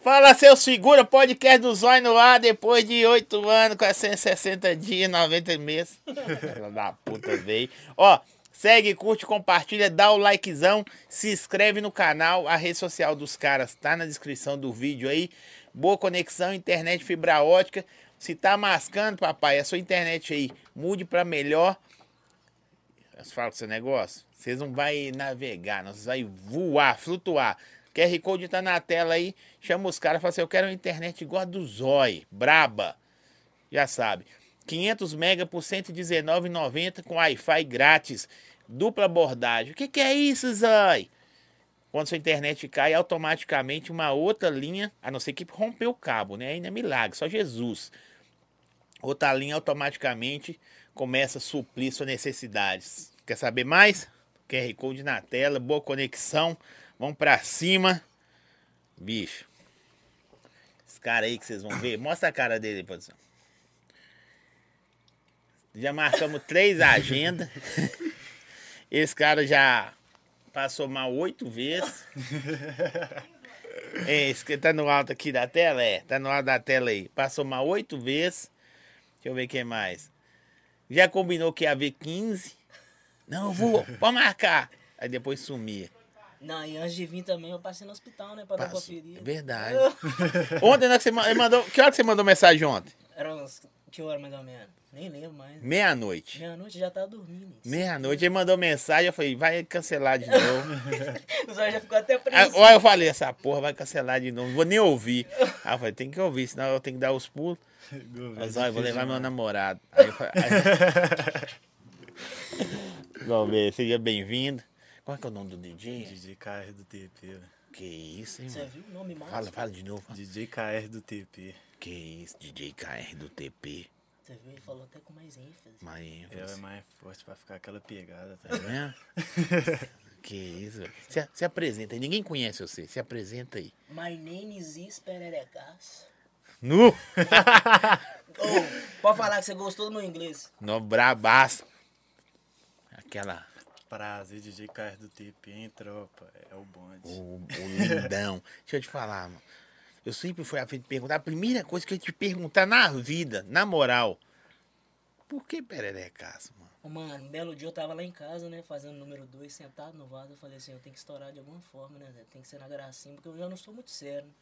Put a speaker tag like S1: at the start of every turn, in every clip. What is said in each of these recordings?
S1: Fala seu segura, podcast do Zóio no ar depois de 8 anos, 460 dias, 90 meses. Filha da puta veio. Ó, segue, curte, compartilha, dá o likezão, se inscreve no canal, a rede social dos caras tá na descrição do vídeo aí. Boa conexão, internet fibra ótica. Se tá mascando, papai, a sua internet aí, mude pra melhor. Eu falo com esse negócio, vocês não vai navegar, não, vocês vai voar, flutuar. QR Code tá na tela aí, chama os caras e fala assim, eu quero uma internet igual a do Zoi, braba. Já sabe. 500 mega por 119,90 com Wi-Fi grátis, dupla abordagem. O que que é isso, Zoi? Quando sua internet cai, automaticamente uma outra linha, a não ser que rompeu o cabo, né? Ainda é milagre, só Jesus. Outra linha tá automaticamente começa a suplir suas necessidades. Quer saber mais? QR Code na tela, boa conexão. Vamos pra cima. Bicho. Esse cara aí que vocês vão ver. Mostra a cara dele, produção. Já marcamos três agendas. Esse cara já passou mal oito vezes. É, Esse que tá no alto aqui da tela? É, tá no alto da tela aí. Passou mal oito vezes. Deixa eu ver quem mais. Já combinou que ia haver 15. Não, eu vou, pode marcar. Aí depois sumia.
S2: Não, e antes de vir também eu passei no hospital, né? Pra dar uma
S1: Passou. É
S2: conferida.
S1: verdade. Ontem, né, que você ma- ele mandou. Que hora que você mandou mensagem ontem?
S2: Era umas. Que hora mais ou menos? Nem lembro mais.
S1: Meia-noite.
S2: Meia-noite já tava dormindo.
S1: Meia-noite, ele mandou mensagem, eu falei, vai cancelar de novo.
S2: Os olhos já ficou até
S1: Aí
S2: preso.
S1: aí eu falei, essa porra vai cancelar de novo, não vou nem ouvir. Aí eu falei, tem que ouvir, senão eu tenho que dar os pulos. Mas é olha, eu vou levar meu namorado. Aí eu falei, aí- Vamos ver, seja bem-vindo. Qual é que é o nome do DJ?
S3: DJ KR do TP, velho.
S1: Que isso, hein,
S2: Você
S1: mano?
S2: viu o nome massa?
S1: Fala, fala é de novo.
S3: DJ KR do TP.
S1: Que isso, DJ KR do TP.
S2: Você viu? Ele falou até com mais ênfase.
S1: Uma
S3: Ela é
S1: ênfase.
S3: mais forte pra ficar aquela pegada, tá
S1: Tá vendo? que isso, velho. Se, se apresenta aí. Ninguém conhece você. Se apresenta aí.
S2: My name is Is Pererecas.
S1: Nu!
S2: Ô, pode falar que você gostou do meu inglês.
S1: No brabaço. Aquela.
S3: Prazer, DJ KR do TP, hein, tropa? É o bonde.
S1: O, o lindão. Deixa eu te falar, mano. Eu sempre fui a fim de perguntar. A primeira coisa que eu ia te perguntar na vida, na moral. Por que pererecaço, mano?
S2: Ô, Mano, um belo dia eu tava lá em casa, né? Fazendo número 2, sentado no vaso. Eu falei assim: eu tenho que estourar de alguma forma, né? Zé? Tem que ser na gracinha, porque eu já não sou muito sério. né?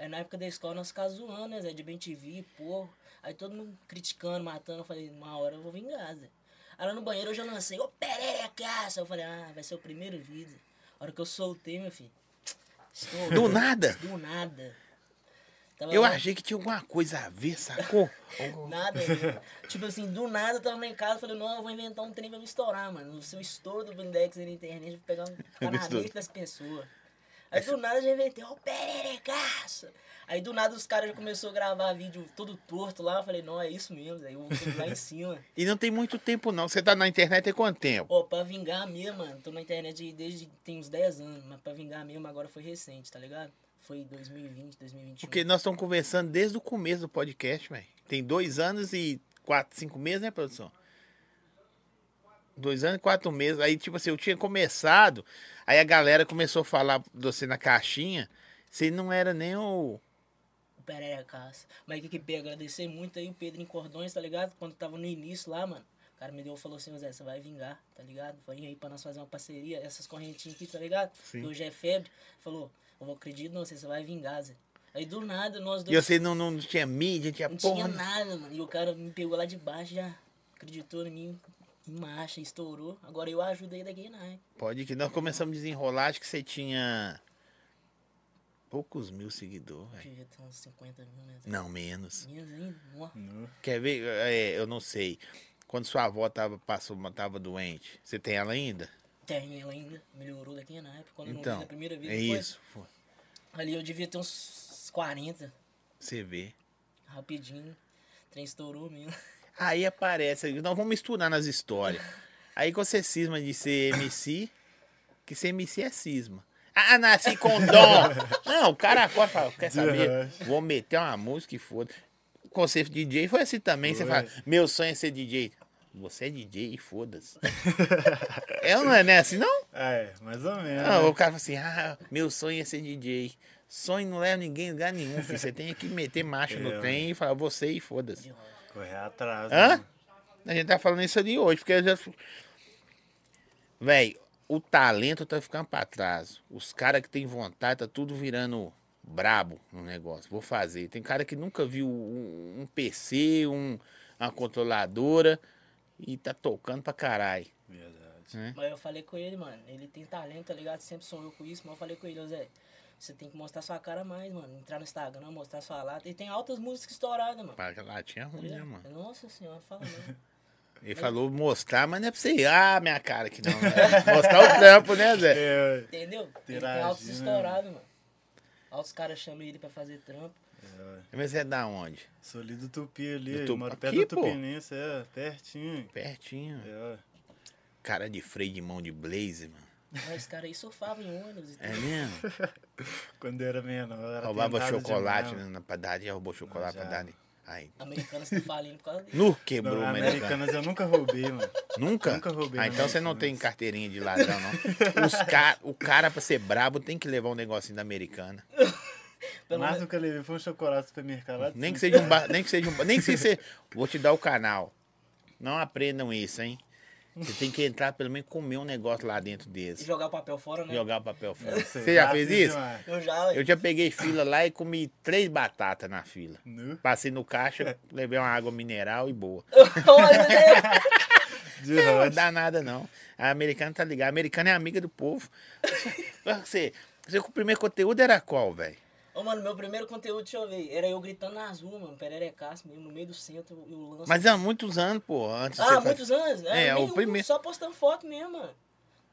S2: Aí na época da escola nós ficávamos zoando, né? Zé? De bem TV, porra. Aí todo mundo criticando, matando. Eu falei: uma hora eu vou vingar, Zé. Aí lá no banheiro eu já lancei: Ô, pererecaça! Eu falei: ah, vai ser o primeiro vídeo. A hora que eu soltei, meu filho. Estou
S1: Do nada.
S2: Do nada. Tava
S1: Eu
S2: lá-
S1: achei que tinha alguma coisa a ver, sacou? Ou-
S2: Nada. né? tipo assim, do nada eu tava lá em casa, falei, não, eu vou inventar um trem pra me estourar, mano. O seu estouro do Blindex aí na internet, vou pegar um ficar na
S1: Estouro.
S2: mente das pessoas. Aí do nada eu já inventei, ô pererecaça! Aí do nada os caras já começaram a gravar vídeo todo torto lá, eu falei, não, é isso mesmo, aí eu vou lá em cima.
S1: E não tem muito tempo, não. Você tá na internet há quanto tempo?
S2: Ó, pra vingar mesmo, mano, tô na internet aí desde tem uns 10 anos, mas pra vingar mesmo agora foi recente, tá ligado? Foi 2020, 2021.
S1: Porque nós estamos conversando desde o começo do podcast, velho. Tem dois anos e quatro, cinco meses, né, produção? Dois anos e quatro meses. Aí, tipo assim, eu tinha começado, aí a galera começou a falar de você na caixinha. Você não era nem o.
S2: Pererecas. Mas o que que pega? Agradecer muito aí o Pedro em Cordões, tá ligado? Quando tava no início lá, mano. O cara me deu e falou assim, Zé, você vai vingar, tá ligado? Vem aí pra nós fazer uma parceria, essas correntinhas aqui, tá ligado?
S1: Sim.
S2: Que hoje é febre. Falou, eu não acredito não, você você vai vingar, Zé. Aí do nada, nós
S1: E
S2: dois
S1: você não, não tinha mídia, tinha
S2: não
S1: porra.
S2: tinha
S1: né?
S2: nada, mano. E o cara me pegou lá de baixo, já acreditou em mim, me marcha, estourou. Agora eu ajudei da Gay Nine.
S1: Pode que nós começamos a desenrolar, acho que você tinha. Poucos mil seguidores, velho.
S2: Devia ter uns 50 mil, né? Zé?
S1: Não, menos.
S2: Menos ainda, ó.
S3: No.
S1: Quer ver? É, eu não sei. Quando sua avó tava, passou, tava doente, você tem ela ainda?
S2: Tem ela ainda, melhorou daqui na época. Quando eu não vi
S1: Então,
S2: da primeira vez,
S1: é
S2: foi-
S1: isso. Pô,
S2: Ali eu devia ter uns 40,
S1: Você vê.
S2: rapidinho. O trem estourou mesmo.
S1: Aí aparece, nós vamos misturar nas histórias. Aí quando você cisma de ser MC, que ser MC é cisma. Ah, nasci com dom. Não, o cara acorda e fala, quer saber? Vou meter uma música e foda. O conceito de DJ foi assim também. Você
S3: Foi.
S1: fala, meu sonho é ser DJ. Você é DJ e foda-se. é, não é né? assim, não?
S3: É, mais ou menos.
S1: Ah,
S3: né?
S1: o cara fala assim, ah, meu sonho é ser DJ. Sonho não leva ninguém a lugar nenhum, filho. Você tem que meter macho
S3: É,
S1: no trem e falar você e foda-se.
S2: de roda.
S3: Correr atrás.
S1: Hã?
S3: né?
S1: A gente tá falando isso ali hoje, porque eu já. Véi, o talento tá ficando pra trás. Os caras que tem vontade, tá tudo virando brabo no negócio. Vou fazer. Tem cara que nunca viu um, um PC, um, uma controladora e tá tocando pra caralho.
S3: Verdade.
S1: Hum?
S2: Mas eu falei com ele, mano. Ele tem talento, tá ligado? Sempre sonhou com isso, mas eu falei com ele, ô Zé. Você tem que mostrar sua cara mais, mano. Entrar no Instagram, mostrar sua lata. E tem altas músicas estouradas, mano.
S1: Pra latinha é ruim, né, mano?
S2: Nossa senhora, fala não.
S1: Ele falou mostrar, mas não é pra você ir. Ah, minha cara que não. Né? Mostrar o trampo, né, Zé?
S3: É,
S2: Entendeu? Ele tem
S3: Interagir,
S2: altos
S3: né?
S2: estourados, mano. Altos caras chamam ele pra fazer trampo.
S1: Mas é da onde?
S3: sou ali do Tupi ali,
S1: Do
S3: do
S1: Tupi.
S3: moro perto
S1: Aqui,
S3: do
S1: pô.
S3: Tupinense, é, pertinho.
S1: Pertinho.
S3: É,
S1: Cara de freio de mão de blaze, mano.
S2: Mas esse cara aí surfava em ônibus e
S1: É
S2: tudo.
S1: mesmo?
S3: quando eu era menor, era
S1: Roubava
S3: tentado
S1: chocolate
S3: demais.
S1: né, na padaria, roubou chocolate
S3: Não,
S1: na
S3: já.
S1: padaria. Aí.
S2: Americanas tá falindo por causa dele.
S1: Nu quebrou
S3: Não,
S1: o americano.
S3: Americanas eu nunca roubei, mano.
S1: Nunca?
S3: né? Nunca roubei
S1: Ah,
S3: na né?
S1: então você não
S3: Americanas.
S1: tem carteirinha de ladrão, não. Os ca- O cara, pra ser brabo, tem que levar um negocinho da americana.
S2: Pelo
S3: O máximo
S2: menos-
S3: que eu levei foi um chocolate do supermercado. lá de
S1: Nem que
S3: cima.
S1: seja um. Ba... Nem que seja um... Nem que seja. Vou te dar o canal. Não aprendam isso, hein? Você tem que entrar, pelo menos, comer um negócio lá dentro
S2: E
S1: desse.
S2: jogar o papel fora, né?
S1: Jogar o papel fora.
S3: Eu sei,
S1: Você já
S3: lá
S1: fez
S3: fiz
S1: isso?
S3: demais.
S2: Eu já,
S1: Eu já peguei fila lá e comi três batatas na fila.
S3: Nu.
S1: Passei no caixa, levei uma água mineral e boa.
S2: Olha, né?
S3: De
S1: Não
S3: roda.
S1: dá nada, não. A americana tá ligada. A americana é amiga do povo. Você, você, o primeiro conteúdo era qual, velho?
S2: Ô, mano, meu primeiro conteúdo, deixa eu ver. Era eu gritando nas ruas, mano. Pererecaço mesmo, no meio do centro. E o lance.
S1: Mas há muitos anos, pô. Antes de você
S2: ah,
S1: fazer-
S2: muitos anos?
S1: É,
S2: É,
S1: o
S2: nenhum,
S1: primeiro.
S2: Só postando foto mesmo, mano.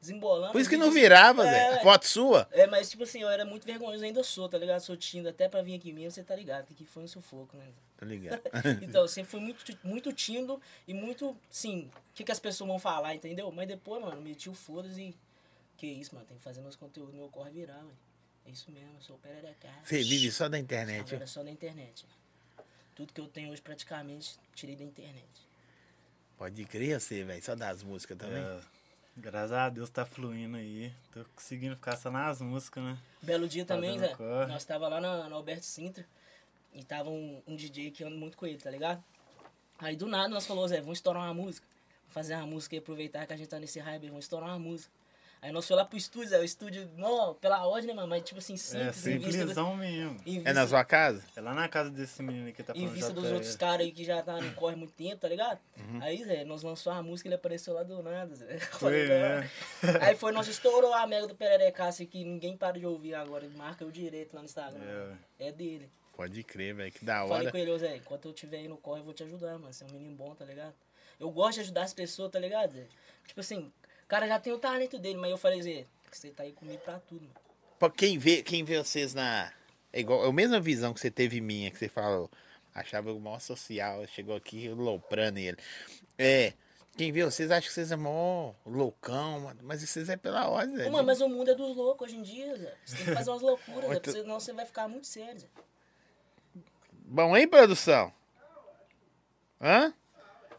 S2: Desembolando.
S1: Por isso que não
S2: vídeo-
S1: virava,
S2: É,
S1: Zé.
S2: ué.
S1: Foto sua.
S2: É, mas tipo assim, eu era muito vergonhoso, ainda sou, tá ligado? Sou tímido, até pra vir aqui mesmo, você tá ligado, que foi um sufoco, né?
S1: Tá ligado.
S2: Então, eu sempre fui muito, ti- muito tímido e muito, sim, o que, que as pessoas vão falar, entendeu? Mas depois, mano, meti o foda-se e. Que isso, mano, tem que fazer meus conteúdos, meu corre virar, mano. É isso mesmo, eu sou o perereca.
S1: Você vive só da internet.
S2: Agora é só da internet, mano. Tudo que eu tenho hoje, praticamente, tirei da internet.
S1: Pode crer você, velho. Só das músicas também.
S3: É, graças a Deus tá fluindo aí. Tô conseguindo ficar só nas músicas, né?
S2: Belo dia também,
S3: Fazendo
S2: Zé.
S3: corre.
S2: Nós tava lá na, na Alberto Sintra e tava um, um DJ que anda muito com ele, tá ligado? Aí do nada nós falou, Zé, vamos estourar uma música. Vamos fazer uma música e aproveitar que a gente tá nesse hype, aí, vamos estourar uma música. Aí nós fomos lá pro estúdio, Zé, o estúdio, não, pela ordem, né, mano? Mas tipo assim,
S3: É,
S2: simples, em vista, do,
S3: simplesão mesmo.
S2: em
S1: É na
S2: vista,
S1: sua casa?
S3: É lá na casa desse menino que tá
S2: em
S3: falando
S2: vista dos
S3: JR.
S2: outros caras aí que já tá no corre há muito tempo, tá ligado?
S3: Uhum.
S2: Aí, Zé, nós lançamos a música, ele apareceu lá do nada, Zé. Eu
S3: Foi,
S2: falei, "Caralho".
S3: né?
S2: Aí foi, nós estourou a mega do Pererecaço que ninguém para de ouvir agora. Marca eu direito lá no Instagram. É, dele.
S1: Pode crer, velho. Que da
S2: Falei
S1: hora.
S2: com ele, ô Zé, enquanto eu estiver aí no corre, eu vou te ajudar, mano. Você é um menino bom, tá ligado? Eu gosto de ajudar as pessoas, tá ligado, Zé? Tipo assim, o cara já tem o talento dele, mas eu falei, Zé, você tá aí comigo pra tudo, mano.
S1: Pra quem vê, quem vê vocês na. É igual. É a mesma visão que você teve minha, que você falou. Achava o maior social. Chegou aqui louprando ele. É. Quem vê vocês acha que vocês é mó loucão, mano. Mas vocês é pela hora, Zé.
S2: Ô, mano, mas o mundo é dos loucos hoje em dia, Zé. Você tem que fazer umas loucuras, Zé,
S1: Muito-
S2: porque senão você vai ficar muito sério, Zé.
S1: Bom, hein, produção? Hã?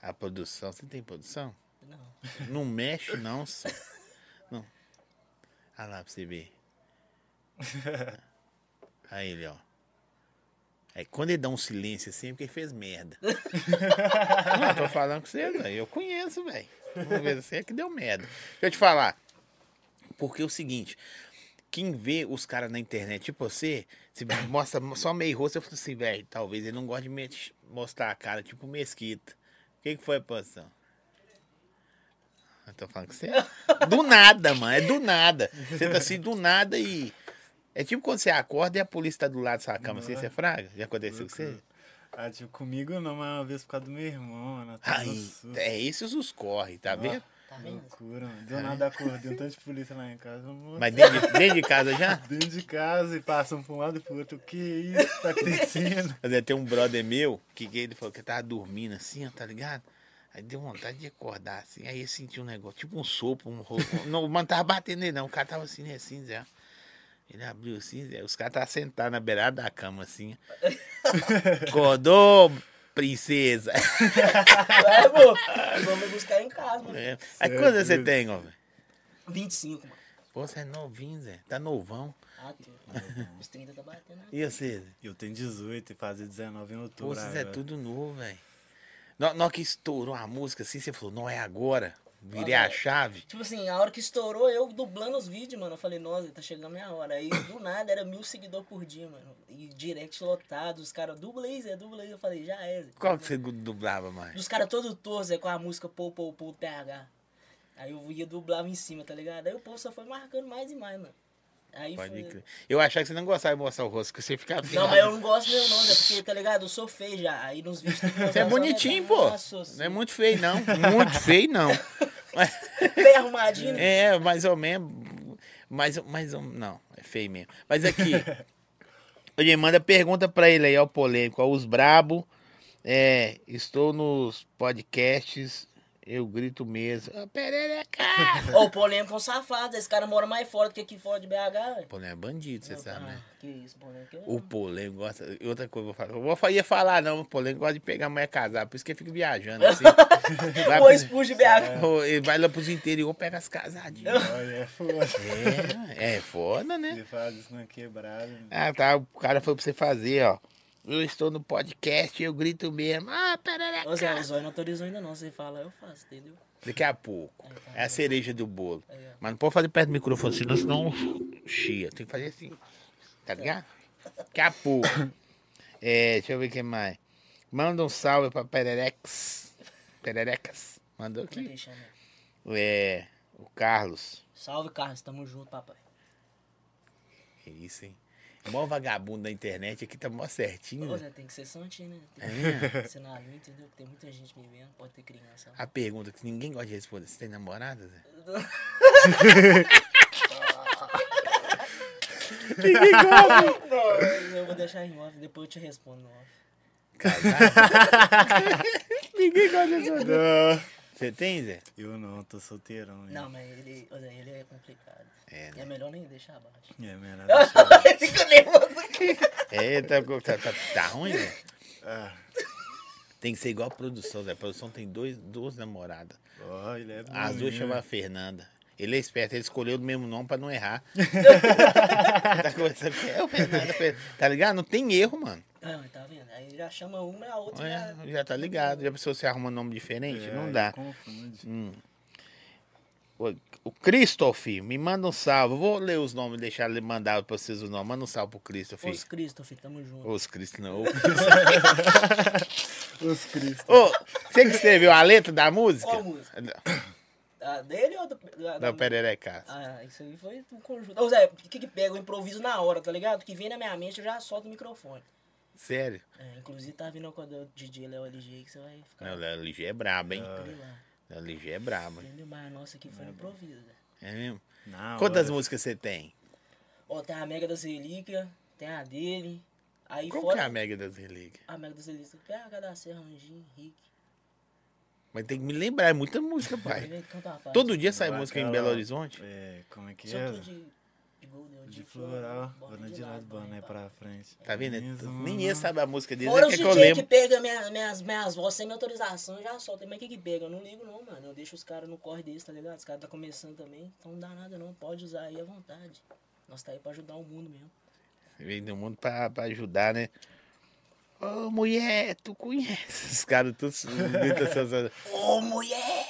S1: A produção, você tem produção?
S2: Não.
S1: Não mexe, não, só. Não. Ah lá pra você ver. Aí ele, ó. Aí quando ele dá um silêncio assim, é porque ele fez merda. Não, eu tô falando com você, velho. Eu conheço, velho. Uma vez assim é que deu merda. Deixa eu te falar. Porque é o seguinte. Quem vê os caras na internet, tipo você, se mostra só meio rosto, eu falo assim, velho, talvez ele não goste de mex- mostrar a cara, tipo mesquita. O que, que foi a posição? Eu tô falando que você. Do nada, mano. É do nada. Você tá assim, do nada e. É tipo quando você acorda e a polícia tá do lado da sua cama. Assim, você é fraga? Já aconteceu com você?
S3: Ah, tipo, comigo não, mas uma vez por causa do meu irmão, né? na Terra do
S1: Aí,
S3: Sul.
S1: é esses os corre, tá vendo?
S2: Tá
S3: Que
S2: vendo?
S3: Loucura, mano. Do nada acordei, um tanto de polícia lá em casa. mano.
S1: Mas dentro de, dentro de casa já?
S3: Dentro de casa e passam pra um lado e pro outro. Que isso tá acontecendo?
S1: Mas é, tem um brother meu que, que ele falou que ele tava dormindo assim, ó, tá ligado? Aí deu vontade de acordar, assim. Aí eu senti um negócio, tipo um sopro, um roubo. Não, o mano tava batendo nele, não. O cara tava assim, né, assim, Zé. Ele abriu assim, Zé. Os caras tava sentados na beirada da cama, assim. Acordou, princesa.
S2: Vai, amor. Vamos me buscar em casa, mano.
S1: É. Aí quando você
S3: Certeza.
S1: tem, homem?
S2: 25, mano.
S1: Pô, você é novinho, Zé. Tá novão.
S2: Ah, tu. Os 30 tá batendo. né?
S1: E você, Zé?
S3: Eu tenho 18 e fazer 19 em
S1: Pô,
S3: outubro.
S1: vocês é
S3: agora.
S1: tudo novo, velho. Na na hora que estourou a música assim, você falou, não é agora. Virei a
S2: Olha.
S1: chave.
S2: Tipo assim, a hora que estourou, eu dublando os vídeos, mano. Eu falei, nossa, tá chegando a minha hora. Aí do nada era mil seguidores por dia, mano. E direct lotado, os caras, dubla aí, Zé, dubla aí. Eu falei, já é, Zé.
S1: Qual que você dublava mais?
S2: Dos caras todo torto, Zé, com a música Pou Pou Pou TH. Aí eu ia dublava em cima, tá ligado? Aí o povo só foi marcando mais e mais, mano. Aí
S1: Pode
S2: foi.
S1: crer. Eu achava que você não gostava de mostrar o rosto, que você ficava. assim,
S2: Não, mas eu não gosto mesmo, não, Zé, porque, tá ligado? Eu sou feio já. Aí nos vídeos tem que
S1: Você
S2: mostrar assim."
S1: é
S2: só
S1: bonitinho,
S2: metade.
S1: pô.
S2: Nossa,
S1: Não é muito feio, não. Muito feio, não. Mas-
S2: Bem arrumadinho. né?
S1: é, mais ou menos. Mais, mais ou Não, é feio mesmo. Mas aqui. Ele manda pergunta pra ele aí, ó, o polêmico. Ó, os brabo. É, estou nos podcasts. Eu grito mesmo. "Ah, Perereca!
S2: Ó, o polêmico é um safado. Esse cara mora mais fora do que aqui fora de BH, velho.
S1: O polêmico é bandido, você
S2: Não,
S1: sabe, né?
S2: ah, Que isso, polêmico.
S1: O polêmico gosta. Outra coisa, eu vou falar. Eu vou- ia falar, não. O polêmico gosta de pegar a mulher casada. Por isso que ele fica viajando assim. Vai
S2: Ou
S1: pro-
S2: expulso de BH.
S1: Ô, Ele vai lá pros interior, pega as casadinhas.
S3: Olha, é foda.
S1: É, é foda, né?
S3: Ele faz isso na quebrada. mano.
S1: Ah, tá. O cara foi pra você fazer, ó. Eu estou no podcast, eu grito mesmo. Ah,
S2: Ô, Zé, o
S1: perereca.
S2: Zóio não autorizou ainda não. Você fala, eu faço, entendeu?
S1: Daqui a pouco. É a cereja do bolo.
S2: Aí, ó.
S1: Mas não pode fazer perto do microfone, senão, senão chia. Tem que fazer assim. Tá ligado? Daqui a pouco. É, deixa eu ver o que mais. Manda um salve pra pererex. Pererecas. Mandou
S2: Como é
S1: aqui.
S2: que chama?
S1: É, o Carlos.
S2: Salve, Carlos. Tamo junto, papai.
S1: Que isso, hein? Mó vagabundo da internet aqui tá mó certinho.
S2: Ô,
S1: né?
S2: Zé, tem que ser santinho, né? Tem
S1: É. Ah.
S2: que ser na linha, entendeu? Tem muita gente me vendo. Pode ter criança. lá.
S1: A pergunta que ninguém gosta de responder: você tem namorada? Zé?
S2: Não, eu vou deixar em off. Depois eu te respondo no off.
S1: Hum. Casado? ninguém gosta de responder. Você tem, Zé?
S3: Eu não, tô solteirão. hein.
S2: Não, mas ele, ô, Zé, ele é complicado.
S1: É,
S2: É melhor nem deixar abaixo.
S3: É melhor deixar.
S2: Ele Fica nervoso.
S1: É, tá, tá, tá, tá ruim, Zé?
S3: Ah,
S1: Tem que ser igual a produção, Zé. A produção tem dois, duas namoradas.
S3: ó, ele é bom,
S1: As duas
S2: Uhum.
S3: hein?
S1: chamam Fernanda. Ele é esperto, ele escolheu o mesmo nome pra não errar. tá conversando com é o Fernanda, Fernanda. Tá ligado? Não tem erro, mano.
S2: Não, mas tá vendo? Aí já chama uma e a outra já...
S1: É, já tá ligado. Já pensou se arruma um nome diferente?
S3: É,
S1: não
S3: aí
S1: dá. Hum.
S3: Confunde.
S1: O- O Christoph, me manda um salve. Eu Vou ler os nomes, deixar ele mandar pra vocês o nome. Manda um salve pro Christoph.
S2: Os Cristo, filho, tamo junto.
S1: Os Cristo não. Ô,
S3: Os Cristo.
S1: você que escreveu a letra da música?
S2: Qual música? Ah, dele ou do... Da,
S1: Da Perereca.
S2: Ah, isso aí foi um conjunto. Ô, Zé, o que que pega? Eu improviso na hora, tá ligado? O que vem na minha mente, eu já solto o microfone.
S1: Sério?
S2: É, inclusive, tá vindo quando o DJ Léo LG aí, que você vai ficar...
S1: Não, o LG é brabo, hein?
S2: Olha lá.
S1: O LG é brabo. hein?
S2: Entendeu? Mas a nossa aqui foi no improviso, Zé.
S1: É mesmo?
S2: Ah,
S3: Na
S1: Quantas
S3: hora.
S1: músicas você tem?
S2: Ó, tem a Mega das Relíquias, tem a dele. Aí
S1: Qual que é
S2: fora...
S1: a Mega das Relíquias?
S2: A Mega das Relíquias, PH da Serra, Anjinho, Henrique.
S1: Mas tem que me lembrar, é muita música, pai.
S2: Ele canta uma parte.
S1: Todo dia sai
S3: Vai
S1: música em
S3: aquela-
S1: Belo Horizonte?
S3: É, como é que
S2: Só
S3: é?
S2: que de, de Golden,
S3: De floral, bora de lado, boné pra frente.
S1: Tá vendo?
S3: Mesmo
S1: Nem ele
S3: não.
S1: sabe a música dele,
S2: Fora
S1: é
S2: os
S1: que
S2: DJ
S1: eu
S2: que,
S1: lembro.
S2: pega minhas, minhas, minhas vozes sem minha autorização, eu já solta. Mas o que que pega? Eu não ligo não, mano. Eu deixo os caras no corre deles, tá ligado? Os caras tá começando também. Então não dá nada não, pode usar aí à vontade. Nós tá aí pra ajudar o mundo mesmo.
S1: Vem do mundo pra, pra ajudar, né? Ô, mulher, tu conhece? Os caras todos gritam essas...
S2: Ô, mulher!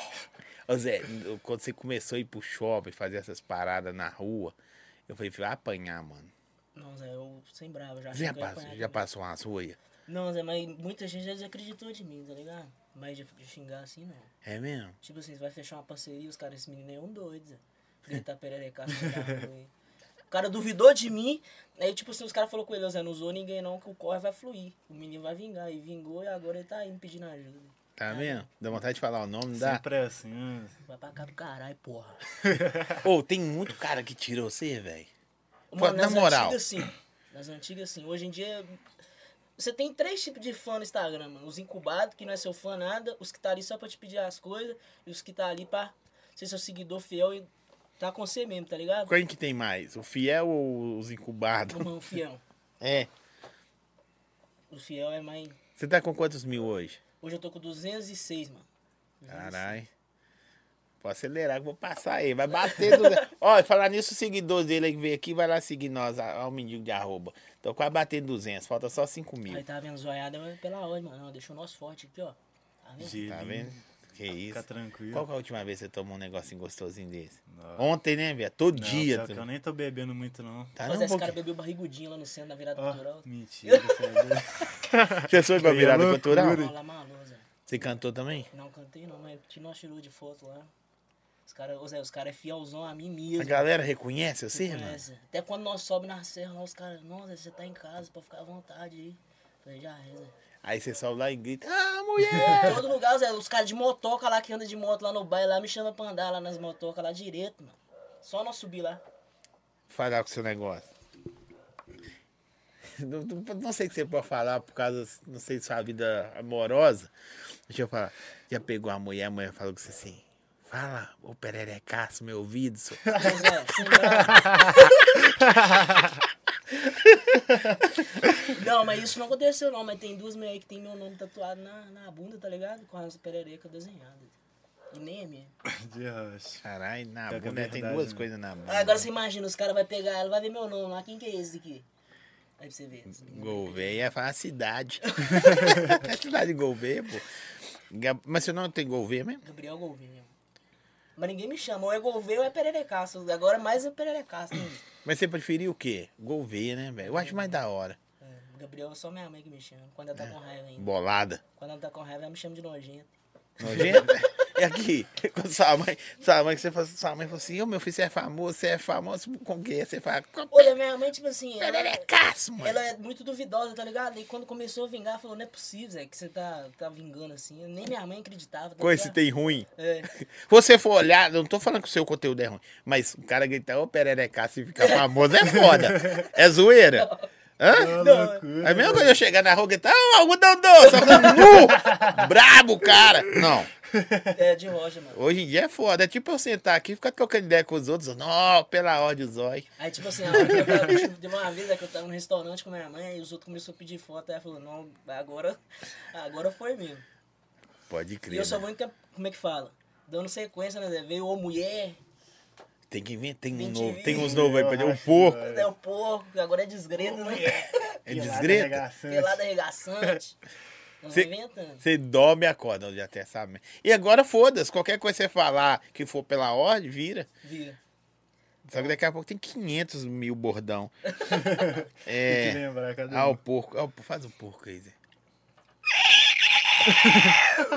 S1: Ô, Zé, quando você começou a ir pro shopping, fazer essas paradas na rua, eu falei, vai apanhar, mano.
S2: Não, Zé, eu sem bravo, já
S1: Você já
S2: cheguei a
S1: passou,
S2: apanhar
S1: já um
S2: também.
S1: passou umas ruas?
S2: Não, Zé, mas muita gente já desacreditou de mim, tá ligado? Mas de de xingar assim, não.
S1: É mesmo?
S2: Tipo assim, você vai fechar uma parceria, os caras, esse menino é um doido, Zé. Gritar pererecaço na rua aí. é O cara duvidou de mim, aí tipo assim, os caras falaram com ele, "Ô, Zé, não usou ninguém não, que o corre vai fluir. O menino vai vingar, e vingou, e agora ele tá indo pedindo ajuda.
S1: Tá mesmo? Dá vontade de falar o nome, não dá?
S3: Sempre é assim, né?
S2: Vai pra cá do caralho, porra.
S1: Ô, tem muito cara que tirou você, velho. Fala,
S2: nas
S1: na moral.
S2: antigas sim. Nas antigas sim. Hoje em dia, você tem três tipos de fã no Instagram, mano. Os incubados, que não é seu fã nada, os que tá ali só pra te pedir as coisas, e os que tá ali pra ser seu seguidor fiel e tá com você mesmo, tá ligado?
S1: Quem é que tem mais? O fiel ou os
S2: Ô,
S1: incubados?
S2: mano, fiel.
S1: É.
S2: O fiel é mais.
S1: Você tá com quantos mil hoje?
S2: Hoje eu tô com 206, mano. 206.
S1: Caralho. Pode acelerar que eu vou passar aí. Vai bater. Do... Ó, falar nisso, o seguidor dele aí que veio aqui vai lá seguir nós. Ó, o mendigo de arroba. Tô quase batendo 200. Falta só 5 mil.
S2: Aí tava vendo zoiada mas pela onde, mano. Não, deixou nós forte aqui, ó. Tá vendo?
S1: Tá vendo? Que
S3: Fica
S1: isso.
S3: tranquilo.
S1: Qual que é a última vez que você tomou um negocinho gostosinho desse?
S3: Não,
S1: Ontem, né, velho? Todo
S3: não,
S1: dia.
S3: pior
S1: tu-
S3: que eu nem tô bebendo muito, não.
S1: Tá
S2: Mas
S1: não,
S2: esse
S1: um
S2: cara
S1: pouquinho.
S2: bebeu barrigudinho lá no centro da virada
S3: Ó,
S2: cultural.
S3: mentira, você é doido.
S1: Você foi pra
S3: Aí é
S1: virada
S3: loucura.
S1: cultural?
S2: Não, lá Malu, Tá Zé.
S1: Você cantou também?
S2: Não cantei não, mas tirou uma tirou de foto lá. Os caras, ô Zé, os caras é fielzão a mim mesmo.
S1: A galera reconhece
S2: Me
S1: você, É mano?
S2: conhece. Até quando nós sobe na serra lá, os caras, nossa, você tá em casa pra ficar à vontade aí. Falei, já é, Zé.
S1: Aí você sobe lá e grita, ah, mulher!
S2: Todo lugar, Zé, os caras de motoca lá que anda de moto lá no bairro lá me chama pra andar lá nas motocas lá direto, mano. Só nós subir lá.
S1: falar com o seu negócio. Não, não- não sei o que você pode falar por causa, não sei, de sua vida amorosa. Deixa eu falar. Já pegou a mulher, a mulher falou com você assim. Fala, ô pererecaço, meu ouvido. seu-"
S2: Mas, Zé, sem graça. Não, mas isso não aconteceu não, mas tem duas meias aí que tem meu nome tatuado na, na bunda, tá ligado? Com as pererecas desenhadas. E nem é minha.
S3: De rocha.
S1: Caralho, na
S3: Pior que é
S1: bunda tem
S3: verdade,
S1: duas
S3: né?
S1: coisas na mão.
S2: Ah, Agora você imagina, os caras vão pegar ela, vai ver meu nome lá, quem que é esse aqui? Aí pra você ver.
S1: Gouveia é falar cidade. é cidade de Gouveia, pô. Ga- Mas seu nome tem Gouveia mesmo?
S2: Gabriel Gouveia. Mas ninguém me chama, ou é Gouveia ou é Pererecaço. Agora mais é Pererecaço. né?
S1: Mas você preferiu o quê? Gouveia, né, velho? Eu acho mais da hora.
S2: É, Gabriel é só minha mãe que me chama, quando ela tá com raiva ainda.
S1: Bolada.
S2: Quando ela tá com raiva, ela me chama de nojento.
S1: Nojento? E aqui, quando sua mãe, sua mãe, que você fala, sua mãe falou assim, ô meu filho, você é famoso, você é famoso, com quem? Você fala, com é, né,
S2: Olha, minha mãe, tipo assim, ela,
S1: pererecaço, mano.
S2: ela é muito duvidosa, tá ligado? E quando começou a vingar, falou, não é possível, Zé, que você tá, tá vingando assim. Nem minha mãe acreditava. tá
S1: Coisa que
S2: ligado?
S1: tem ruim.
S2: É.
S1: Você for olhar, eu não tô falando que o seu conteúdo é ruim, mas o cara gritar, ô pererecaço e ficar famoso é foda. É zoeira. Hã?
S3: Ô,
S2: Não,
S1: É
S3: loucura.
S1: a mesma coisa eu chegar na rua e gritar, ô algodão doce, algodão nu, brabo, cara. Não.
S2: É, de rocha, mano.
S1: Hoje em dia é foda. É tipo eu sentar aqui e ficar trocando ideia com os outros. Não, pela ordem, os olhos.
S2: Aí, tipo assim, a hora que eu tava, tipo, de uma vez é que eu tava no restaurante com minha mãe, e os outros começaram a pedir foto, aí ela falou, não, agora, agora foi mesmo.
S1: Pode
S2: E
S1: crer.
S2: eu só
S1: né?
S2: vou, em que- como é que fala? Dando sequência, né, Zé? Veio ou mulher,
S1: Tem que inventar, tem um
S2: Tem que
S1: novo,
S2: vir.
S1: tem uns novos aí pra
S3: Eu
S1: um
S3: acho,
S1: porco.
S3: velho.
S2: é o porco, agora é desgreta, né?
S1: É
S3: Pelada
S1: desgreta?
S3: arregaçante.
S2: Pelada arregaçante. Nós
S1: Cê-
S2: inventando.
S1: Você dorme e acorda, já até sabe. né? E agora foda-se, qualquer coisa que você falar que for pela ordem, vira.
S2: Vira.
S1: Só que daqui a pouco tem 500 mil bordão.
S3: Tem que
S1: é.
S3: lembrar, cadê?
S1: Ah, o porco. Ah, o- faz o porco aí, Zé.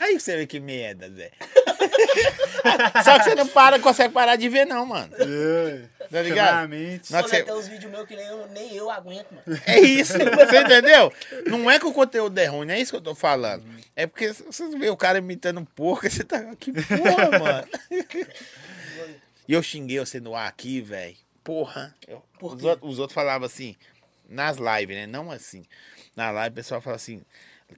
S1: Aí você vê que merda, Zé. Só que você não para, consegue parar de ver, não, mano.
S3: Ei,
S1: Tá ligado?
S3: Claramente.
S1: Não
S2: Olha
S1: que cê-
S2: até os né, vídeos meus que nem eu, nem eu aguento, mano.
S1: É isso, você entendeu? Não é que o conteúdo é ruim, não é isso que eu tô falando. É porque se você vê o cara imitando um porco, você tá. Que porra, mano. E eu xinguei você no ar aqui, velho. Porra. Eu-
S2: Por
S1: os,
S2: quê?
S1: out- os outros falavam assim, nas lives, né? Não assim. Na live o pessoal fala assim.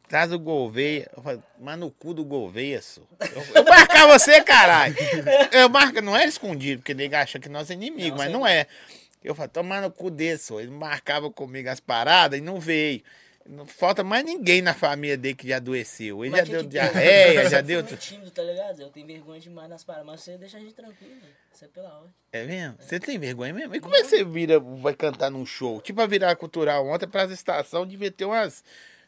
S1: Traz o Gouveia. Eu falo, mas no cu do Gouveia, só. Eu, eu marcar você, caralho. Eu marco, não era escondido, porque ele acha que nós é inimigo,
S2: Não,
S1: mas
S2: sei.
S1: não é. Eu falo, tomar no cu desse, só. Ele marcava comigo as paradas e não veio. Não falta mais ninguém na família dele que já adoeceu. Ele
S2: Mas
S1: já
S2: que
S1: deu
S2: que tem?
S1: diarreia, já
S2: Eu
S1: deu.
S2: fui meio tímido, tá ligado? Eu tenho vergonha demais nas paradas, mas você deixa a gente tranquilo, mano. Isso é pela hora.
S1: É mesmo? Você tem vergonha mesmo? E como é que você vira, vai cantar num show? Tipo a virada cultural ontem, pras estação devia ter umas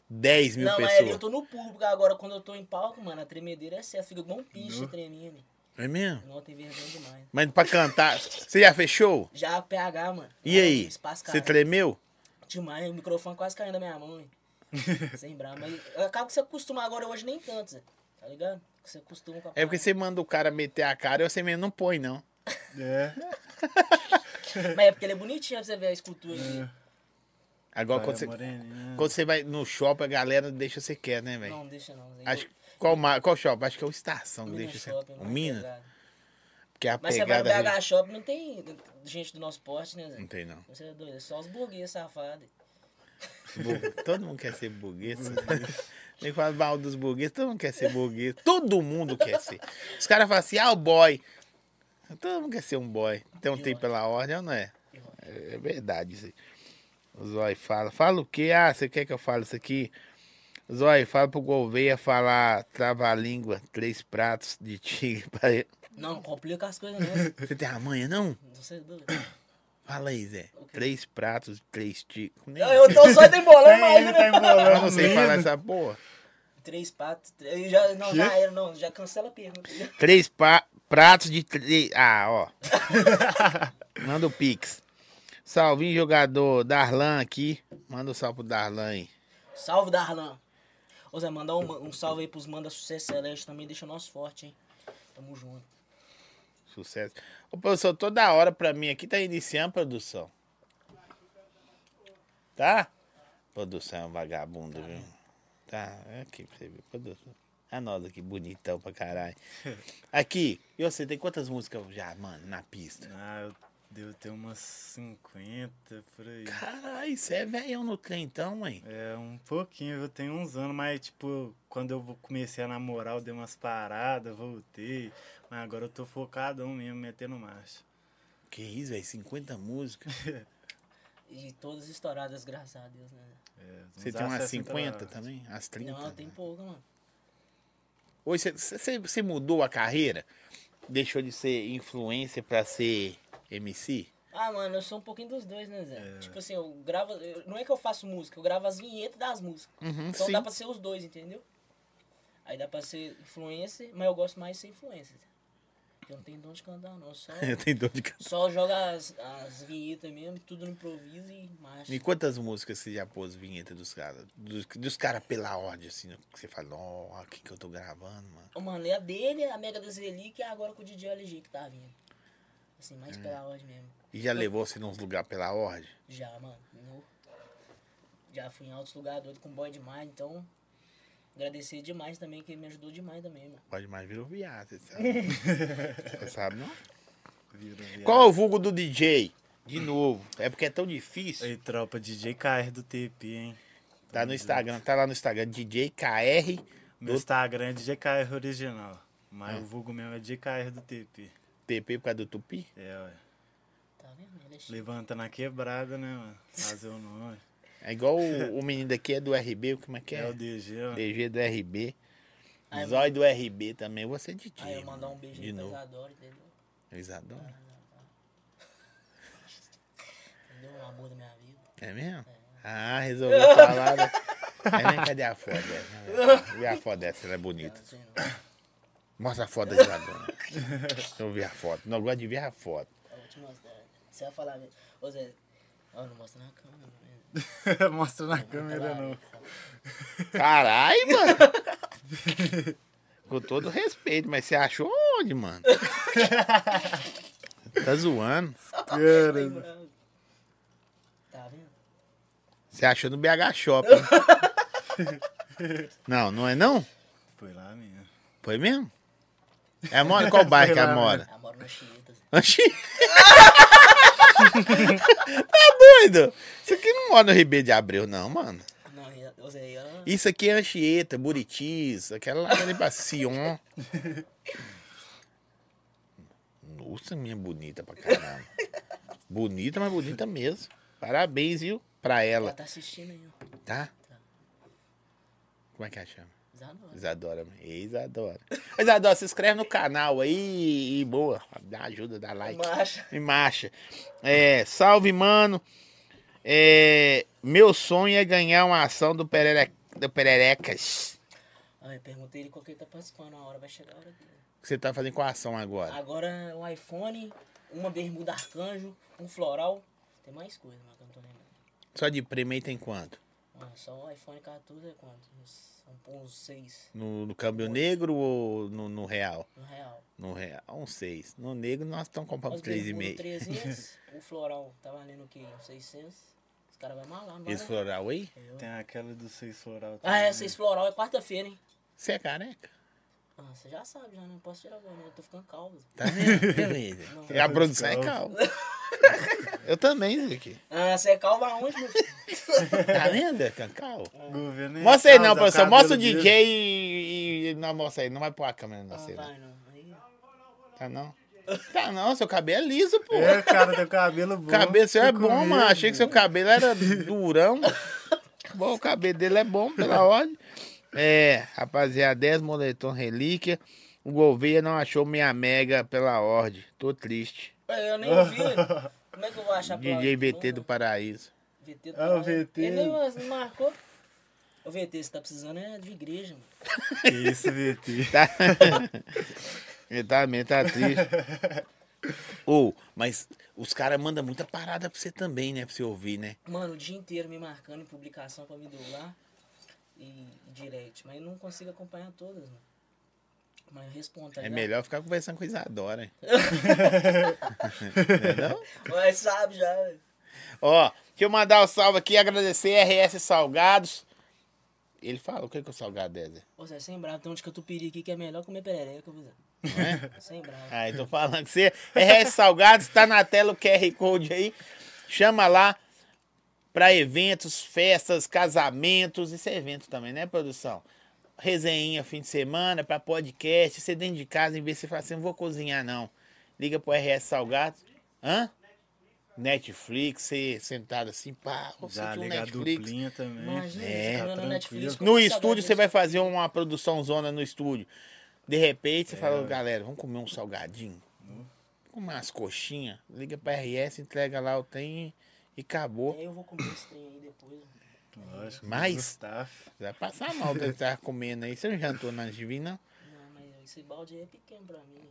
S1: 10 mil
S2: Não, mas
S1: pessoas.
S2: eu tô no público agora. Quando eu tô em palco, mano, a tremedeira é certa. Fica igual um piche tremendo.
S1: É mesmo?
S2: Não, tem vergonha demais.
S1: Mas pra cantar, você já fechou?
S2: Já a PH, mano.
S1: E
S2: Nossa,
S1: aí?
S2: o Espaço
S1: Você
S2: caiu
S1: tremeu?
S2: demais. O microfone quase caindo na minha mão, hein. Sem brava. Mas eu acabo que você acostuma agora, hoje nem tanto, Zé. Tá ligado? Você acostuma com a
S1: É porque você manda o cara meter a cara e você mesmo não põe, não.
S3: É.
S2: parada. Mas é porque ele é bonitinho pra você ver a escultura dele.
S1: Agora, quando você,
S3: Olha, né? moreninha.
S1: quando você vai no shopping, a galera deixa você quer, né, velho?
S2: Não, deixa não, Zé.
S1: Acho qual, ma- qual shopping? Acho que é o Estação que
S2: Minas
S1: deixa você.
S2: Shopping,
S1: O
S2: mais
S1: Minas?
S2: pesado.
S1: Porque a
S2: Mas né? você vai no
S1: pegada. Hum.
S2: BH Shopping, não tem gente do nosso porte, né, Zé?
S1: Não tem, não.
S2: Você é doido, é só os burguês safados.
S1: Bu- Todo mundo quer ser burguês. Nem fala mal dos burgueses, todo mundo quer ser burguês. Todo mundo quer ser. Os caras falam assim, ah, o boy. Todo mundo quer ser um boy. Então tem pela ordem ou não é? É é verdade isso aí. O Zói fala. Fala o quê? Ah, você quer que eu fale isso aqui? Zói, fala pro Gouveia falar trava-língua, três pratos de tigre pra ele.
S2: Não, complica as coisas não.
S1: Você tem a manha, não?
S2: Você é doido.
S1: Fala aí, Zé.
S2: O quê?
S1: Três pratos, três é tigres. Nem-
S2: Eu, eu tô só embolando,
S3: Nem ele
S2: imagina.
S3: tá embolando.
S1: Eu não sei falar essa porra.
S2: Três patos. três- Já, não,
S3: Quê?
S2: já era, não. Já cancela a pergunta.
S1: Três pa- pratos de três. Ah, ó. Manda o Pix. Salve, jogador Darlan aqui. Manda um salve pro Darlan aí.
S2: Salve, Darlan. Ô Zé, mandar um, um salve aí pros Manda Sucesso Celeste também, deixa nós forte, hein? Tamo junto.
S1: Sucesso. Ô, professor, toda hora pra mim aqui tá iniciando produção. Tá? Produção é um vagabundo, viu? Tá, é aqui pra você ver. Produção. A nós aqui, bonitão pra caralho. Aqui, e você tem quantas músicas já, mano, na pista?
S3: Ah, eu devo ter umas 50 por aí.
S1: Caralho, você é velhão no trem então, mãe.
S3: É, um pouquinho, eu tenho uns anos, mas tipo, quando eu vou- comecei a namorar, eu dei umas paradas, voltei. Mas agora eu tô focadão mesmo, metendo marcha.
S1: Que isso, velho, 50 músicas.
S2: E todas estouradas, graças a Deus, né?
S3: É, uns
S1: Você tem umas
S3: 60
S1: 50
S3: horas.
S1: também? As 30?
S2: Não, tem pouca, mano.
S1: Hoje você- você você mudou a carreira? Deixou de ser influencer pra ser MC?
S2: Ah, mano, eu sou um pouquinho dos dois, né, Zé? Tipo assim, eu gravo. eu- não é que eu faço música, eu gravo as vinhetas das músicas.
S1: Uhum,
S2: então
S1: sim.
S2: dá pra ser os dois, entendeu? Aí dá pra ser influencer, mas eu gosto mais de ser influencer. Eu não tenho dom de cantar, não. Só,
S1: Eu tenho dor de cabeça.
S2: só joga as, as vinhetas mesmo, tudo no improviso e marcha.
S1: E quantas músicas você já pôs vinheta dos caras? Dos, dos caras pela ordem, assim, que você fala, ó, ó, o que que eu tô gravando, mano?
S2: Ô, mano, é a dele, a Mega das Relíquias e agora com o DJ LG que tá vindo. Assim, mais
S1: É.
S2: pela ordem mesmo.
S1: E já levou você nos lugares pela ordem?
S2: Já, mano. no- Já fui em altos lugares doido com boy demais, então. Agradecer demais também, que ele me ajudou demais também, mano.
S1: Pode mais virar o viado, você sabe? você sabe, não?
S3: Vira, vira.
S1: Qual é o vulgo do DJ? De novo. É porque é tão difícil.
S3: Ei, tropa, DJ KR do TP, hein?
S1: Tá no Instagram, tá lá no Instagram, DJ KR.
S3: Meu
S1: Do-
S3: Instagram é DJ KR original,
S1: Ah.
S3: mas o vulgo mesmo é DJ KR do TP.
S1: TP por causa do Tupi?
S3: É, ué.
S2: Tá vendo? Ele é chique.
S3: Levanta na quebrada, né, mano? Fazer o nome.
S1: É igual o, o menino daqui é do RB, como é que
S3: É,
S1: é?
S3: o DG, ó.
S1: DG do RB.
S2: Aí,
S1: Zói do RB também, você é DJ.
S2: Aí eu mandar um
S1: mano,
S2: beijo
S1: de
S2: aí pra
S1: novo.
S2: Isadora, entendeu?
S1: Eles adoram.
S2: Entendeu? O amor da minha vida.
S1: É mesmo? Ah, resolveu falar. né? É, né? Cadê a foto dessa? Vê a foto dessa, ela é bonita.
S2: Não sei não.
S1: Mostra a foto da Isadora. Deixa eu ver a foto. Não, eu gosto de ver a foto.
S2: Eu vou te mostrar. Você vai falar mesmo. Ô Zé, ó, não mostra na câmera, né?
S3: Mostra na
S2: Tá
S3: câmera,
S2: lá,
S3: não.
S2: né?
S1: Caralho, mano! Com todo respeito, mas você achou onde, mano? Tá zoando.
S3: Cara,
S2: Tá vendo?
S1: Você achou no BH Shopping. não, não é não?
S3: foi lá mesmo.
S1: Foi mesmo? É mora? Qual bairro que
S3: Foi lá, né?
S1: ela mora?
S2: Ela mora na Chieta. Zé.
S1: Oxi. tá doido? Isso aqui não mora no Ribeiro de Abreu, não, mano.
S2: Não, e ela- ô Zé, e ela.
S1: Isso aqui é Anchieta, Buritis, aquela lá ali pra Sion. Nossa, minha bonita pra caramba. Bonita, mas bonita mesmo. Parabéns, viu? Pra
S2: Ela
S1: ela,
S2: tá assistindo aí, ó.
S1: tá? Como é que ela chama?
S2: Isadora.
S1: Isadora, mãe. Ei, Isadora. Ô, Isadora, se inscreve no canal aí e boa. Dá ajuda, dá like.
S2: Macha.
S1: E marcha. É, salve, mano. É, meu sonho é ganhar uma ação do, Perere, do Pererecas.
S2: Ah, eu perguntei ele qual que ele tá participando, a hora vai chegar a hora dele.
S1: O que você tá fazendo com a ação agora?
S2: Agora um iPhone, uma bermuda arcanjo, um floral. Tem mais coisa, mas que eu não tô lembrando.
S1: Só de prêmio aí tem quanto?
S2: Ah, só o iPhone 14 é quanto? Uns, um- uns 6
S1: No, no câmbio negro ou no, no real?
S2: no um real.
S1: No real, uns seis. No negro nós estamos comprando
S2: As bermudas,
S1: 3,5.
S2: 300, o floral tá valendo o quê? Uns 600. Os caras vão malar, mano.
S1: Esse floral aí?
S3: Tem aquela do seis floral
S2: Ah, é,
S3: também.
S2: 6 floral é quarta-feira, hein?
S1: Você é careca?
S2: Ah, você já sabe, já não posso tirar agora, não. Eu tô ficando calvo.
S1: Tá vendo? Beleza.
S3: Não.
S1: a produção é calma. Eu também, Zuki.
S2: Ah, você é calvo aonde, meu filho?
S1: Tá vendo, Cacau?
S3: Governo é
S1: Mostra aí não,
S3: causa,
S1: professor. Mostra o
S3: cabelo
S1: DJ
S3: dele.
S1: e, e- Não, mostra aí. Não vai pôr a câmera na
S2: Ah,
S1: cena.
S2: vai, não. Aí,
S1: Tá não? Tá não, seu cabelo é liso, pô.
S3: É, cara, teu cabelo bom.
S1: O cabelo seu é
S3: Fico
S1: bom,
S3: mesmo.
S1: mano. Achei que seu cabelo era durão. bom, o cabelo dele é bom, pela ordem. É, rapaziada, 10 moletom relíquia. O Gouveia não achou minha mega pela ordem. Tô triste.
S2: É, Eu nem ouvi. Como é que eu vou achar pra
S1: DJ VT do Paraíso.
S2: VT do
S3: Ah, o
S2: Paraíso.
S3: VT.
S2: Ele nem mas- marcou. Ô VT, você tá precisando é de igreja, mano.
S3: Que isso, VT.
S1: Tá... Ele tá, ele tá triste. Ô, mas os caras mandam muita parada pra você também, né? Pra você ouvir, né?
S2: Mano, o dia inteiro me marcando em publicação pra me doar e direct. Mas eu não consigo acompanhar todas, mano. Mas eu respondo, tá
S1: É
S2: ligado?
S1: melhor ficar conversando com Isadora. hein? Não é não?
S2: Mas sabe já. velho.
S1: Ó, deixa eu mandar o salve aqui, agradecer RS Salgados. Ele fala, o que que o salgado é, Zé?
S2: Ô, Zé, sem bravo, tem um de catupiry aqui que é melhor comer perereca, viu, Zé?
S1: Não é?
S2: Sem bravo.
S1: Ah, eu tô falando que você. RS Salgados, tá na tela o QR Code aí. Chama lá pra eventos, festas, casamentos. Isso é evento também, né, produção? Resenha, fim de semana, pra podcast. Você dentro de casa, em vez de você falar assim, não vou cozinhar, não. Liga pro RS Salgados. Hã? Netflix, você sentado assim, pá, vou
S3: Já
S1: sentir um
S3: ligar a
S1: Netflix.
S3: duplinha também.
S2: Imagina,
S1: É,
S2: você tá olhando
S3: tranquilo.
S2: na Netflix. com
S1: No
S2: saudade
S1: estúdio,
S2: disso.
S1: você vai fazer uma produção zona no estúdio. De repente, você fala, galera, vamos comer um salgadinho? Comer umas coxinhas? Liga pra RS, entrega lá o trem e acabou.
S2: É, eu vou comer esse trem aí depois. mano.
S3: Lógico.
S1: Mas-
S3: Gustavo.
S1: Você vai passar mal de estar comendo aí. Você não jantou antes de vir, não?
S2: Não, mas esse balde aí é pequeno pra mim.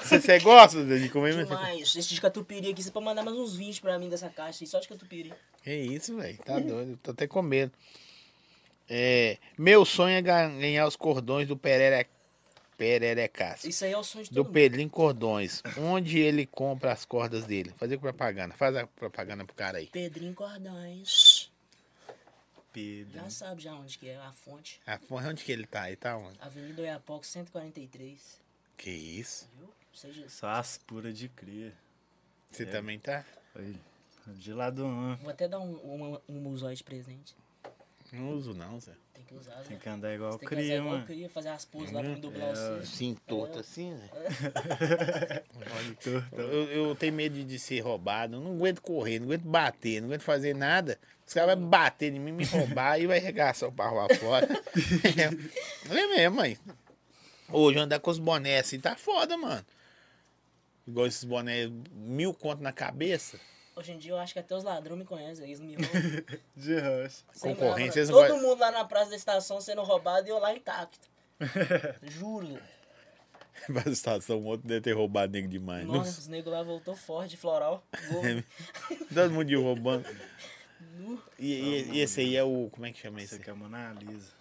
S1: Você, você gosta de comer? mas você-
S2: Demais. Esse de catupiry aqui, você pode mandar mais uns 20 pra mim dessa caixa aí, só de catupiry.
S1: Que isso, velho. Tá doido. eu Tô até com medo. É, meu sonho é ga- ganhar os cordões do Perere... Pererecaço.
S2: Isso aí é o sonho de
S1: do
S2: todo mundo.
S1: Pedrinho Cordões, onde ele compra as cordas dele. Fazer propaganda, faz a propaganda pro cara aí.
S2: Pedrinho Cordões.
S3: Pedro.
S2: Já sabe já onde que é a fonte.
S1: Ah, porra, onde que ele tá? Ele tá onde?
S2: Avenida Oiapoque 143.
S1: Que isso?
S2: Viu? Seja...
S3: Só as puras de cria.
S1: Você também tá?
S3: Oi. De lado um.
S2: Vou até dar um, um, um musói de presente.
S1: Não uso não, Zé.
S2: Tem que usar,
S3: Tem
S2: né?
S3: que andar igual
S2: Você tem que fazer
S3: cria,
S2: igual eu
S3: mano.
S2: queria, fazer as poses lá pra me dublar o Cid.
S1: Sim, torto assim, né?
S3: Tortão.
S1: Eu, eu tenho medo de ser roubado. eu Não aguento correr, não aguento bater, não aguento fazer nada. Os caras vão bater em mim, me roubar e vai regaçar o barro lá fora. é, é mesmo, mãe. Hoje andar com os bonés assim tá foda, mano. Igual esses bonés, mil conto na cabeça.
S2: Hoje em dia eu acho que até os ladrões me conhecem, eles me roubam.
S3: De rocha.
S2: Sem
S1: Concorrência,
S2: nada.
S1: eles não
S2: Todo
S1: vai-
S2: mundo lá na praça da estação sendo roubado e eu lá intacto. Juro.
S1: Mas a estação, o um outro deve ter roubado nego demais.
S2: Nossa, os negros lá voltou forte de floral. Gol.
S1: Todo mundo de roubando. E, e- e esse aí é o. Como é que chama
S3: Esse
S1: esse?
S3: aqui é o Mona Lisa.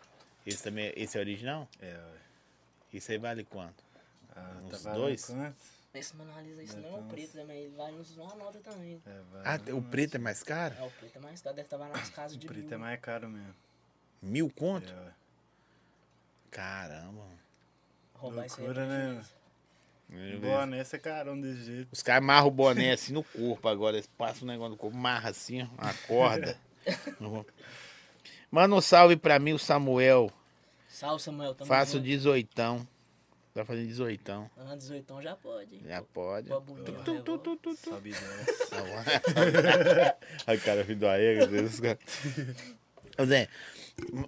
S1: Esse também esse é original?
S3: É, ué.
S1: Isso aí vale quanto?
S3: Ah,
S1: Uns
S3: tá valendo
S1: dois?
S3: quanto?
S2: Esse mano analisa isso, não é o
S3: Então,
S2: preto também, ele vale uns uma nota também.
S3: É,
S1: Ah,
S3: vale
S1: o
S3: um.
S1: preto é mais caro?
S2: É, o preto é mais caro, deve estar lá nas casas de
S3: O preto
S2: mil.
S3: é mais caro mesmo.
S1: Mil
S3: É,
S1: conto?
S3: ué.
S1: Caramba, mano.
S2: Roubar isso aí é
S3: Loucura, né?
S2: prejuízo.
S3: Boné, esse é carão desse jeito.
S1: Os caras amarram o boné assim no corpo agora. Eles passam o negócio no corpo, marra assim, ó, uma corda. Uhum. Manda um salve pra mim, o Samuel.
S2: Salve, Samuel, tamo
S1: Faço
S2: junto.
S1: 18. Tá fazendo 18.
S2: Ah, 18 já pode, hein?
S3: É.
S1: Já pode.
S2: Pô, bonito,
S1: Tu,
S2: né,
S1: tu,
S2: vô?
S1: tu, tu, tu.
S3: Sobe e desce.
S1: Tá Ai, cara, filho do Aega, Deus, cara. Ô, Zé,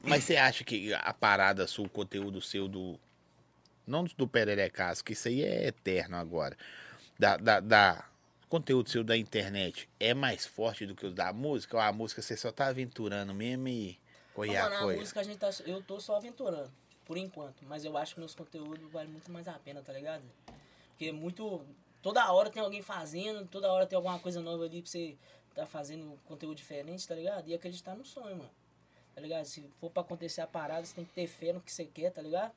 S1: mas você acha que a parada sua, o conteúdo seu do. Não do Pererecaço, que isso aí é eterno agora. Da, da, da- conteúdo seu da internet é mais forte do que o da música? Ou a música você só tá aventurando mesmo e. é
S2: Mas,
S1: Coiá,
S2: mano, a
S1: coiá.
S2: música a gente tá. Eu tô só aventurando, por enquanto. Mas eu acho que meus conteúdos valem muito mais a pena, tá ligado? Porque é muito. Toda hora tem alguém fazendo, toda hora tem alguma coisa nova ali pra você tá fazendo conteúdo diferente, tá ligado? E acreditar no sonho, mano. Tá ligado? Se for pra acontecer a parada, você tem que ter fé no que você quer, tá ligado?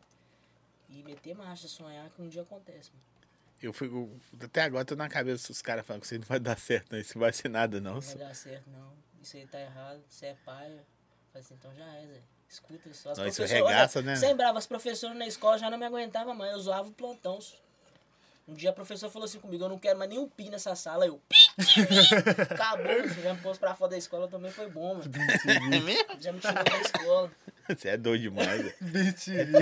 S2: E meter marcha, sonhar que um dia acontece, mano.
S1: Eu fico. Até agora tô na cabeça dos caras falando que isso aí não vai dar certo, não. Isso não vai ser nada, não.
S2: Não vai dar certo, não. Isso aí tá errado, você é paia. Mas então já é, Zé. Escuta só. As
S1: Não, isso
S2: professoras-
S1: regaça, né?
S2: Sem brava, as professoras na escola já não me aguentavam mais, eu zoava o plantão. Um dia a professora falou assim comigo, eu não quero mais nenhum pi nessa sala. Eu, pi, pi, pi. acabou, você já me pôs pra fora da escola, também foi bom, mano.
S1: É mesmo?
S2: Já me tirou da escola.
S1: Você é doido demais. velho.
S3: BTV.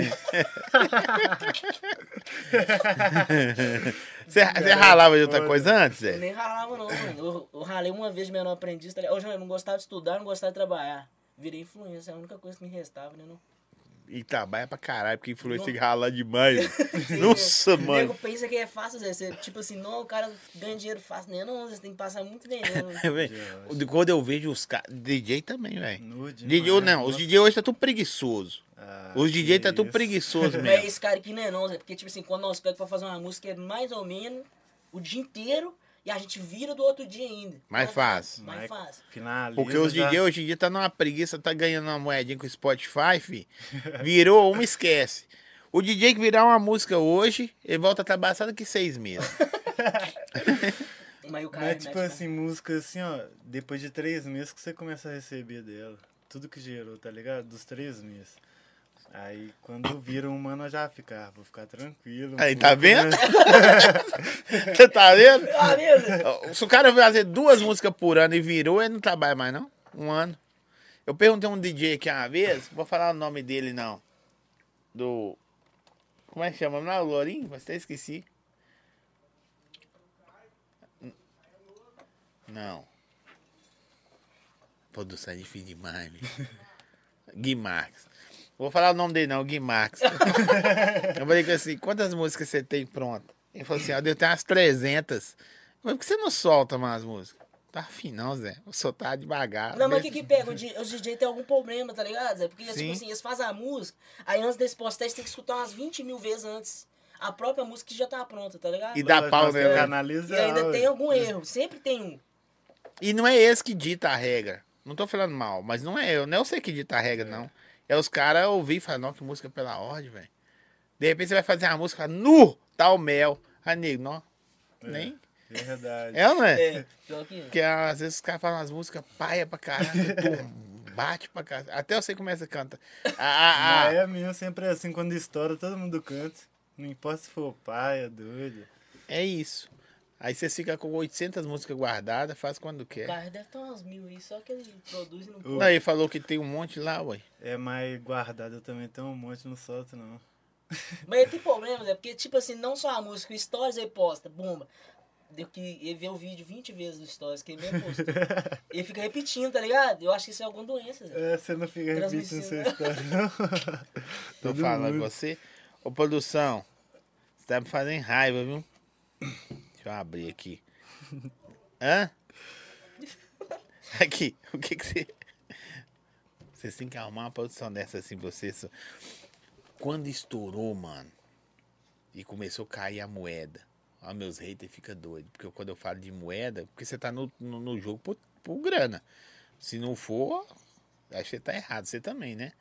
S1: Você, você ralava de outra coisa antes,
S2: Eu
S1: Zé?
S2: nem ralava, não, mano. Eu, eu ralei uma vez de menor aprendiz. Tá ligado? Hoje eu não gostava de estudar, não gostava de trabalhar. Virei influência, é a única coisa que me restava, né? Não.
S1: E trabalha pra caralho, porque influência que rala demais. Nossa,
S2: O nego
S1: mano.
S2: pensa que é fácil, Zé. Você, tipo assim, não, o cara ganha dinheiro fácil, né? Não, você tem que passar muito dinheiro.
S1: Véi,
S3: um.
S1: Quando eu vejo os caras. DJ também, velho.
S3: Nude.
S1: DJ, ou não, os
S3: né?
S1: DJ hoje tá tudo preguiçoso.
S3: Ah,
S1: Os DJ tá tudo preguiçoso
S2: Não é
S1: mesmo.
S2: esse cara aqui, né? Não, Zé. Porque, tipo assim, quando nós pegamos pra fazer uma música, é mais ou menos o dia inteiro e a gente vira do outro dia ainda. Então,
S1: Mais fácil.
S2: Mais fácil.
S3: Finaliza.
S1: Porque os
S3: já-
S1: DJ hoje em dia tá numa preguiça, tá ganhando uma moedinha com o Spotify, fi. Virou uma, esquece. O DJ que virar uma música hoje, ele volta a trabalhar só daqui seis meses.
S2: Mas o cara é
S3: Mas, tipo
S2: remete,
S3: assim, música assim, ó. Depois de três meses que você começa a receber dela. Tudo que gerou, tá ligado? Dos três meses. Aí, quando vira um mano, eu já fica, ah, vou ficar tranquilo.
S1: Aí,
S3: vou
S1: tá
S3: ficar-
S1: vendo? Você tá vendo?
S2: Ah, mesmo?
S1: Se o cara fazer duas músicas por ano e virou, ele não trabalha mais, não? Um ano. Eu perguntei a um DJ aqui uma vez, não vou falar o nome dele, não. Do. Como é que chama? Não, é o Lourinho? Mas até esqueci. Não. Pô, do é difícil demais, bicho. Gui Marques. Vou falar o nome dele, não, Gui Marques. Eu falei com ele assim, quantas músicas você tem pronta? Ele falou assim, ó, eu tenho umas 300. Eu falei, por que você não solta mais músicas? Tá afim não, Zé. Vou soltar devagar.
S2: Não, mas o
S1: Vê
S2: que
S1: se-
S2: que pega? O di- Os DJ tem algum problema, tá ligado? Zé? Porque,
S1: Sim.
S2: tipo assim, eles fazem a música, aí antes desse post-teste tem que escutar umas 20 mil vezes antes. A própria música que já tá pronta, tá ligado?
S1: E dá pau, né, velho?
S3: Canaliza.
S2: E ainda
S3: ó,
S2: tem um- algum erro, sempre tem um.
S1: E não é esse que dita a regra. Não tô falando mal, mas não é eu. Não é você que dita a regra, não. É os caras ouvir e falar, não, que música pela ordem, velho. De repente você vai fazer uma música nu, tal mel. Aí, nego, não. Nem.
S3: Verdade.
S1: É ou não é?
S2: É, pior que
S1: Porque ah, às vezes os caras falam as músicas paia pra caralho, pum, bate pra caralho. Até você começa a cantar. Ah, ah, ah.
S3: Mas é mesmo, sempre é assim, quando estoura, todo mundo canta. Não importa se for pai, é doido.
S1: É isso. Aí você fica com 800 músicas guardadas, faz quando
S3: É.
S2: O
S1: quer.
S2: carro deve ter umas mil aí, só que ele produz e não
S1: Não, ele falou que tem um monte lá, ué.
S3: É mais guardado, eu também tenho um monte, não solto não.
S2: Mas ele tem problema, Zé, porque, tipo assim, não só a música, o Stories aí posta, bomba. Deu que ele vê o vídeo 20 vezes do Stories, que ele mesmo postou. ele fica repetindo, tá ligado? Eu acho que isso é alguma doença, Zé.
S3: É, você não fica repetindo
S2: Transmissível.
S3: sua história, não.
S1: Tô
S3: Todo
S1: falando com
S3: mundo.
S1: você. Ô, produção, você tá me fazendo raiva, viu? Deixa eu abrir aqui. Hã? Aqui, o que que você... Vocês têm que arrumar uma produção dessa assim, vocês... só- Quando estourou, mano, e começou a cair a moeda, ó, meus haters ficam doidos. Porque quando eu falo de moeda, porque você tá no, no, no jogo por, por grana. Se não for, acho que você tá errado. Você também, né?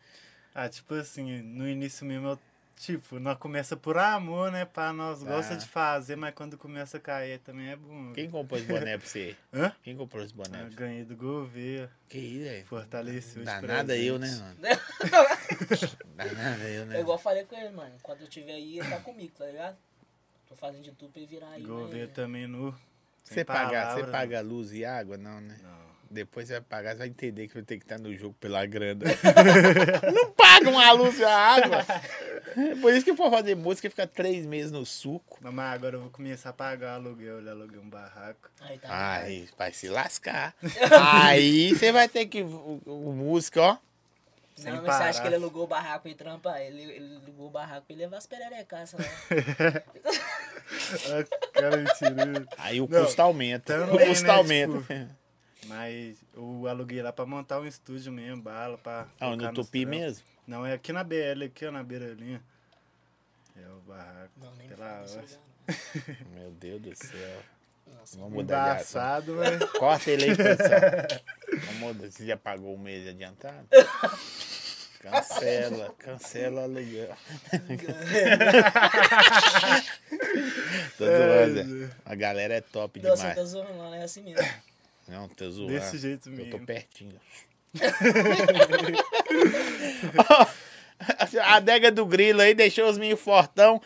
S3: Ah, tipo assim, no início mesmo, eu, tipo, nós começa por amor, né? Pá, nós gosta de fazer, mas quando começa a cair também é bom.
S1: Ah. Quem comprou esse boné pra você?
S3: Hã? Ah,
S1: Quem comprou esse boné?
S3: Eu ganhei do governo,
S1: Que isso, velho?
S3: fortaleceu de
S1: Danada
S3: presente.
S1: eu, né, mano? Danada eu, né?
S2: É igual eu falei com ele, mano. Quando eu tiver aí, ele tá comigo, tá ligado? Tô fazendo de tudo pra ele virar aí.
S3: Governo
S2: né?
S3: também nu.
S1: Você pagar, você
S3: palavra,
S1: paga luz e água, não, né?
S3: Não.
S1: Depois você vai pagar, você vai entender que vai ter que estar no jogo pela grana. não pagam a luz e a água. Por isso que for fazer música fica três meses no suco.
S3: Não, Mas agora eu vou começar a pagar aluguel, eu aluguei um barraco.
S2: Aí tá.
S1: Aí vai se lascar. Aí você vai ter que. O, o músico, ó.
S2: não, mas
S3: parar.
S2: você acha que ele alugou o barraco e trampa? Ele, ele é né? alugou o barraco e levar as pererecas lá.
S3: Ah, Cara, mentiroso.
S1: Aí o
S3: Não,
S1: custo aumenta.
S3: também,
S1: o custo
S3: né,
S1: aumenta.
S3: Mas eu aluguei lá pra montar um estúdio mesmo, bala, pra.
S1: Ah, no
S3: focar nos
S1: Tupi
S3: trampos.
S1: mesmo?
S3: Não, é aqui na BL, aqui ó, na beiradinha. É o barraco.
S2: Não, nem me
S3: pela
S2: fala é desse
S3: hora.
S2: lugar, não.
S1: Meu Deus do céu.
S2: Nossa.
S1: Vamos mudar de assunto.
S3: Embaçado, mas.
S1: Corta ele aí, produção. Amor, você já pagou o mês adiantado? Cancela, cancela o aluguel. Tô zoando. Zé. A galera é top
S2: Não, você
S1: demais.
S2: tá zoando, não, é assim mesmo.
S1: Não, tô zoando.
S3: Desse jeito
S1: Eu tô
S3: mesmo.
S1: pertinho. a adega do Grilo aí deixou os meninos fortão.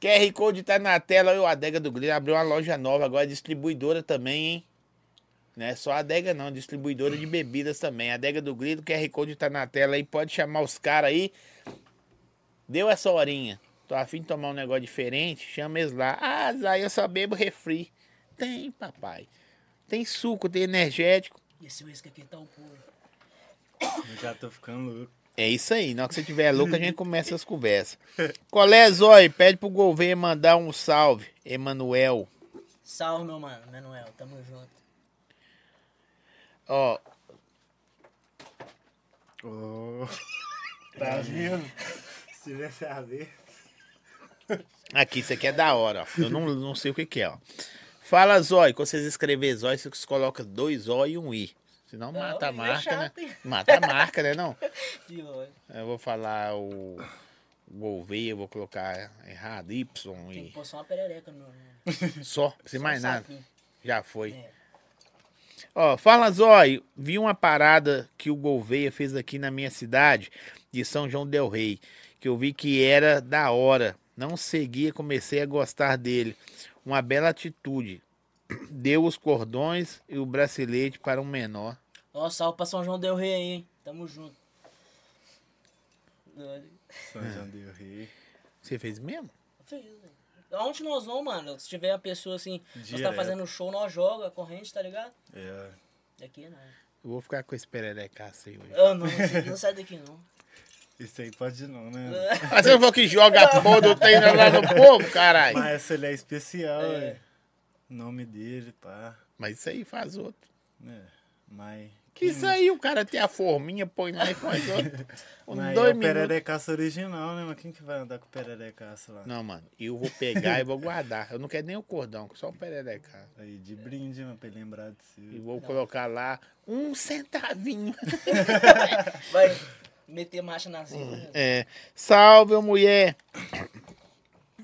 S1: QR Code tá na tela. Aí, o Adega do Grilo abriu uma loja nova agora, distribuidora também, é hein? Não é só a adega, não, distribuidora de bebidas também. A adega do Grilo, QR Code tá na tela aí, pode chamar os caras aí. Deu essa horinha. Tô afim de tomar um negócio diferente, chama eles lá. Ah, Zay, eu só bebo refri. Tem, papai. Tem suco, tem energético.
S2: E esse uísque aqui tá um puro.
S3: Eu já tô ficando louco.
S1: É isso aí. Na hora que você tiver louco, a gente começa as conversas. Colé, Zói, pede pro Gouveia mandar um salve. Emanuel.
S2: Salve, meu mano, Manuel, tamo junto.
S1: Ó,
S3: Oh. Tá vindo? Se tivesse a ver.
S1: Aqui, isso aqui é da hora, ó. Eu não, não sei o que, que é, ó. Fala zóio. Quando vocês escreverem zóio, vocês colocam dois ó e um i. Senão mata a
S2: Não, é
S1: marca,
S2: chato,
S1: né?
S2: hein?
S1: Mata a marca, né, não?
S2: De olho.
S1: Eu vou falar o Gouveia, eu vou colocar errado, Y
S2: Tem que
S1: e
S2: pôr só uma perereca no nome. um
S1: só, sem mais nada. Já foi.
S2: É.
S1: Ó, fala Zói, vi uma parada que o Gouveia fez aqui na minha cidade, de São João Del Rei, que eu vi que era da hora. Não seguia, comecei a gostar dele. Uma bela atitude. Deu os cordões e o bracelete para um menor.
S2: Ó, salve pra São João Del Rey aí, hein? Tamo junto. Doido.
S3: São João Del Rei.
S1: Você fez mesmo?
S2: Fez, velho. Aonde nós vamos, mano? Se tiver uma pessoa assim, nós tá
S3: Direto.
S2: fazendo show, nós joga a corrente, tá ligado?
S3: É.
S2: Daqui não.
S1: Eu vou ficar com esse pererecaço aí hoje.
S2: Eu não, não, não sai daqui não.
S3: Isso aí pode não, né?
S1: Mas Ah, você não falou que joga a porra do treino lá no povo, caralho?
S3: Mas ele é especial,
S2: É.
S3: é. Nome dele, pá.
S1: Mas isso aí faz outro.
S3: Né? Mas.
S1: Que isso aí, o cara tem a forminha, põe lá e faz outro. Com
S3: Mas é
S1: dois
S3: o
S1: minutos.
S3: pererecaça original, né? Mas quem que vai andar com o pererecaça lá?
S1: Não, mano, eu vou pegar e vou guardar. Eu não quero nem o cordão, só o perereca.
S3: Aí de brinde, mano, pra ele lembrar de
S1: E
S3: si.
S1: vou colocar lá um centavinho.
S2: Vai meter marcha na cena. né?
S1: É, salve, ô mulher.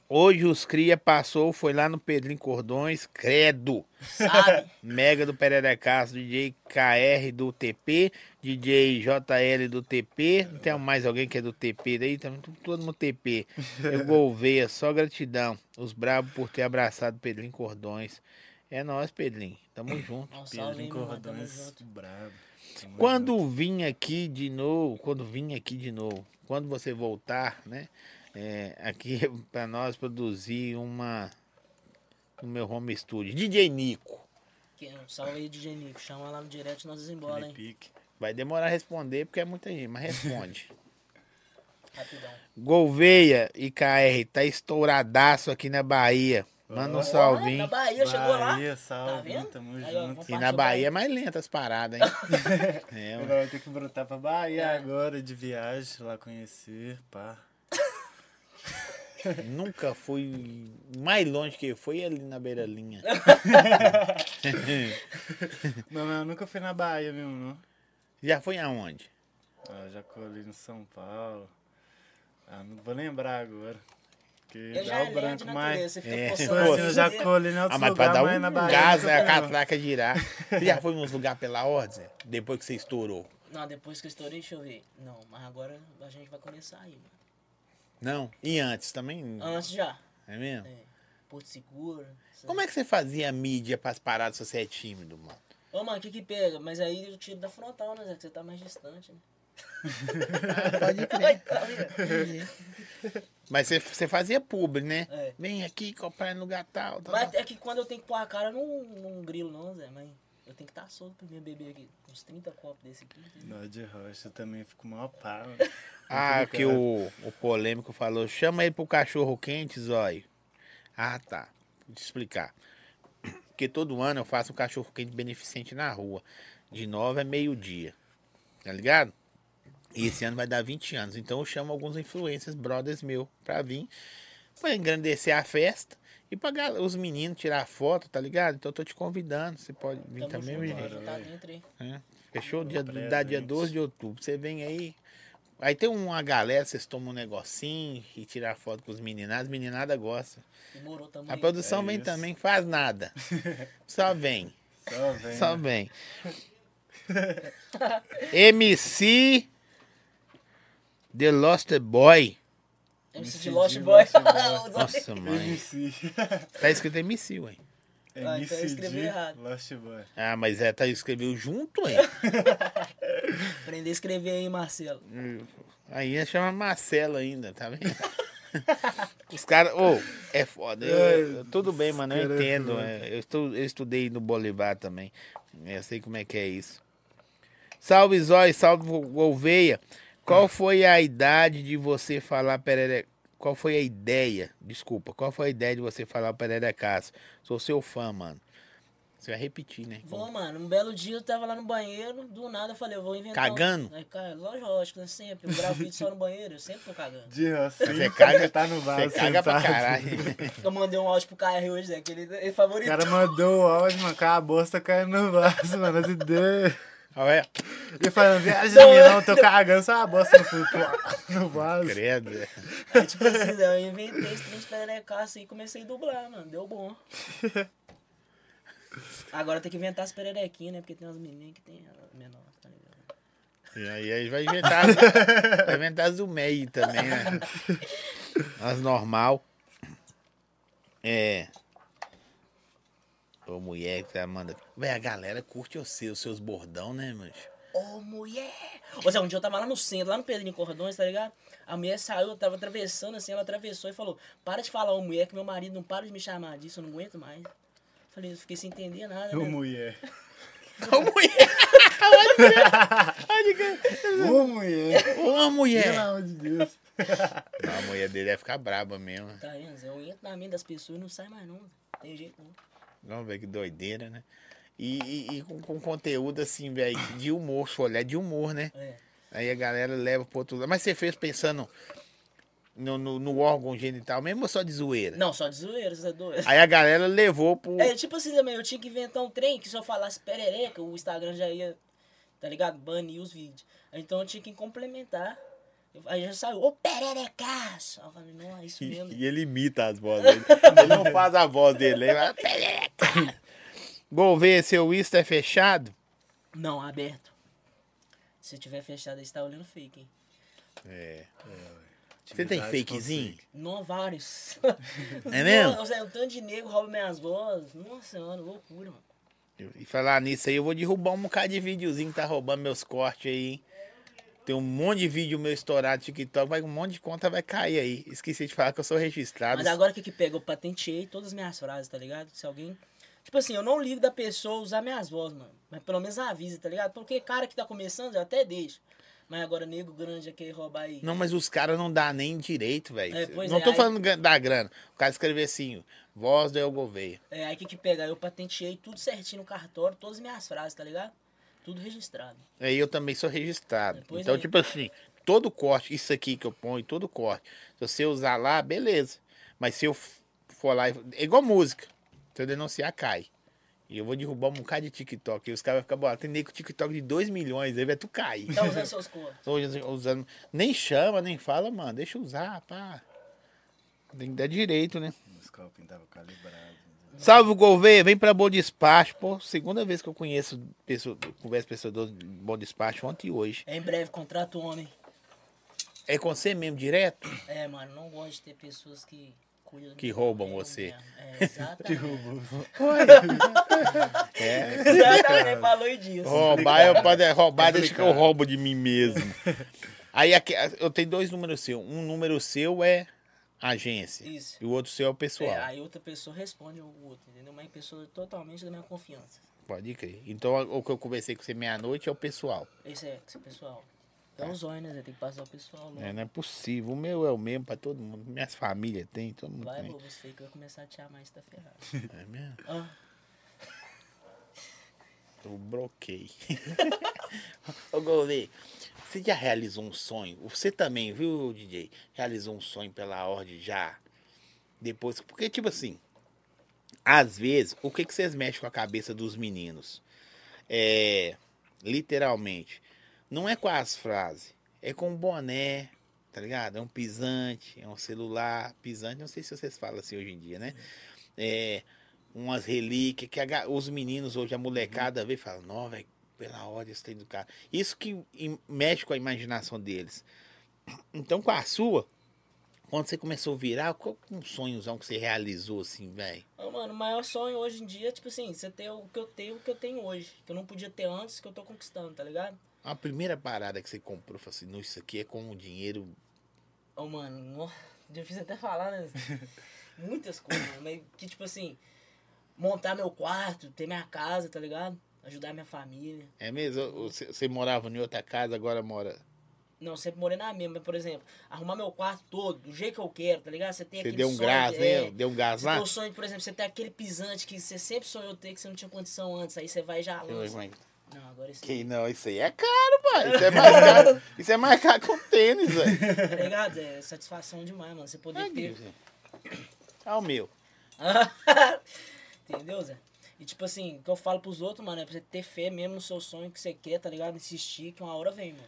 S1: Hoje os cria passou, foi lá no Pedrinho Cordões, credo.
S2: Sabe?
S1: Mega do Pererecaço, DJ KR do TP, DJ JL do TP. Não tem mais alguém que é do TP daí? Tá todo mundo TP. Eu Gouveia, só gratidão. Os bravos por ter abraçado Pedrinho Cordões. É nóis, Pedrinho. Tamo junto.
S2: Um salve aí,
S3: Pedrinho
S2: meu mano, tamo
S3: Cordões,
S2: junto.
S3: brabo. Tamo
S1: Quando vim aqui de novo, quando vim aqui de novo, quando você voltar, né? é, aqui pra nós produzir uma. No meu home studio. DJ Nico.
S2: Que- um Salve aí de Genico, chama lá no direct e nós
S3: junto.
S2: desembola,
S3: Ele
S2: hein?
S3: pique.
S1: Vai demorar a responder porque é muita gente, mas responde.
S2: Rapidão.
S1: Gouveia e KR, tá estouradaço aqui na Bahia. Manda um salve,
S2: Na
S1: hein?
S2: Bahia, chegou lá. Tá
S3: Bahia, salve,
S2: vendo?
S3: tamo
S2: Aí, ó,
S3: junto.
S2: vamos
S1: E na Bahia é mais lenta as paradas, hein? É,
S3: Ele
S1: mano.
S3: vai ter que brotar pra Bahia
S2: É.
S3: agora, de viagem, lá conhecer, pá.
S1: nunca fui mais longe que foi ali na beira-linha.
S3: Não, mas eu nunca fui na Bahia mesmo, não.
S1: Já foi aonde?
S3: Ah, eu já colhi no São Paulo. Ah, não vou lembrar agora. Porque
S2: Ele
S3: dá
S2: já é
S3: o
S2: lento de
S3: branco, mas...
S2: natureza, você
S1: É.
S2: fica
S3: Tipo
S2: postando.
S1: Pô,
S3: assim, eu já colhi em outros
S1: Ah, mas pra
S3: lugares,
S1: dar
S3: mas na
S1: um
S3: Bahia...
S1: gás,
S3: nunca
S1: né, a
S3: fui, não.
S1: catraca girar. Você já foi em uns lugares pela ordem, Zé? Depois que você estourou?
S2: Não, depois que eu estourei, deixa eu ver. Não, mas agora a gente vai começar aí, mano.
S1: Não? E antes também?
S2: Antes já.
S1: É mesmo?
S2: É. Porto Seguro. sabe?
S1: Como é que você fazia a mídia pras paradas se você é tímido, mano?
S2: Ô, mano, o que que pega? Mas aí o tiro da frontal, né, Zé? Que você tá mais distante, né?
S1: Pode
S2: Ai, tá vendo?
S1: Mas você, você fazia publi, né?
S2: É.
S1: Vem aqui comprar no lugar tal. tal,
S2: Mas
S1: tal.
S2: é que quando eu tenho que pôr a cara, eu não, não grilo não, Zé. Mas eu tenho que estar solto pra minha beber aqui. Uns 30 copos desse aqui. entendeu?
S3: Nó de rocha, eu também fico mal pá. mano.
S1: Ah,
S3: Muito
S1: que
S3: legal.
S1: o, o polêmico falou. Chama ele pro cachorro quente, zóio. Ah, tá. Vou te explicar. Porque todo ano eu faço um cachorro quente beneficente na rua. De nove a meio-dia. Tá ligado? E esse ano vai dar 20 anos. Então eu chamo alguns influencers, brothers meu, pra vir. Pra engrandecer a festa. E pra gal- os meninos tirar foto, tá ligado? Então eu tô te convidando. Você pode vir
S2: Tamo
S1: também,
S2: junto,
S1: menino.
S2: ó,
S3: gente.
S2: já tá dentro aí.
S1: né? Fechou dia,
S3: Presente.
S1: dá dia 12 de outubro. Você vem aí. Aí tem uma galera, vocês tomam um negocinho e tirar foto com os meninados. Meninada gosta.
S2: Demorou, tamo
S1: A
S2: aí.
S1: produção
S3: É
S1: vem
S3: isso.
S1: também, faz nada. Só vem.
S3: Só vem.
S1: Só vem. MC The Lost Boy.
S2: MC de
S3: MC
S2: Lost
S3: um de
S2: Boy.
S3: Lost Boy.
S2: Os
S1: Nossa, mãe.
S3: MC.
S1: Tá escrito MC, ué.
S3: É
S2: Ah, então eu escrevi
S3: MCD
S2: errado.
S3: Lost Boy.
S1: Ah, mas é, tá, escreveu junto, hein?
S2: Aprender a escrever aí, Marcelo.
S1: Aí chama Marcelo ainda, tá vendo? Os caras. Ô, é foda. Eu- eu- tudo bem, mano, eu
S3: Caramba.
S1: entendo. é, Eu, estu- eu estudei no Bolivar também. Eu sei como é que é isso. Salve Zói, salve Gouveia. Qual foi a idade de você falar perereca? Qual foi a ideia? Desculpa, qual foi a ideia de você falar pererecaço? Sou seu fã, mano. Você vai repetir, né?
S2: Vou, mano, um belo dia eu tava lá no banheiro, do nada eu falei, eu vou inventar. um-
S1: Cagando?
S2: É, cara, lógico, né? Sempre. Eu gravo vídeo só no banheiro, eu sempre tô cagando.
S3: De assim,
S1: Você caga-
S3: tá no vaso
S1: Você caga pra
S3: sentado.
S1: caralho.
S2: Eu mandei um áudio pro KR hoje, né? Que ele, ele
S3: O
S2: favoritou.
S3: cara mandou o áudio, mano, com a bosta caindo no vaso, mano, as ideias.
S1: Olha,
S3: E falando, viagem minha não, tô cagando, só a bosta no fundo, pô, no vaso.
S1: credo. é.
S2: Aí, tipo assim, né, eu inventei esse trem de pererecaça e comecei a dublar, mano. Deu bom. Agora tem que inventar as pererequinhas, né? Porque tem umas menininhas que tem ela menor, tá ligado?
S1: E aí, aí vai inventar, as- vai inventar as do meio também, né? As normal. É. Ô mulher que tá mandando. Véi, a galera curte você, os seus bordão, né, mancho?
S2: Ô, mulher! Ou seja, um dia eu tava lá no centro, lá no Pedrinho Cordões, tá ligado? A mulher saiu, eu tava atravessando assim, ela atravessou e falou: Para de falar, ô mulher, que meu marido não para de me chamar disso, eu não aguento mais. Falei, eu fiquei sem entender nada.
S3: Ô,
S2: Né?
S3: mulher.
S1: Ô mulher!
S3: Ô, mulher.
S1: Ô
S3: Pelo
S1: mulher!
S3: amor de Deus.
S1: Não, a mulher dele vai ficar braba mesmo. né?
S2: Tá vendo? Zé? Eu entro na mente das pessoas e não sai mais, não. Tem jeito não.
S1: Não, velho, que doideira, né? E, e- e com, com conteúdo assim, velho, de humor, se for olhar de humor, né?
S2: É.
S1: Aí a galera leva pro outro lado. Mas você fez pensando no, no- no órgão genital mesmo ou só de zoeira?
S2: Não, só de zoeira, você é doido.
S1: Aí a galera levou pro.
S2: É, tipo assim também, eu tinha que inventar um trem que se eu falasse perereca, o Instagram já ia, tá ligado? Banir os vídeos. Então eu tinha que complementar. Aí já saiu, ô pererecaço! Aí eu falei, não, é isso mesmo.
S1: E, e ele imita as vozes dele. ele não faz a voz dele. Ele vai. "Perereca". Gouveia, seu Insta é fechado?
S2: Não, aberto. Se tiver fechado, aí você tá olhando fake, hein?
S1: É. Você tem
S3: Atividade
S1: fakezinho?
S2: Não, vários.
S1: É mesmo?
S2: Nossa, é um tanto de nego rouba minhas vozes. Nossa senhora, loucura, mano.
S1: E falar nisso aí, eu vou derrubar um bocado de videozinho que tá roubando meus cortes aí, hein? Tem um monte de vídeo meu estourado no TikTok, vai, um monte de conta vai cair aí. Esqueci de falar que eu sou registrado.
S2: Mas agora o que que pega? Eu patenteei todas as minhas frases, tá ligado? Se alguém. Tipo assim, eu não ligo da pessoa usar minhas vozes, mano. Mas pelo menos avisa, tá ligado? Porque cara que tá começando, eu até deixo. Mas agora nego grande já quer roubar aí.
S1: Não, mas os caras não dá nem direito, velho.
S2: É, pois
S1: não
S2: é,
S1: tô
S2: aí-
S1: falando gan- da grana. O cara escreveu assim, voz do El Gouveia.
S2: É, aí o que que pega? Eu patenteei tudo certinho no cartório, todas as minhas frases, tá ligado? Tudo registrado.
S1: Aí eu também sou registrado.
S2: Pois
S1: então,
S2: é.
S1: tipo assim, todo corte, isso aqui que eu ponho, todo corte. Se você usar lá, beleza. Mas se eu f- for lá. e- É igual música. Se eu denunciar, cai. E eu vou derrubar um bocado de TikTok. E os caras vão ficar bolados. Tem nem com TikTok de 2 milhões, aí vai tu cair.
S2: Tá usando suas cores.
S1: Tô usando- usando. Nem chama, nem fala, mano. Deixa eu usar, pá. Tem que dar direito, né?
S3: O scalping tava calibrado.
S1: Salve Gouveia, vem pra Bom Despacho. Pô, segunda vez que eu conheço pessoa, converso pessoa do Bom Despacho, ontem e hoje.
S2: É, Em breve, contrato homem.
S1: É com você mesmo, direto?
S2: É, mano, não gosto de ter pessoas que cuidam do
S1: Que
S2: meu
S1: roubam
S2: dinheiro
S1: você. Tipo
S2: mesmo. É, exatamente.
S1: É.
S2: exatamente, falou e disse.
S1: Roubar, eu pode,
S2: É
S1: roubar deixa que eu roubo de mim mesmo. Aí aqui, eu tenho dois números seus. Um número seu é agência.
S2: Isso.
S1: E o outro seu é o
S2: É,
S1: pessoal.
S2: aí outra pessoa responde o outro, entendeu? Mas pessoa é totalmente da minha confiança.
S1: Pode crer. Então o que eu conversei com você meia-noite é o pessoal.
S2: Esse é, esse é o pessoal. Então os olhos, né? Zé? Tem que passar o pessoal logo.
S1: É, não é possível. O meu é o mesmo pra todo mundo. Minhas famílias têm, todo mundo
S2: Vai,
S1: tem.
S2: bobo, você que vai começar a te amar, você tá ferrado.
S1: É mesmo?
S2: Ah,
S1: Eu broquei. Ô, Golê, você já realizou um sonho? Você também, viu, DJ? Realizou um sonho pela ordem já? Depois, porque, tipo assim, às vezes, o que, que vocês mexem com a cabeça dos meninos? É, literalmente, não é com as frases, é com um boné, tá ligado? É um pisante, é um celular, pisante, não sei se vocês falam assim hoje em dia, né? É, umas relíquias que a ga- os meninos hoje, a molecada vê e fala, não, velho, pela ordem isso tem do cara. Isso que im- mexe com a imaginação deles. Então, com a sua, Quando você começou a virar, qual um sonhozão que você realizou, assim, velho?
S2: Ô, Mano, o maior sonho hoje em dia é, tipo assim, você ter o que eu tenho, o que eu tenho hoje. Que eu não podia ter antes, que eu tô conquistando, tá ligado?
S1: A primeira parada que você comprou, falou assim, não, isso aqui é com o dinheiro.
S2: Ô, mano, nó- difícil até falar, né? Muitas coisas, mano, mas que, tipo assim, montar meu quarto, ter minha casa, tá ligado? Ajudar minha família.
S1: É mesmo? Ou Você, você morava em outra casa, agora mora.
S2: Não, sempre morei na mesma, mas, por exemplo, arrumar meu quarto todo, do jeito que eu quero, tá ligado? Você tem
S1: Você
S2: aquele
S1: deu um
S2: sonho,
S1: gás,
S2: é,
S1: né? Deu um gás
S2: Você tem
S1: lá?
S2: o sonho, por exemplo, você tem aquele pisante que você sempre sonhou ter, que você não tinha condição antes, aí você vai e já
S1: Você
S2: lança.
S1: vai-
S2: Não, agora isso
S1: Que não, isso aí é caro, pai. Isso é mais caro. Isso é mais caro que um tênis, velho.
S2: tá ligado? É satisfação demais, mano, você poder
S1: Ah,
S2: ter.
S1: Guilherme. Ah, o meu.
S2: Entendeu, Zé? E tipo assim, o que eu falo pros outros, mano, é pra você ter fé mesmo no seu sonho que você quer, tá ligado? Insistir que uma hora vem, mano.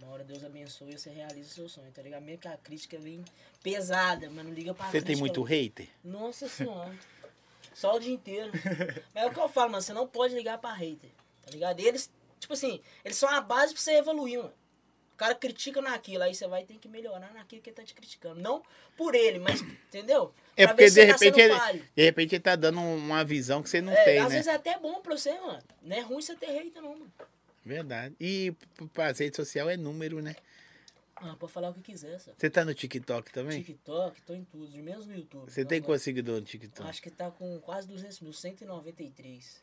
S2: Uma hora Deus abençoe e você realiza o seu sonho, tá ligado? Mesmo que a crítica vem pesada, mas não liga pra
S1: Você
S2: crítica,
S1: tem muito
S2: não.
S1: hater?
S2: Nossa senhora. Só o dia inteiro. Mas é o que eu falo, mano, você não pode ligar pra hater, tá ligado? Eles, tipo assim, eles são a base pra você evoluir, mano. O cara critica naquilo, aí você vai ter que melhorar naquilo que ele tá te criticando. Não por ele, mas, entendeu?
S1: É
S2: Pra
S1: porque
S2: ver
S1: de
S2: se você tá
S1: repente,
S2: sendo
S1: ele,
S2: falho.
S1: de repente ele tá dando uma visão que você não
S2: É,
S1: tem,
S2: às
S1: né?
S2: vezes é até bom pra você, mano. Não é ruim você ter hater, não, mano.
S1: Verdade. E p- pra rede social é número, né?
S2: Ah, pode falar o que quiser, só.
S1: Você tá no TikTok também?
S2: TikTok, tô em tudo, de menos no YouTube.
S1: Você
S2: Então,
S1: tem
S2: agora-
S1: quantos seguidores no TikTok?
S2: Acho que tá com quase 200 mil, 193.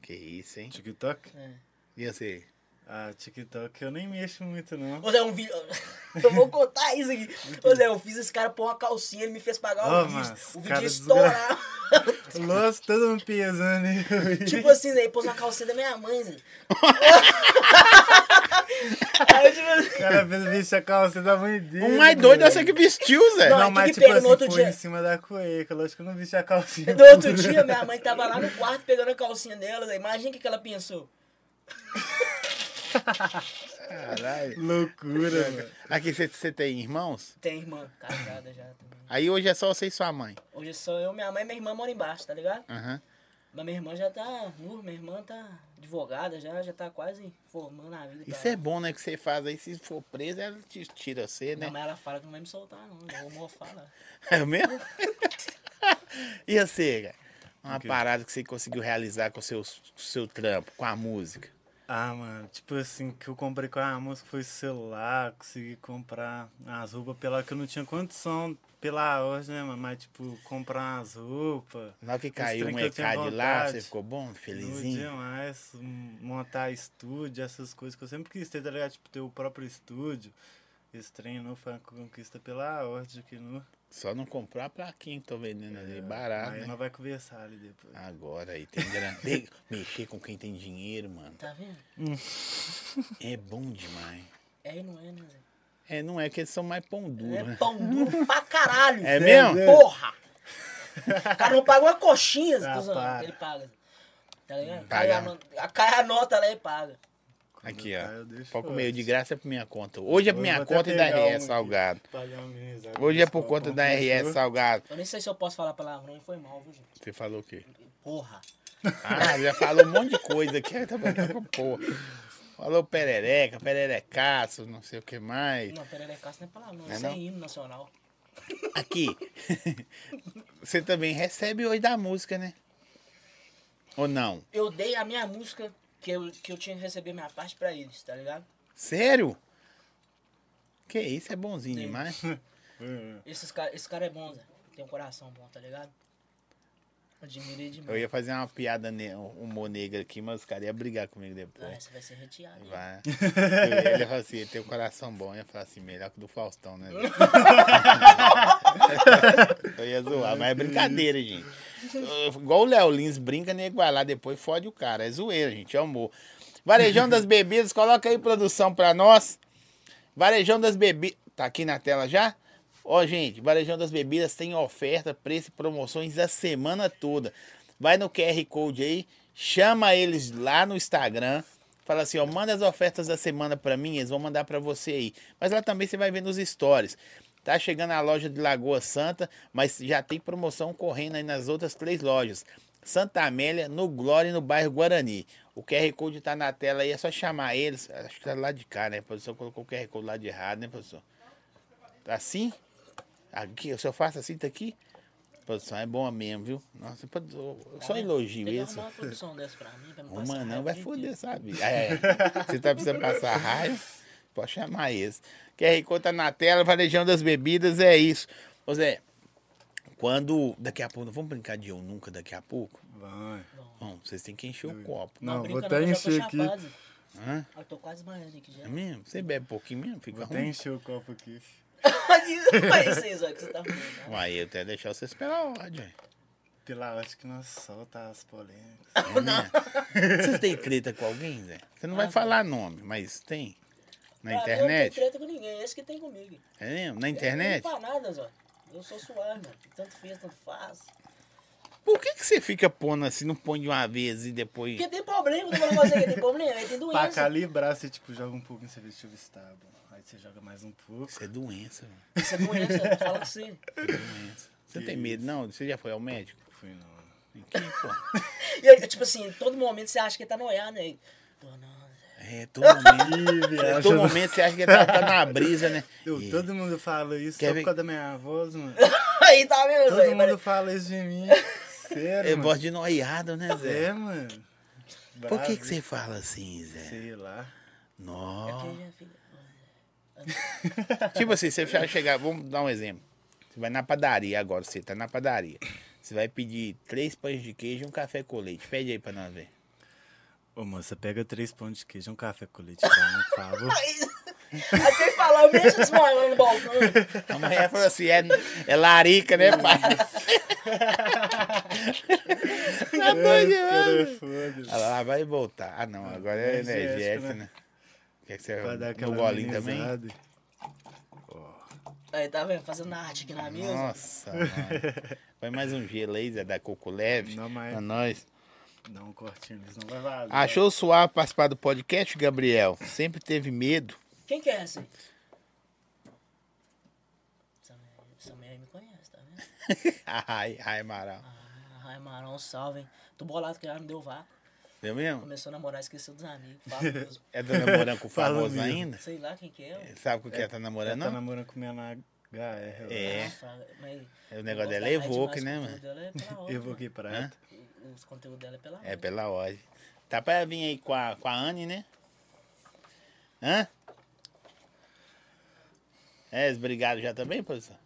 S1: Que isso, hein?
S3: TikTok?
S2: É.
S1: E você?
S3: Ah, TikTok eu nem mexo muito, não.
S2: Ô Zé, um vídeo. Eu vou contar isso aqui. Ô Zé, eu fiz esse cara pôr uma calcinha, ele me fez pagar o
S3: Ô,
S2: vídeo.
S3: mano,
S2: o
S1: é
S2: vídeo
S3: cara
S2: ia estourar.
S3: Nossa, todo mundo pesando, hein?
S2: tipo assim, Zé, ele pôs uma calcinha da minha mãe, Zé. Aí, tipo
S3: O
S2: assim.
S3: cara fez vestir a calça tá da mãe dele.
S1: Um mais doido é
S3: velho.
S1: você que vestiu, Zé.
S3: Não,
S2: Não, aí que
S3: mas
S2: que
S3: tipo
S2: pega no
S3: assim,
S2: outro
S3: foi
S2: dia?
S3: em cima da cueca. Lógico que eu não vesti a calcinha.
S2: No outro
S3: pura.
S2: dia, minha mãe tava lá no quarto pegando a calcinha dela, Zé. Imagina o que que ela pensou.
S1: Caralho.
S3: Loucura, mano.
S1: Aqui você- você tem irmãos?
S2: Tem irmã casada já também.
S1: Aí hoje é só você e sua mãe.
S2: Hoje sou eu, minha mãe e minha irmã moram embaixo, tá ligado?
S1: Aham.
S2: Mas minha irmã já tá. nu, Minha irmã tá advogada já, já tá quase formando a vida. pra
S1: Isso é
S2: ela.
S1: bom, né? Que você faz aí. Se for preso, ela te tira você, né?
S2: Não, mas ela fala que não vai me soltar, não. Eu vou morfar lá.
S1: É mesmo? e você, cara? Uma
S3: Ok.
S1: parada que você conseguiu realizar com o seu, seu trampo, com a música.
S3: Ah, mano, tipo assim, que eu comprei com a música foi celular, consegui comprar as roupas pela que eu não tinha condição pela hoje, né, mano? Mas, tipo, comprar as roupas.
S1: Na hora que
S3: Os
S1: caiu
S3: trem
S1: um
S3: que eu tinha
S1: ECAD lá,
S3: vontade.
S1: você ficou bom,
S3: Felizinho.
S1: felizinho?
S3: demais m- montar estúdio, essas coisas que eu sempre quis ter, tá ligado? Tipo, ter o próprio estúdio. Esse trem não foi uma conquista pela ordem que não.
S1: Só não comprou a plaquinha que tô vendendo ali,
S3: É, aí
S1: barato, né? Ah,
S3: nós vai conversar ali depois.
S1: Agora aí tem grana. Tem- Mexer com quem tem dinheiro, mano,
S2: Tá vendo?
S1: é bom demais.
S2: É e não é, né, Zé?
S1: É, não é que eles são mais pão duro,
S2: É
S1: né?
S2: pão duro pra caralho.
S1: É
S2: Zé.
S1: mesmo?
S2: Porra! O cara não paga uma coxinha, Zé.
S3: Ah,
S2: Tô zoando.
S3: para.
S2: Ele paga. Zé. Tá ligado? Cai
S1: Hum, Paga.
S2: a, nota, cai a nota lá e paga.
S3: Quando
S1: Aqui,
S3: eu caio, eu
S1: ó.
S3: deixo
S1: Pode comer
S3: fora.
S1: de graça é por minha conta. Hoje é por
S3: Hoje eu
S1: minha
S3: vou até
S1: conta e da
S3: pegar uma
S1: RS
S3: aqui,
S1: Salgado.
S3: pagar uma amenizada
S1: Hoje é
S3: nesse
S1: por
S3: copão,
S1: conta da
S3: fechou?
S1: RS Salgado.
S2: Eu nem sei se eu posso falar palavrão e foi mal, viu, gente?
S1: Você falou o quê?
S2: Porra.
S1: Ah, já falou um monte de coisa aqui. Aí tá botando com porra. Falou perereca, pererecaço, não sei o que mais.
S2: Não, pererecaço não é palavrão.
S1: Não é
S2: Isso é
S1: não?
S2: hino nacional.
S1: Aqui. Você também recebe hoje da música, né? Ou não?
S2: Eu dei a minha música que eu, que eu tinha que receber minha parte pra eles, tá ligado?
S1: Sério? Que isso, é bonzinho
S2: Sim.
S1: demais.
S3: Hum.
S2: Esses ca- esse cara é bom, Zé. Tem um coração bom, tá ligado? Admirei
S1: Eu
S2: demais.
S1: ia fazer uma piada, ne um humor negro aqui, mas os caras iam brigar comigo
S2: Ah,
S1: depois.
S2: essa vai ser reteada. hein?
S1: Vai. Eu- Ele falou assim, ele tem um coração bom. Eu ia falar assim, melhor que o do Faustão, né? eu ia zoar, mas é brincadeira, gente. Eu- Igual o Léo Lins brinca, nego vai lá depois fode o cara. É zoeira, gente, é amor. Varejão das bebidas, coloca aí produção pra nós. Varejão das bebidas. Tá aqui na tela já? Ó, gente, Varejão das Bebidas tem oferta, preço e promoções a semana toda. Vai no QR Code aí, chama eles lá no Instagram. Fala assim, ó, manda as ofertas da semana pra mim, eles vão mandar pra você aí. Mas lá também você vai ver nos stories. Tá chegando a loja de Lagoa Santa, mas já tem promoção correndo aí nas outras três lojas. Santa Amélia, no Glória e no bairro Guarani. O QR Code tá na tela aí, é só chamar eles. Acho que tá lá de cá, né? A produção colocou o QR Code lá de errado, né, produção? Tá assim? Aqui, se eu faço assim, tá aqui. Produção é boa mesmo, viu? Nossa, produ- eu só elogio
S2: Tá Tem que
S1: isso.
S2: arrumar uma produção dessa pra mim, pra me passar.
S1: Uma não
S2: raiva
S1: vai
S2: o dia
S1: foder,
S2: inteiro.
S1: sabe? É, se tá precisando passar raiva, pode chamar esse. QR Code tá na tela, varejão das bebidas, é isso. Ô Zé, quando. Daqui a pouco, vamos brincar de eu nunca daqui a pouco?
S3: Vai.
S1: Bom, vocês têm que encher o copo.
S3: Não,
S2: brinca
S3: vou
S2: não,
S3: até
S2: que eu já tô
S3: encher aqui.
S2: chapado.
S1: Hã?
S2: Eu tô quase desmaiando aqui já.
S1: É mesmo? Você bebe pouquinho mesmo? Fica
S3: Vou até
S1: ruim.
S3: encher o copo aqui.
S2: Olha isso aí, Zóio, que você tá falando.
S1: Uai, eu até deixar você esperar a hora, gente.
S3: Pela hora que nós solta as polêmicas.
S1: É mesmo? Vocês têm treta com alguém, Zé? Você não vai falar nome, mas tem. Na
S2: Ah, Eu não
S1: internet?
S2: tenho treta com ninguém, esse que tem comigo.
S1: É mesmo? Na
S2: Eu
S1: internet?
S2: não tenho pra nada, Zóio. Eu sou suave, mano. Tanto fez, tanto faz.
S1: Por que, que você fica pondo assim, não põe de uma vez e depois.
S2: Porque tem problema, eu tô falando com você que tem problema, aí tem
S3: Pra
S2: doença.
S3: calibrar, você tipo, joga um pouco e você vê se você tá bom. Aí você joga mais um pouco.
S1: Isso é doença, mano.
S2: Isso é doença, fala com você.
S1: Isso é doença. Você não tem medo, não? Você já foi ao médico?
S3: Fui não.
S1: Em Que, pô?
S2: E aí, tipo assim, em todo momento você acha que ele tá noiado, né? Tô não, Zé.
S1: É, todo momento.
S3: Ih,
S1: É,
S3: viagem.
S1: todo momento você acha que tá, tá na brisa, né?
S3: Eu-
S1: E-
S3: todo mundo fala isso
S1: Quer
S3: só
S1: ver-
S3: por causa da minha voz, mano.
S2: Aí tá vendo,
S3: Todo
S2: Zóio?
S3: mundo
S2: Mas-
S3: fala isso de mim. Sério,
S1: Eu
S3: mano.
S1: gosto É de noiado, né, Zé?
S3: É, mano.
S1: Por que,
S3: Bravo.
S1: que você fala assim, Zé?
S3: Sei lá.
S1: Nossa.
S2: Aqui já fica-
S3: É
S1: Tipo assim, você já chegar, vamos dar um exemplo. Você vai na padaria agora, você tá na padaria. Você vai pedir três pães de queijo e um café com leite. Pede aí pra nós ver.
S3: Ô, moça, pega três pão de queijo, um café com leite pra mim, por favor.
S2: Aí tem que falar, eu mesmo desmaiando no balcão.
S1: A mulher falou assim, é, é larica, né, pai? tá doido
S3: É,
S1: demais.
S3: Cara, foda-se.
S1: Ela Ah, lá vai voltar. Ah, não, agora é
S3: Energético,
S1: energético,
S3: né?
S1: né? Quer que você
S3: Pra dar
S1: É, no
S3: aquela
S1: golinho também?
S3: amenizada.
S2: Aí tá vendo, fazendo arte aqui na mesa.
S1: Nossa, mano. Vai mais um gelo aí, Zé, da Coco Leve.
S3: Não, mas-
S1: Pra nós.
S3: Dá um cortinho, eles não vai valer.
S1: Achou suave participar do podcast, Gabriel? Sempre teve medo.
S2: Quem que é essa? aí? Essa mulher- Essa mulher aí me conhece, tá vendo?
S1: Ai, ai, Amaral.
S2: Ah, Ai, Marão, salve, hein? Tô bolado que ela me deu vácuo.
S1: Deu mesmo?
S2: Começou a namorar, esqueceu dos amigos. Fala mesmo.
S1: É tá namorando com o
S3: Fala
S1: famoso
S3: mesmo.
S1: ainda?
S2: Sei lá quem que é.
S1: Ele Sabe o que é tá
S3: Ela
S1: namorando,
S3: tá
S1: não?
S3: namorando com minha na HR.
S1: É.
S2: Ah, Fraga, mas
S1: O
S2: eu gosto
S1: negócio dela é
S2: da Raid,
S1: evoque,
S2: mas
S1: né,
S2: o
S1: mano?
S2: conteúdo dela é pela hora,
S3: Eu vou aqui pra
S2: mano. Os conteúdos dela é pela hora.
S1: É pela ordem. Tá pra vir aí com a, com a Anne, né? Hã? É, eles brigaram já também, professor? E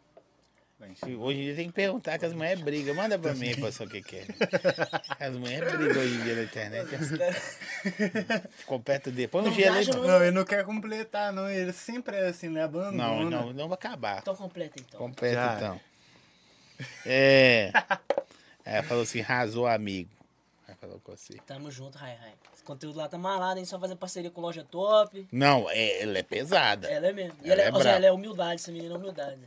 S1: Tipo, Hoje em dia tem que perguntar que as mulheres brigam. Manda pra mim, professor, o que que é. As mulheres brigam hoje em dia na internet. Ficou perto dele. Põe um
S2: Não
S1: gelo aí.
S2: viaja,
S1: pô.
S3: Não, ele não quer completar, não. Ele sempre é assim, né? Abandona.
S1: Não, não, não vai acabar.
S2: Então completa então.
S1: Completa,
S3: Já.
S1: então. É. Ela falou assim, rasou amigo. Ela assim. falou com você.
S2: Tamo junto, Rai Rai. Esse conteúdo lá tá malado, hein? Só fazer parceria com loja top.
S1: Não, é- ela é pesada.
S2: Ela é mesmo. E
S1: Ela é
S2: ela, é, ou seja,
S1: braba.
S2: ela é humildade, essa menina é humildade.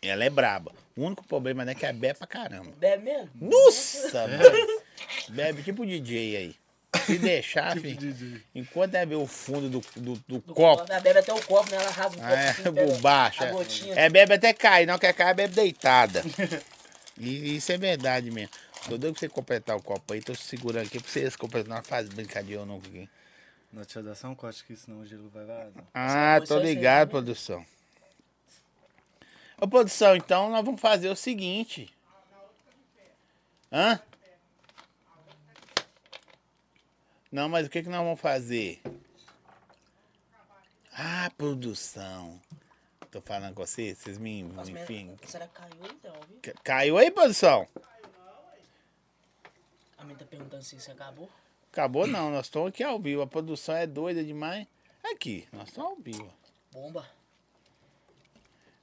S1: Ela é braba. O único problema né, é que ela bebe pra caramba.
S2: Bebe
S1: Um
S2: mesmo?
S1: Nossa, mano. Bebe tipo o DJ aí. Se deixar, filho,
S3: DJ.
S1: enquanto ela vê o fundo do, do, do
S2: Do
S1: copo,
S2: Ela bebe até o copo, né? Ela rasga o copo.
S1: ah, é,
S2: assim, pega
S1: por baixo.
S2: A gotinha.
S1: É, É, bebe até cair, não quer cair, bebe deitada. E isso é verdade mesmo. Tô doido pra você completar o copo aí, tô segurando aqui pra vocês completar. Não faz brincadeira ou nunca aqui.
S3: Não, deixa eu dar só um corte aqui, senão o gelo vai vazar.
S1: Ah,
S2: Essa
S1: tô
S2: coisa aí,
S1: ligado,
S2: né?
S1: produção. Ô, produção, então nós vamos fazer o seguinte. Hã? Não, mas o que, que nós vamos fazer? Ah, produção. Tô falando com vocês, vocês me,
S2: Nossa,
S1: me
S2: mas-
S1: enfim.
S2: Será que caiu então, viu?
S1: Ca- Caiu aí, produção?
S2: A menina tá perguntando se isso acabou.
S1: Acabou não, nós estamos aqui ao vivo. A produção é doida demais. Aqui, nós estamos ao vivo.
S2: Bomba.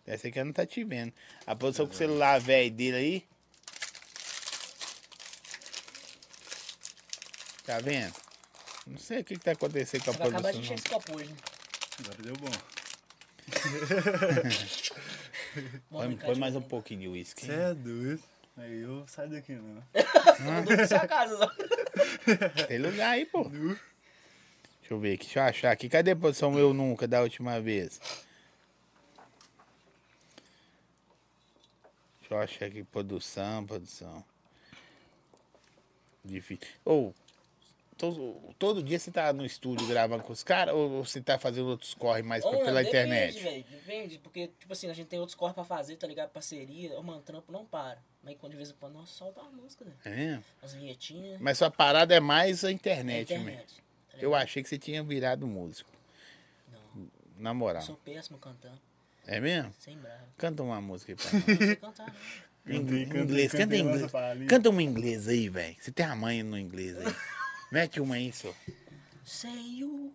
S1: Deve ser que ela não tá te vendo. A produção com o celular velho dele aí. Tá vendo? Não sei o que, que tá acontecendo com a
S2: Vai acabar de
S1: produção.
S2: encher esse copo hoje, né?
S3: Agora deu bom.
S1: não. Põe, põe mais um pouquinho de uísque.
S3: Você é doido. Aí eu saio daqui, né? não.
S2: pouco. pra sua casa, só.
S1: Tem lugar aí, pô. Deixa eu ver aqui, deixa eu achar aqui. Cadê a produção Eu Nunca da última vez? Deixa eu achar aqui, produção, produção. Difícil. Ou, Todo, todo dia você tá no estúdio gravando com os caras ou ou você tá fazendo outros corre mais
S2: Ô, mano,
S1: pela
S2: depende,
S1: internet?
S2: velho, depende, porque, tipo assim, a gente tem outros corres pra fazer, tá ligado? Parceria, ô, mano, trampo não para. Mas quando de vez em quando nós solta uma música, né?
S1: É.
S2: As vinhetinhas.
S1: Mas sua parada é mais a
S2: na
S1: internet, mesmo.
S2: internet. tá
S1: Eu
S2: ligado?
S1: achei que você tinha virado músico,
S2: Não,
S1: na
S2: eu
S1: moral.
S2: sou péssimo cantando,
S1: É mesmo?
S2: sem bravo.
S1: Canta uma música aí pra nós.
S2: Não sei cantar, né? não.
S1: Em inglês, canta em
S3: nossa
S1: inglês.
S3: palhinha.
S1: Canta uma em inglês aí, velho. Você tem a manha no inglês aí. Mete uma aí, só.
S2: Say you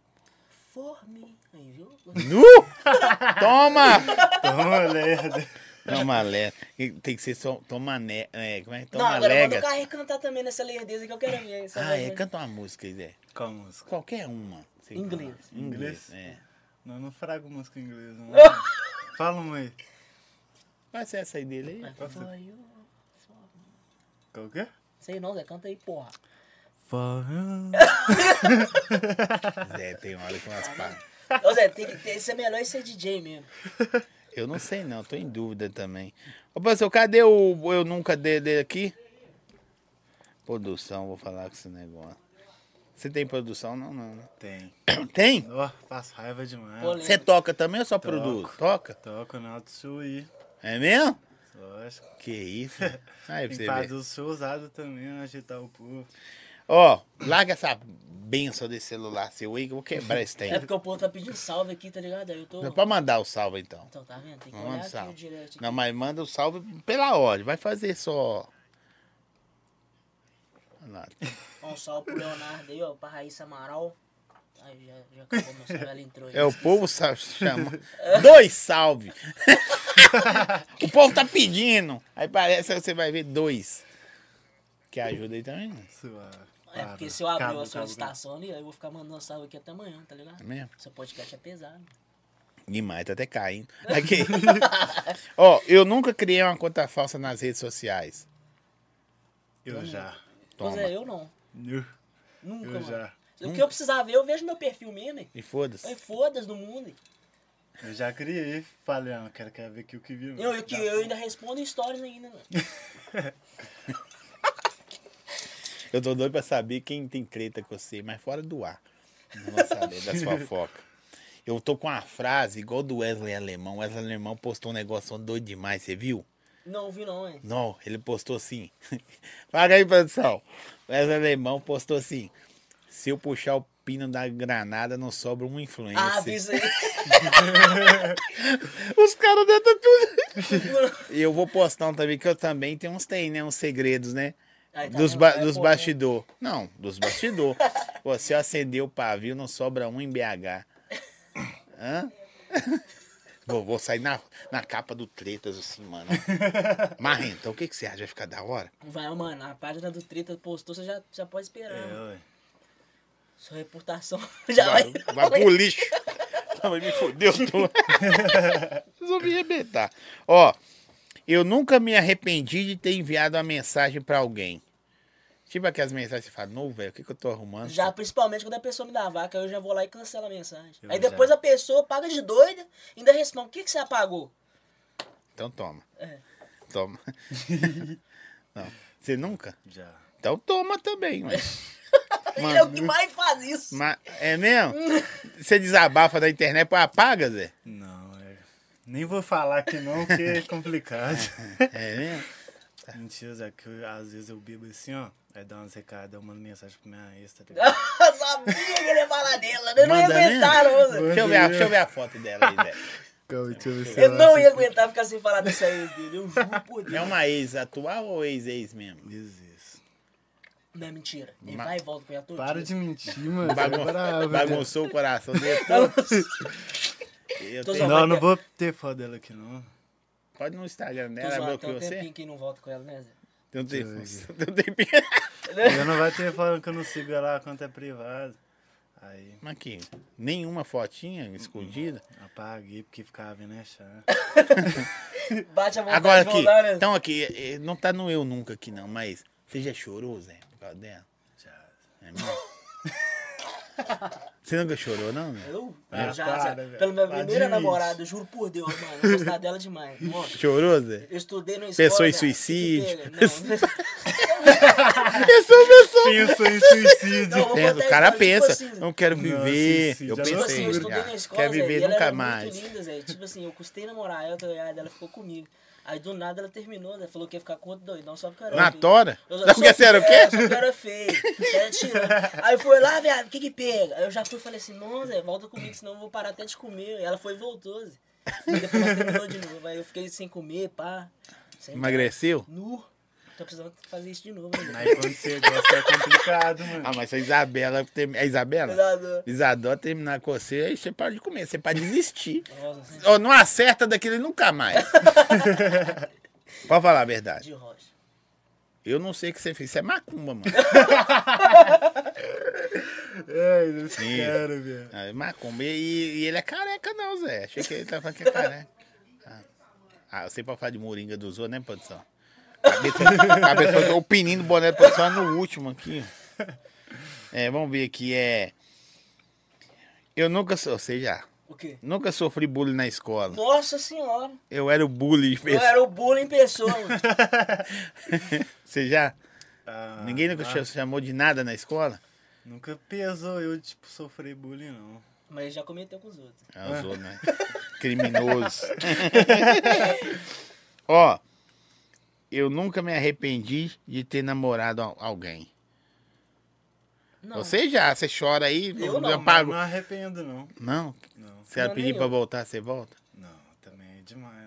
S2: for me. Aí, viu?
S1: Nu! Toma!
S3: Toma, lerda.
S1: Toma lega. Tem que ser só. Toma ne... é, Como é que
S2: não,
S1: toma
S2: agora manda
S1: lega?
S2: o Carré cantar também nessa lerdeza que eu quero ver. essa
S1: Ah,
S2: voz,
S1: é.
S2: né?
S1: Canta uma música aí, Zé.
S3: Qual música?
S1: Qualquer uma. Você canta.
S2: Inglês.
S1: Inglês.
S3: Inglês?
S1: É.
S3: Não, não frago música em inglês, não. Fala uma aí.
S1: Vai ser essa aí dele aí?
S2: For you, for me.
S3: Qual que é?
S2: Sei não, Zé, canta aí, porra.
S1: Zé, tem hora que umas pá.
S2: Ô, Zé, tem que ter, isso é melhor isso ser DJ mesmo.
S1: Eu não sei não, tô em dúvida também. Ô, professor, cadê o Eu Nunca dele aqui? Produção, vou falar com esse negócio. Você tem produção? Não, não. né?
S3: Tem.
S1: Tem?
S3: Ó, faço raiva demais.
S2: Polêmica.
S1: Você toca também ou só produz? Toca?
S3: Toco na Auto Show aí.
S1: É mesmo?
S3: Lógico.
S1: Que isso? Aí pra
S3: Tem que
S1: você
S3: fazer
S1: ver.
S3: os shows ousados também, né? agitar o povo.
S1: Ó, larga essa benção desse celular seu aí que eu vou quebrar esse
S2: É
S1: tempo.
S2: porque o povo tá pedindo salve aqui, tá ligado? Aí eu tô.
S1: Não Pode mandar o salve então.
S2: Então, tá vendo? Tem que
S1: Manda
S2: olhar
S1: o
S2: aqui o
S1: salve.
S2: direct.
S1: Não, mas manda o salve pela hora. Vai fazer só. Olha lá.
S2: Ó, Um salve pro Leonardo aí, ó, pra Raíssa Amaral. Aí já, já acabou meu salve, ela entrou aí.
S1: É, o povo sa- chama. Dois salve. o povo tá pedindo. Aí parece que você vai ver dois. Que ajuda aí também, né?
S3: Sua.
S2: É porque se eu abrir tá a solicitação ali, aí eu vou ficar mandando salve aqui até amanhã, tá ligado?
S1: É mesmo?
S2: Seu podcast é pesado.
S1: Demais, tá até caindo. Aqui. Ó, eu nunca criei uma conta falsa nas redes sociais.
S3: Eu já.
S1: Toma.
S2: Pois é, eu não.
S3: Eu,
S2: Nunca,
S3: eu
S2: mano.
S3: já.
S2: O que eu precisar ver, eu vejo meu perfil mesmo. hein?
S1: E foda-se.
S2: Aí foda-se do mundo. hein?
S3: Eu já criei. Falei, ah, quero, quero ver aqui o que viu.
S2: Eu, eu, que, eu ainda respondo stories ainda, mano.
S1: Eu tô doido pra saber quem tem treta com você, mas fora do ar. Não vou saber das fofocas. Eu tô com uma frase igual do Wesley Alemão. O Wesley Alemão postou um negócio doido demais, você viu?
S2: Não vi não, hein?
S1: Não, ele postou assim. Paga aí, produção. Wesley Alemão postou assim. Se eu puxar o pino da granada, não sobra um influencer.
S2: Ah, vi isso aí.
S1: Os caras dentro tudo. E eu vou postar um também, que eu também tenho uns tem, né? Uns segredos, né?
S2: Aí tá
S1: dos
S2: vendo?
S1: ba
S2: Aí,
S1: dos
S2: pô,
S1: bastidor. Não, dos bastidor. Você acendeu o pavio, não sobra um em BH. Hã? Vou, vou sair na, na capa do Tretas, assim, mano. Marrenta, o que, que você acha? Vai ficar da hora?
S2: Vai, mano, a página do Treta postou, você já, já pode esperar.
S3: É,
S2: mano.
S3: ué.
S2: Sua reputação já
S1: Vai,
S2: vai.
S1: vai pro lixo. Não, mas me fodeu. Tô... Resolvi arrebentar. Ó, eu nunca me arrependi de ter enviado uma mensagem pra alguém. Tipo aquelas mensagens que você fala, não, velho, o que, que eu tô arrumando?
S2: Já, principalmente quando a pessoa me dá a vaca, eu já vou lá e cancelo a mensagem.
S3: Eu
S2: aí
S3: já.
S2: depois a pessoa paga de doida, ainda responde, o que, que você apagou?
S1: Então toma.
S2: É.
S1: Toma. não. Você nunca?
S3: Já.
S1: Então toma também, ué.
S2: Ele é o
S1: Mano,
S2: que mais faz isso.
S1: ma- é mesmo? Você desabafa da internet, pô, apaga, Zé?
S3: Não, é. Nem vou falar que não, porque é complicado.
S1: É mesmo?
S3: Mentira, Zé, que eu- às vezes eu bebo assim, ó. Aí dá umas recadas, eu mando mensagem pra minha ex, tá ligado?
S2: Sabia que ele ia falar dela, né? Não ia
S1: Manda mesmo?
S2: aguentar, não. Zé.
S1: Deixa eu, ver a, deixa eu ver a foto dela aí, Zé.
S3: Calma, deixa ver se
S2: Eu
S3: ela
S2: não ia
S3: aceita.
S2: aguentar ficar sem falar dessa ex dele, eu juro por
S1: É
S2: Deus.
S1: uma ex atual ou ex-ex mesmo?
S3: Jesus.
S2: Não é mentira. Ele
S1: Ma-
S2: vai e volta com ela todo
S3: Para
S2: dia.
S3: de mentir, mano. Você
S1: Bagun-
S3: é bravo, Zé.
S1: Bagunçou o coração dele todo. Eu
S2: Tô
S1: tenho...
S2: zoando.
S3: Não, não vou ter foto dela aqui, não.
S1: Pode no Instagram
S2: Tô
S1: dela, ela
S2: zoando, tem
S1: bloqueou
S2: um
S1: você? é?
S2: tempinho que não volta com ela, né, Zé?
S1: Tem um tempo.
S3: Deixa
S1: Tem um tempinho.
S3: Eu não vai ter foto que eu não sigo ela, a conta é privada. Aí,
S1: Mas aqui, nenhuma fotinha escondida.
S3: apaguei porque ficava vendo a chá.
S2: Bate a vontade
S1: Agora
S2: de
S1: aqui,
S2: voltar, né?
S1: então aqui, eh, não tá no eu nunca aqui não, mas você já chorou, Zé, por causa dela?
S3: Já.
S1: É mesmo? você nunca chorou, não, né?
S2: Eu?
S3: Ah,
S2: eu já,
S3: para,
S2: já-
S3: velho.
S2: pela minha
S3: Para de
S2: primeira
S3: isso.
S2: namorada, eu juro por Deus, mano. Eu gostava dela demais. Mano,
S1: Chorou, Zé?
S2: eu estudei no escola.
S1: Pensou em
S2: velho,
S1: suicídio?
S2: fiquei- Não. é
S1: Eu sou pessoa.
S3: Pensa em suicídio.
S2: Não, vou
S1: Pensa,
S2: botar
S1: o cara
S2: isso aí, tipo
S1: pensa,
S2: assim,
S1: não quero viver.
S3: Nossa,
S1: eu
S3: já
S2: Tipo assim,
S1: pensei,
S2: eu
S3: loucura,
S2: estudei
S1: cara,
S2: na escola,
S1: quer
S2: Zé, e
S1: viver
S2: ela
S1: nunca
S2: era
S1: mais.
S2: muito linda, Zé. Tipo assim, eu custei namorar ela, tá ligado? Ela ficou comigo. Aí do nada ela terminou, Zé. Falou que ia ficar com outro doidão, só porque eu era
S1: Na
S2: feio.
S1: tora?
S2: Eu-
S1: Sabe porque
S2: só-
S1: você era o
S2: é,
S1: quê?
S2: Só porque eu era feio. Ela tirou. Aí foi lá, viado, o que que pega? Aí eu já fui e falei assim, não, Zé, volta comigo, senão eu vou parar até de comer. E ela foi e voltou, Zé. E depois ela terminou de novo. Aí eu fiquei sem comer, pá. Sem
S1: Emagreceu?
S2: Nu. Tô precisando fazer isso de novo, né? Zé?
S3: Aí quando você gosta é complicado, mano.
S1: Ah, mas a Isabela. tem- É Isabela?
S2: Cuidado.
S1: Isadora terminar com você, aí você para de comer, você para de desistir.
S2: Rosa, assim,
S1: Ó, não acerta daquele nunca mais. Pode falar a verdade.
S2: de rocha.
S1: Eu não sei o que você fez. Isso é macumba, mano.
S3: Ai, esse
S1: Sim.
S3: cara, velho.
S1: Ah, é macumba. E, e ele é careca, não, Zé. Achei que ele tava falando que é careca. Ah. Ah, eu sei pra falar de moringa dos outros, né, produção? Cabeça, cabeça, é o pininho do boné do produção é no último aqui. ó. É, vamos ver aqui. É. Eu nunca. so- Ou seja,
S2: O quê?
S1: nunca sofri bullying na escola.
S2: Nossa senhora.
S1: Eu era o bullying de
S2: Eu
S1: pessoa.
S2: era o bullying em pessoa, mano.
S1: Você já?
S3: Ah,
S1: Ninguém nunca
S2: tá.
S3: ah,
S1: te chamou de nada na escola?
S3: Nunca pesou eu, tipo, sofrer bullying, não.
S2: Mas já cometeu com os outros.
S1: Ah, usou, né? Criminoso. Ó, eu nunca me arrependi de ter namorado al- alguém.
S2: Não.
S1: Você já, você chora aí,
S2: Eu não,
S1: eu
S3: Não,
S1: pago.
S3: não arrependo, não.
S1: Não,
S3: Não,
S1: se ela
S2: Não,
S1: pedir
S2: nem
S1: pra
S2: eu.
S1: voltar, você volta?
S3: não, também é demais.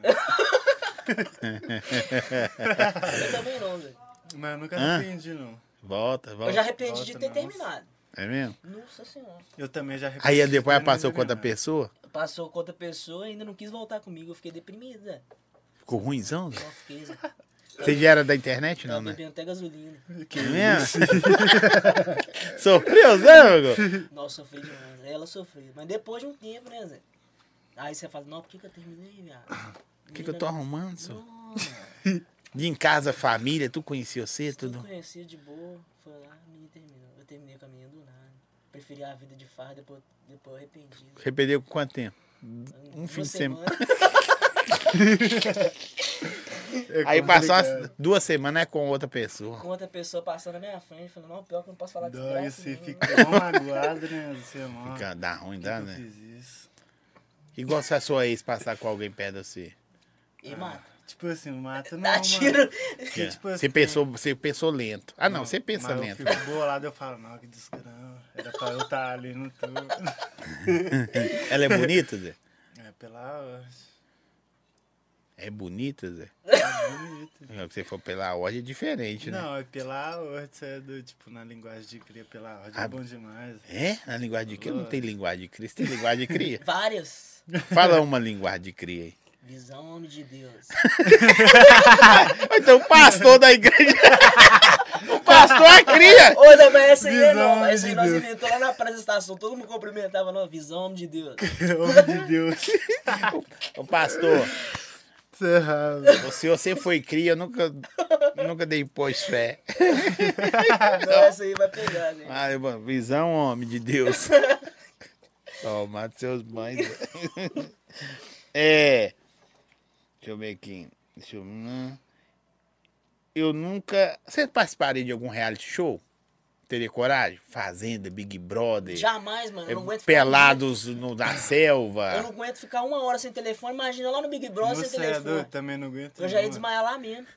S2: Eu também não, velho.
S3: Mas eu nunca
S1: Hã?
S3: arrependi, não.
S1: Volta, volta.
S2: Eu já arrependi de
S3: volta,
S2: ter
S3: não.
S2: terminado.
S1: É mesmo?
S2: Nossa senhora.
S3: Eu também já arrependi.
S1: Aí é
S3: de
S1: depois
S3: ter
S1: ela passou
S3: me
S1: com outra
S3: envenenado.
S1: pessoa?
S2: Passou com outra pessoa e ainda não quis voltar comigo. Eu fiquei deprimida.
S1: Ficou ruimzão? Zé?
S2: Não fiquei. Zé.
S1: Você já era da internet, não,
S2: Tava
S1: né?
S2: bebendo até gasolina.
S1: É mesmo? Sofreu, Zé? meu?
S2: Nossa, sofri demais. Ela sofreu. Mas depois de um tempo, né, Zé? Aí você fala, não, por que, que eu terminei, viado?
S1: O que, que eu tô arrumando, senhor?
S2: Nossa,
S1: De em casa, família, tu conhecia você,
S2: tudo
S1: tudo?
S2: conhecia de boa. Foi lá, a menina terminou. Eu terminei com a menina do nada. Preferi a vida de farra, depois, depois arrependi. Zé.
S1: Arrependeu com quanto tempo? Um
S2: Uma
S1: fim de semana.
S3: É
S1: Aí passou umas
S3: complicado.
S1: duas semanas é com outra pessoa.
S2: Com outra pessoa passando na minha frente, falando, não, pior que eu não posso falar disso.
S3: Dói, você fica magoado, né? Você morre.
S1: Fica, dá ruim,
S3: Por que
S1: dá,
S3: que eu
S1: né?
S3: fiz isso?
S1: Igual se a sua ex passar com alguém perto de você.
S2: E mata.
S3: Tipo assim, mata não,
S2: Dá
S3: mano.
S2: tiro.
S3: Porque, tipo
S1: você,
S3: assim,
S1: pensou, você pensou lento. Ah, não, você pensa
S3: mas é um
S1: lento.
S3: Eu fico bolado, eu falo, não, que desgrama. Era pra eu estar ali no turno.
S1: Ela é bonita, Zé?
S3: É pela ordem.
S1: É bonita, Zé?
S3: É bonito.
S1: Se você for pela ordem, é diferente, né?
S3: Não, é pela ordem, você é do, tipo, na linguagem de cria, pela ordem
S1: Ah,
S3: é bom demais.
S1: É? Na linguagem de cria? Não tem linguagem de cria. Você tem linguagem de cria?
S2: Várias.
S1: Fala uma linguagem de cria aí.
S2: Visão, homem de Deus.
S1: Ou Então, o pastor da igreja... o pastor é cria!
S2: Ô, Zé, mas essa aí é
S3: Visão,
S2: não.
S3: homem
S2: Essa aí
S3: de
S2: nós
S3: Deus.
S2: inventou lá na apresentação. Todo mundo cumprimentava, não. Visão, homem de Deus.
S3: Homem de Deus.
S1: Ô, pastor,
S3: Você é errado.
S1: se você foi cria, eu nunca, nunca dei pôs fé.
S2: Não, essa aí vai pegar, gente.
S1: Ah, eu- visão, homem de Deus. Toma seus banhos. é. Deixa eu ver aqui. Deixa eu. hum. Eu nunca. Você participaria de algum reality show? Teria coragem? Fazenda, Big Brother.
S2: Jamais, mano.
S1: é,
S2: Eu não aguento
S1: pelados no, na
S2: Ficar, eu
S1: selva.
S2: não aguento ficar uma hora sem telefone. Imagina lá no Big Brother sem
S3: Nossa, é
S2: telefone.
S3: doido, também não aguento.
S2: Eu já ia
S3: não, mano.
S2: desmaiar lá mesmo.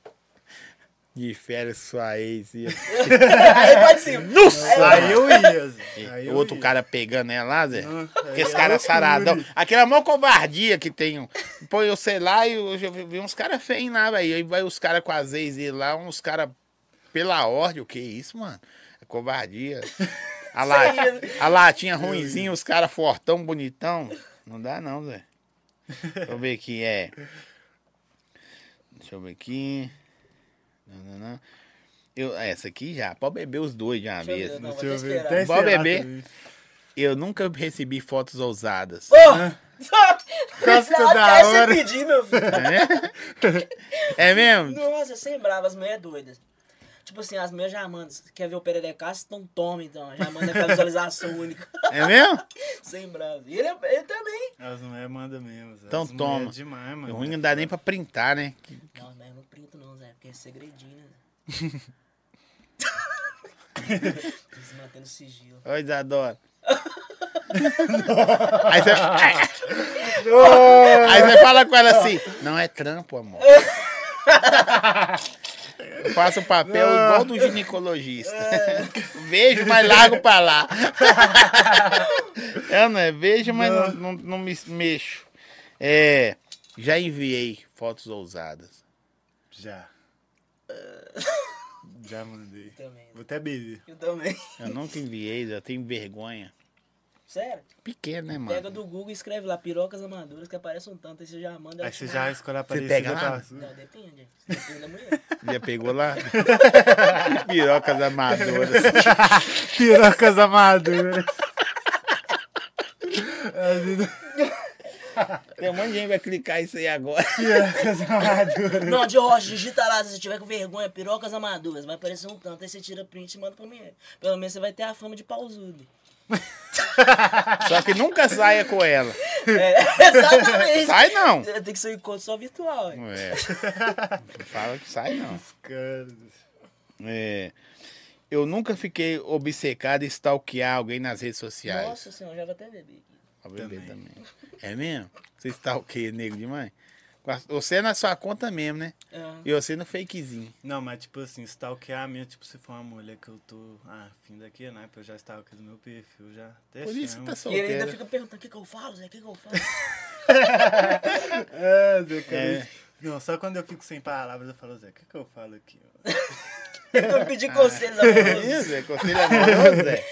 S1: De férias com sua ex. ia-
S2: aí pode sim. É,
S1: Nossa!
S3: Aí eu ia, Zé. Aí eu
S1: É. outro
S3: ia.
S1: cara pegando ela, Zé.
S3: Não, aí
S1: Porque esse
S3: é
S1: cara
S3: loucura.
S1: saradão. Aquela é maior covardia que tem. um- Pô, eu sei lá, e eu já vi vi uns caras feios lá, velho. Aí vai os caras com as ex e lá, uns caras pela ordem. O que é isso, mano? É covardia. A, la...
S3: é
S1: a latinha ruimzinha, os caras fortão, bonitão. Não dá não, Zé. Deixa eu ver aqui, é. Deixa eu ver aqui. Não, não, não. Eu, essa aqui já, pode beber os dois de uma
S2: Deixa eu
S1: vez. né?
S2: ver, não.
S3: Deixa eu
S2: Vou
S3: ver.
S2: até
S1: esperar.
S3: até sei lá
S1: Bom bebê.
S3: também.
S1: Eu nunca recebi fotos ousadas.
S2: Pô!
S3: Gosto
S2: Até
S3: da
S2: você
S3: hora.
S2: pedir, meu filho.
S1: né? É, é mesmo?
S2: Nossa, sem brava, as mulheres doidas. Tipo assim, as mulheres já mandam. se Quer ver o Pererecaço? Então toma, então. Já manda aquela visualização única.
S1: É mesmo?
S2: sem brava. E ele, é- ele também.
S3: As mulheres mandam mesmo, Zé.
S1: Então
S3: As mulheres
S1: toma.
S3: É demais,
S1: O
S3: mano.
S1: ruim não dá nem pra printar, né? Que-
S2: Não, mas eu não printo não, Zé. Porque é segredinho, né? Se mantendo sigilo.
S1: Ô, Isadora. aí, você... aí você fala com ela assim, não é trampo, amor. Eu faço o papel igual do ginecologista. Vejo, mas largo pra lá. Eu não é, vejo, mas não, não, não me mexo. É, já enviei fotos ousadas.
S3: Já. Já mandei.
S2: Também.
S3: Vou até beber.
S2: Eu também.
S1: Eu nunca enviei, eu tenho vergonha.
S2: Sério?
S1: Pequeno, né,
S2: Pega
S1: mano?
S2: do Google e escreve lá, pirocas amadoras que aparecem um tanto, aí você já manda. tipo,
S3: Aí você já escolhe a
S1: pega
S3: parecida
S1: lá?
S3: pra sua.
S2: Não, depende. Depende da mulher.
S1: Já pegou lá? Pirocas amadoras.
S3: Pirocas amaduras.
S1: Tem um monte de gente que vai clicar isso aí agora.
S3: Pirocas amaduras.
S2: Não, Jorge, digita lá se você tiver com vergonha, pirocas amadoras. Vai aparecer um tanto, aí você tira print e manda pra mulher. Pelo menos você vai ter a fama de pausudo.
S1: Só que nunca saia com ela.
S2: É, exatamente.
S1: Sai não.
S2: Tem que ser um encontro só virtual. ué.
S1: É. Fala que sai não.
S3: Caras.
S1: É. Eu nunca fiquei obcecado em stalkear alguém nas redes sociais.
S2: Nossa senhora, já vou até beber aqui.
S1: Pra beber também. É mesmo? Você stalkeia nego demais? Com a- Você é na sua conta mesmo, né?
S2: É.
S1: E você no fakezinho.
S3: Não, mas tipo assim, stalkear mesmo, tipo, se for uma mulher que eu tô ah, fim daqui, né? Porque eu já stalkeio do meu perfil, já até
S1: Por isso que
S3: chamo.
S1: tá
S2: E ele ainda
S1: solteiro.
S2: fica perguntando: o que, que eu falo, Zé? O que, que eu falo?
S3: É, Zé, cara.
S1: É.
S3: Não, só quando eu fico sem palavras eu falo, Zé, o que, que eu falo aqui?
S2: eu pedi conselhos amorosos.
S1: Isso, é conselho amoroso, é.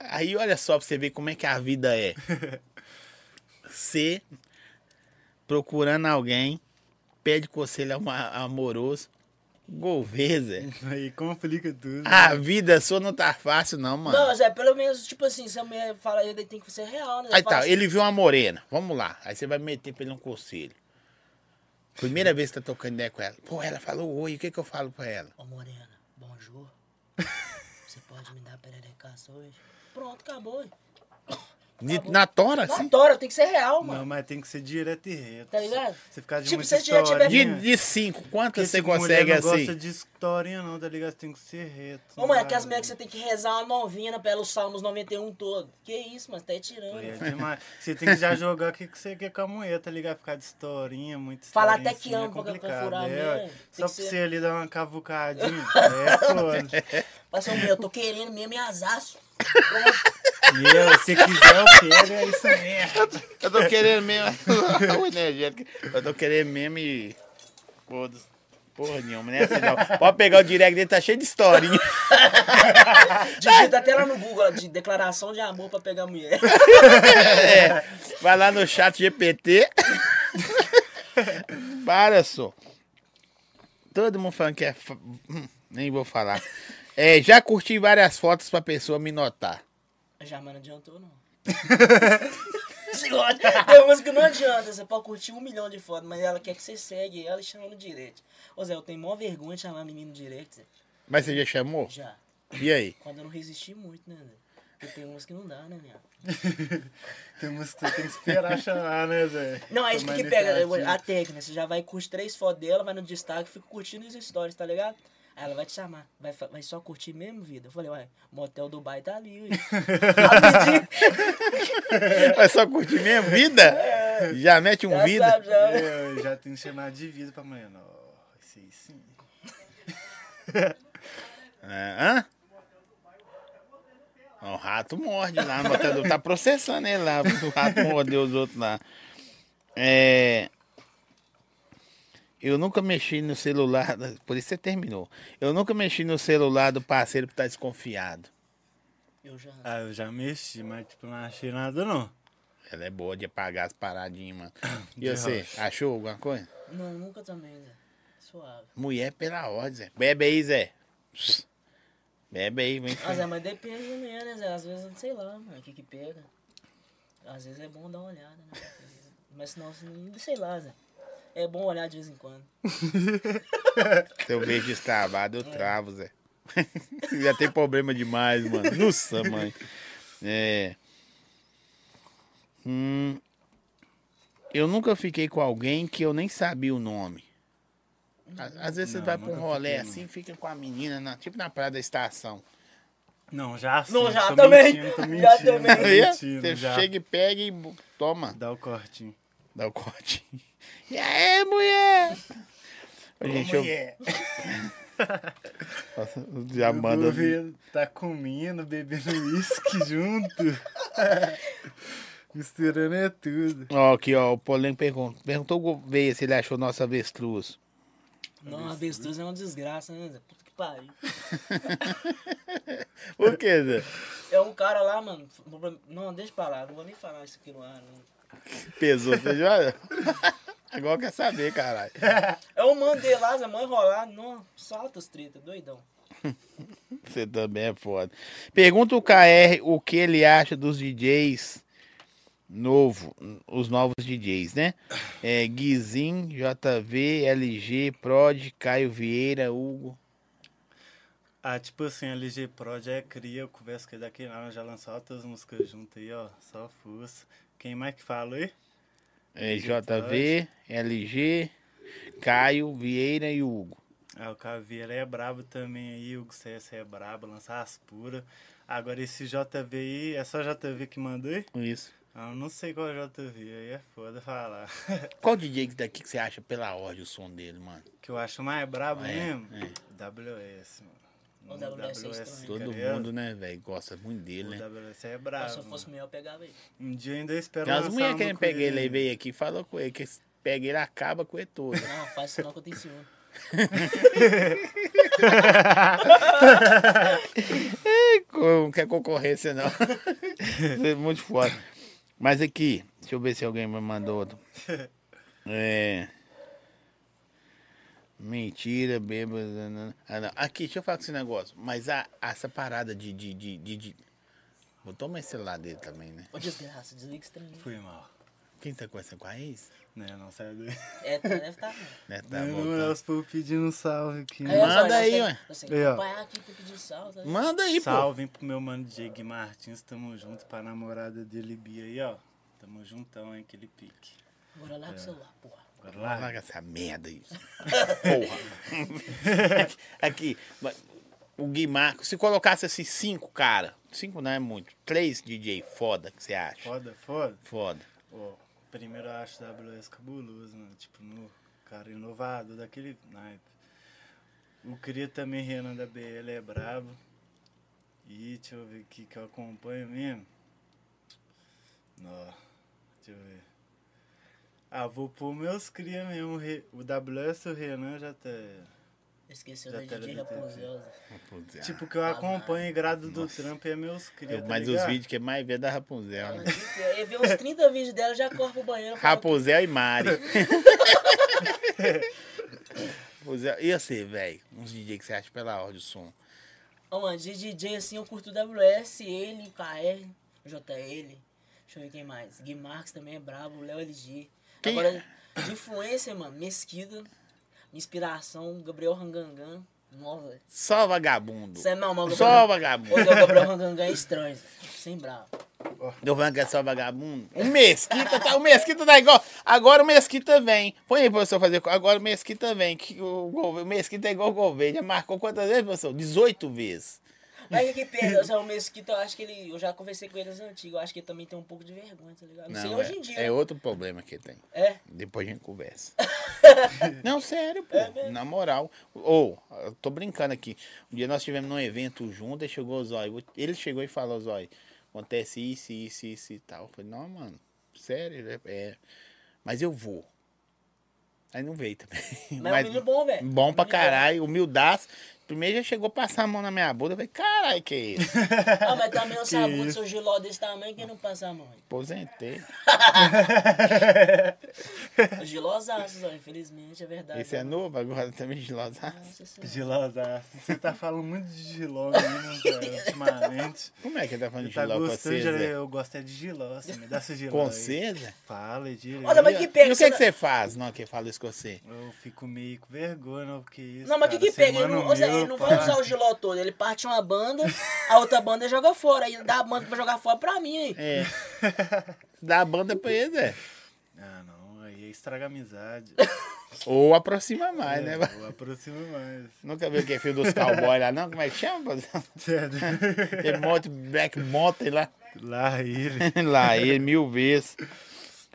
S1: Aí olha só pra você ver como é que a vida é. Você procurando alguém, pede conselho ama- amoroso, golveza.
S3: Aí complica tudo.
S1: A vida sua não tá fácil, não, mano.
S2: Não, Zé, pelo menos, tipo assim, se a mulher fala, ele tem que ser real, né?
S1: Aí
S2: Fala
S1: tá,
S2: assim,
S1: ele viu uma morena. Vamos lá. Aí você vai meter pra ele um conselho. Primeira vez que tá tocando ideia com ela. Pô, ela falou oi, o que que eu falo pra ela?
S2: Ô Morena, bonjour. Você pode me dar pererecaço hoje? Pronto, acabou. hein?
S1: De- na tora,
S2: Na
S1: assim?
S2: tora, tem que ser real,
S3: Não,
S2: mano.
S3: mas tem que ser direto e reto.
S2: Tá ligado?
S3: Você ficar de
S2: Tipo,
S3: muita
S2: se você já tiver-
S3: historinha.
S1: De, de cinco,
S3: Porque,
S1: quantas você
S3: tipo, mulher
S1: consegue
S3: não gosta
S1: assim?
S3: de historinha não, tá ligado? Você tem que ser reto.
S2: Ô, mano, aquelas
S3: as
S2: mulheres que você tem que rezar uma novena pelos Salmos 91 todo. Que isso, mano, você tá aí tirando.
S3: É demais. Você tem que já jogar o que que você quer com a mulher, tá ligado? Ficar de historinha, muito
S2: Falar
S3: historinha, assim,
S2: até que ama pra- pra furar a
S3: é,
S2: mulher.
S3: ué.
S2: Tem
S3: Só
S2: que
S3: pra
S2: ser-
S3: você ali dar uma cavucadinha. é, pô.
S2: Passa mulher, eu tô querendo mesmo e asaço.
S3: Meu, se quiser, eu pego, é isso mesmo.
S1: Eu tô querendo mesmo. o energético. Eu tô querendo mesmo e. Foda-se. Porra nenhuma, né? Assim, não. Pode pegar o direct dele, tá cheio de historinha.
S2: Digita até lá no Google, ó, de declaração de amor pra pegar mulher.
S1: É. Vai lá no chat GPT. Para, só. Todo mundo falando que é. fa- hum, Nem vou falar. É, já curti várias fotos pra pessoa me notar.
S2: Já, mas não adiantou, não. Senhora, Tem umas que não adianta, você pode curtir um milhão de fotos, mas ela quer que você segue ela e chama no direct. Ô Zé, eu tenho maior vergonha de chamar menino no direct, Zé.
S1: Mas você já chamou?
S2: Já.
S1: E aí?
S2: Quando eu não resisti muito, né, Zé? Porque tem umas que não dá, né, minha?
S3: Tem música que você tem que esperar chamar, né, Zé?
S2: Não, é isso
S3: Tomar
S2: que que pega
S3: iniciativa.
S2: a técnica. Você já vai com os três fotos dela, vai no destaque, fica curtindo os stories, tá ligado? Aí ela vai te chamar. Vai, fa- vai só curtir mesmo, vida? Eu falei, ué, motel Dubai tá ali, ué. Rapidinho.
S1: Vai É só curtir minha vida? Já mete um
S2: Já
S1: vida?
S2: sabe, já.
S3: Eu já tenho que chamar de vida pra amanhã. Ó, Isso aí sim.
S1: Ah, hã? O rato morde lá no motel do... Tá processando ele lá. O rato mordeu os outros lá. É... Eu nunca mexi no celular... da- Por isso você terminou. Eu nunca mexi no celular do parceiro que tá desconfiado.
S2: Eu já.
S3: Ah, eu já mexi, mas tipo, não achei nada não.
S1: Ela é boa de apagar as paradinhas, mano. E
S3: De
S1: você, achou alguma coisa?
S2: Não, nunca também, Zé. Suave.
S1: Mulher pela ordem, Zé. Bebe aí, Zé. Bebe aí, vem.
S2: Ah, Zé, mas depende da mulher, né, Zé? Às vezes, eu não sei lá, mano, o que que pega. Às vezes é bom dar uma olhada, né? Mas senão, senão, sei lá, Zé. É bom olhar de vez em quando.
S1: Se eu vejo destravado, eu
S3: É.
S1: travo, Zé. Já tem problema demais, mano. Nossa, mãe. É. Hum, eu nunca fiquei com alguém que eu nem sabia o nome. Às, às vezes você
S3: Não,
S1: vai pra um
S3: nunca
S1: rolê
S3: fiquei, não.
S1: assim, fica com a menina, na- tipo na praia da estação.
S3: Não, já assim,
S2: Não, já
S3: tô
S2: também.
S3: Mentindo, tô mentindo,
S2: Já
S3: tô
S2: também.
S1: Aí,
S3: Tá
S1: é,
S3: mentindo,
S1: Você
S3: já.
S1: chega e pega e bu- toma.
S3: Dá o cortinho.
S1: Dá o corte. E aí, mulher? Ô, gente, eu, já manda.
S3: O governo tá comendo, bebendo uísque junto. Misturando é tudo.
S1: Ó, aqui, ó, o Polenco perguntou, perguntou o Gouveia se ele achou nosso avestruz.
S2: Não, avestruz é uma desgraça, né? Zé? Puta que pariu.
S1: O que, Zé?
S2: É um cara lá, mano. Não, deixa pra lá, não vou nem falar isso aqui no ar. Não.
S1: Pesou, você já... Agora quer saber, caralho.
S2: É o Mandelaza, mãe rolar, não, salta os treta, doidão.
S1: Você também é foda. Pergunta o KR o que ele acha dos DJs novo, os novos DJs, né? É, Guizin, JV, LG, Prod, Caio Vieira, Hugo.
S3: Ah, tipo assim, a LG Prod é cria, eu converso com ele daqui lá, nós já lançou outras músicas junto aí, ó. Só força. Quem mais que fala aí?
S1: É, JV, LG, Caio, Vieira e Hugo.
S3: Ah, o Caveira é brabo também aí, o Hugo CS é brabo, lançar as puras. Agora esse JV aí, é só JV que mandou aí?
S1: Isso.
S3: Ah, eu não sei qual é o JV, aí é foda falar.
S1: Qual DJ daqui que você acha pela ordem o som dele, mano?
S3: que eu acho mais brabo
S1: É,
S3: mesmo?
S1: é.
S3: WS,
S2: O
S3: mano.
S2: WS é estranho.
S1: Todo
S3: cara, é-
S1: mundo, né, velho, gosta muito
S3: O
S1: dele, né?
S3: WS é
S2: Mas
S3: brabo.
S2: se eu fosse
S3: mano.
S2: meu, eu pegava ele.
S3: Um dia eu ainda espero
S1: Tem umas
S3: lançar
S1: mulheres
S3: uma
S1: querendo
S3: com
S1: pegar ele aí,
S3: ele.
S1: veio aqui e falou com ele, que se pega ele acaba com ele todo.
S2: Não, faz isso não que eu tenho ciúme.
S1: Co- não quer concorrência, não. Isso é muito foda. Mas aqui, deixa eu ver se alguém me mandou outro. É. Mentira, bêbado. nanana. Ah, não. Aqui, deixa eu falar com esse negócio. Mas a, essa parada de. de, de, de, de... Vou tomar esse celular dele também, né?
S2: Ô, desgraça, desliga esse trem.
S3: Fui mal.
S1: Quem tá conversando com a ex?
S3: Né, não sai daí.
S2: É, tá- deve estar.
S1: Né,
S3: Tá
S1: tá
S3: não,
S1: voltando.
S3: elas foram pedindo um salve aqui.
S1: É, Manda aí, ué.
S2: Assim,
S3: Aí, ó.
S2: pai aqui tem que pedir sal, tá?
S1: Manda aí, pô.
S3: Salve pro meu mano Diego Martins, tamo junto pra namorada dele Bia aí, ó. Tamo juntão, hein, aquele pique.
S2: Bora lá pro celular, porra.
S3: Agora lá.
S1: Larga essa merda aí. Porra. Aqui, mas o Gui Marco, se colocasse assim cinco, cara. Cinco não é muito. Três DJ foda que você acha.
S3: Foda, foda.
S1: Foda.
S3: Ó, primeiro eu acho WS cabuloso, mano. Tipo, no cara inovado daquele naipe. O Cria também, Renan da BL, é brabo. E deixa eu ver aqui que eu acompanho mesmo. Nó, deixa eu ver. Ah, vou pôr meus cria mesmo. o Re- O WS e o Renan já tá.
S2: Esqueceu
S3: Já
S2: da
S3: tá
S2: DJ
S3: ali, tá ali.
S2: Rapunzel.
S1: Rapunzel.
S3: Tipo, que eu acompanho grado do trampo e é meus cria.
S1: É,
S3: tá
S1: mas os
S3: ligado?
S1: vídeos que mais vê é da Rapunzel, né?
S2: Ele vê uns 30 vídeos dela, já corre pro banheiro. fala,
S1: Rapunzel e Mari. Rapunzel- E você, velho? Uns DJ que você acha pela ordem do som.
S2: Ô, mano, de DJ assim, eu curto WS, ele, KR, JL. Deixa eu ver quem mais. Gui Marques também é brabo, Léo LG.
S1: Quem é?
S2: Agora, de influência, mano, Mesquita, inspiração, Gabriel Rangangan. Nossa, velho.
S1: Só vagabundo.
S2: Você é normal,
S1: Só
S2: Gabriel. Ô,
S1: vagabundo.
S2: Gabriel Rangangan é estranho, Zé. sem brabo.
S1: Eu falando que é só vagabundo. O Mesquita tá. O Mesquita tá igual. Agora o Mesquita vem. Põe aí, professor, fazer. Agora o Mesquita vem. Que o, Golve- o Mesquita é igual o Gouveia. Já marcou quantas vezes, professor? 18 vezes.
S2: Mas que pena, Zé, o Mesquita, eu acho que ele. Eu já conversei com ele nas antigas, eu acho que ele também tem um pouco de vergonha, tá ligado? Não, sei
S1: é,
S2: hoje em dia.
S1: é outro problema que tem.
S2: É.
S1: Depois a gente conversa. Não, sério, pô. Na moral. Ou, eu tô brincando aqui. Um dia nós tivemos num evento junto e chegou o Zóio. Ele chegou e falou, Zóio, acontece isso, isso, isso e tal. Eu falei, não, mano, sério, é- é. Mas eu vou. Aí não veio também.
S2: Mas, é um menino bom, velho.
S1: Bom pra
S2: Menino
S1: caralho, humildaço. Primeiro já chegou a passar a mão na minha bunda. Eu falei, caralho, que isso?
S2: Ah, mas também eu sabudo,
S3: isso.
S2: seu giló desse tamanho, quem não passa a mão? hein?
S1: Aposentei.
S2: Gilosaços, ó, infelizmente, é verdade.
S1: Esse é novo, agora também de Los Angeles.
S2: Nossa senhora.
S3: Gilosa, você tá falando muito de Giló mesmo, cara, ultimamente.
S1: Como é que ele tá falando
S3: Ele
S1: de
S3: tá
S1: Giló com
S3: gostando, já-
S1: César?
S3: eu gosto é de né? Giló, você me dá seu Giló.
S1: Com
S3: aí.
S1: César?
S3: Fala, é Edílio.
S2: Olha, mas que
S1: E
S2: pega?
S1: o que, que você faz, não, que fala isso com você?
S3: Eu fico meio com vergonha, não, porque isso.
S2: Não, mas o que
S3: cara,
S2: que
S3: ser
S2: pega? Ele
S3: humano
S2: não, ou seja,
S3: meu,
S2: ele não
S3: pá.
S2: vai usar o giló todo, ele parte uma banda, a outra banda joga fora, aí dá a banda pra jogar fora pra mim, hein?
S1: É. Dá a banda pra é. ele, Zé.
S3: Ah, não, aí ia estragar a amizade.
S1: Ou aproxima mais,
S2: É.
S1: né?
S3: Ou aproxima mais.
S1: Nunca viu aquele filme dos cowboys lá, não? Como é que chama? Tem um Monte Black Mountain lá.
S3: Lá ele.
S1: lá ele, mil vezes.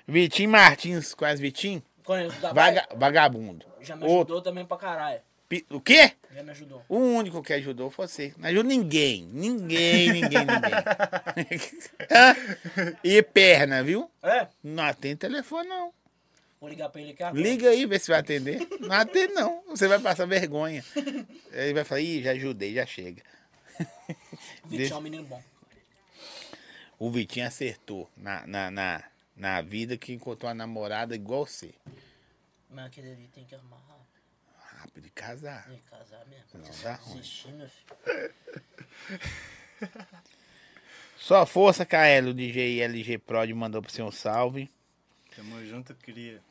S1: Vitinho Martins, quase Vitinho?
S2: Conheço da
S1: Vaga- vagabundo.
S2: tá Já me
S1: Outro.
S2: ajudou também pra caralho.
S1: Pi- O quê?
S2: Já me ajudou.
S1: O único que ajudou foi você. Não ajudou ninguém. Ninguém, ninguém, ninguém. Hã? e perna, viu?
S2: É?
S1: Não atende telefone, não.
S2: Vou ligar pra ele aqui agora.
S1: Liga aí, vê se vai atender. Não atende, não. Você vai passar vergonha. Aí vai falar, ih, já ajudei, já chega.
S2: Vitinho é um menino bom.
S1: O Vitinho acertou na, na, na, na vida que encontrou uma namorada igual você.
S2: Mas aquele ali tem que arrumar rápido
S1: Rápido de casar.
S2: e casar mesmo.
S1: Não,
S2: Você
S1: dá
S2: só
S1: ruim.
S2: desistir, meu filho.
S1: Só força, KL. O DJ LG Prod mandou pro seu salve.
S3: Tamo junto, cria.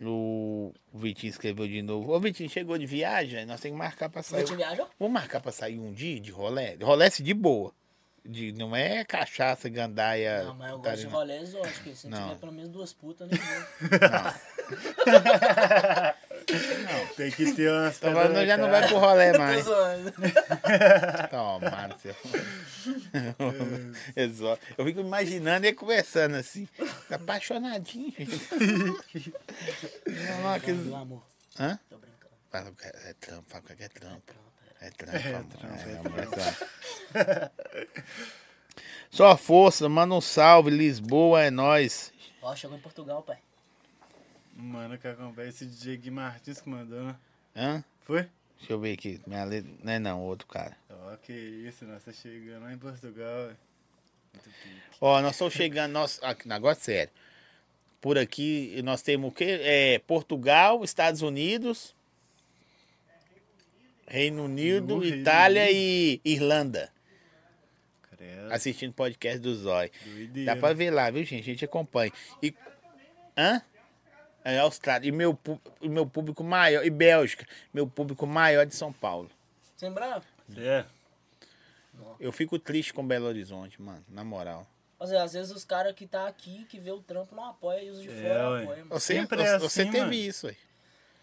S1: O Vitinho escreveu de novo. Ô, Vitinho, chegou de viagem? Nós temos que marcar pra sair.
S2: Vitinho viajou?
S1: Vamos marcar pra sair um dia de rolé? Rolé se de boa. De, não é cachaça, gandaia.
S2: Não, mas eu gosto de
S1: tarina.
S2: rolê exótico. Se não
S1: É, tá Não.
S2: tiver pelo menos duas putas, né?
S3: Tem que ter umas
S1: Então
S3: pedras
S1: nós já
S3: na
S1: não vai
S3: cara.
S1: pro rolé
S2: Tô
S1: mais.
S2: zoando.
S1: Toma, no seu. Exó- Eu fico imaginando ele conversando assim. Tá apaixonadinho. não, não,
S2: Meu
S1: aqueles-
S2: amor.
S1: Hã?
S2: Tô brincando.
S1: Fala que É trampo, fala que é trampo. É trampo,
S3: É
S1: amor,
S3: trampo,
S1: é,
S3: é
S1: amor, é
S3: trampo.
S1: trampo. Só força, manda um salve, Lisboa é nós.
S2: Ó, chegou em Portugal, pai.
S3: Mano, que acompanha esse DJ Gui Martins que mandou, né?
S1: Hã?
S3: Foi?
S1: Deixa eu ver aqui, minha letra. Não é não, outro cara.
S3: Ó, que isso, nós tá chegando lá em Portugal. ué. Muito pique.
S1: Ó, nós estamos chegando, nós, aqui, negócio sério. Por aqui nós temos o quê? É, Portugal, Estados Unidos, Reino Unido,
S3: Reino
S1: Itália e Irlanda,
S3: Credo.
S1: assistindo podcast do Zói. Assim, Dá
S3: Doideira.
S1: pra ver lá, viu, gente? A gente acompanha. E. Hã? É Austrália. E meu, pu- e meu público maior. E Bélgica. Meu público maior de São Paulo.
S2: Você é bravo?
S3: É.
S1: Eu fico triste com Belo Horizonte, mano. Na moral.
S2: Ou seja, às vezes os caras que tá aqui, que vê o trampo, não apoia e os de
S3: É,
S2: fora
S3: ué.
S2: apoiam. mano.
S1: Você,
S3: Sempre
S1: você,
S3: é
S1: você
S3: assim,
S1: teve
S3: mano.
S1: isso aí.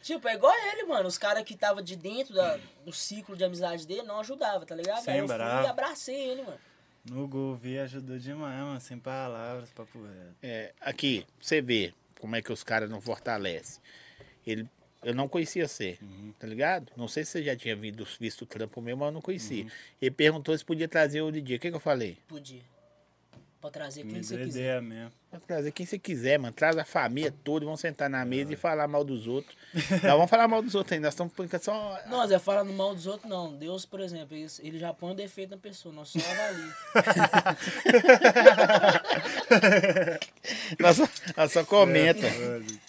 S2: Tipo, é igual ele, mano. Os caras que tava de dentro da- do ciclo de amizade dele não ajudava, tá ligado?
S3: Sem
S2: Aí eu fui
S3: bravo.
S2: e abracei ele, mano.
S3: No Gol V ajudou demais, mano. Sem palavras, papo reto.
S1: É, aqui, pra você vê como é que os caras não fortalecem. Ele, eu não conhecia você, tá ligado? Não sei se você já tinha vindo, visto o trampo mesmo, mas eu não conhecia. Ele perguntou se podia trazer o DJ. O que, que eu falei?
S2: Podia. Pra trazer quem
S3: Me
S2: você
S3: deu
S2: quiser.
S3: ideia mesmo.
S1: Pode trazer quem você quiser, mano. Traz a família toda, vamos sentar na mesa e falar mal dos outros. Nós vamos falar mal dos outros ainda. Nós estamos brincando só.
S2: Não, Zé, falando mal dos outros, não. Deus, por exemplo, ele, ele já põe o defeito na pessoa, nós só avalia.
S1: Nós só, nós só comenta.
S3: Foda-se.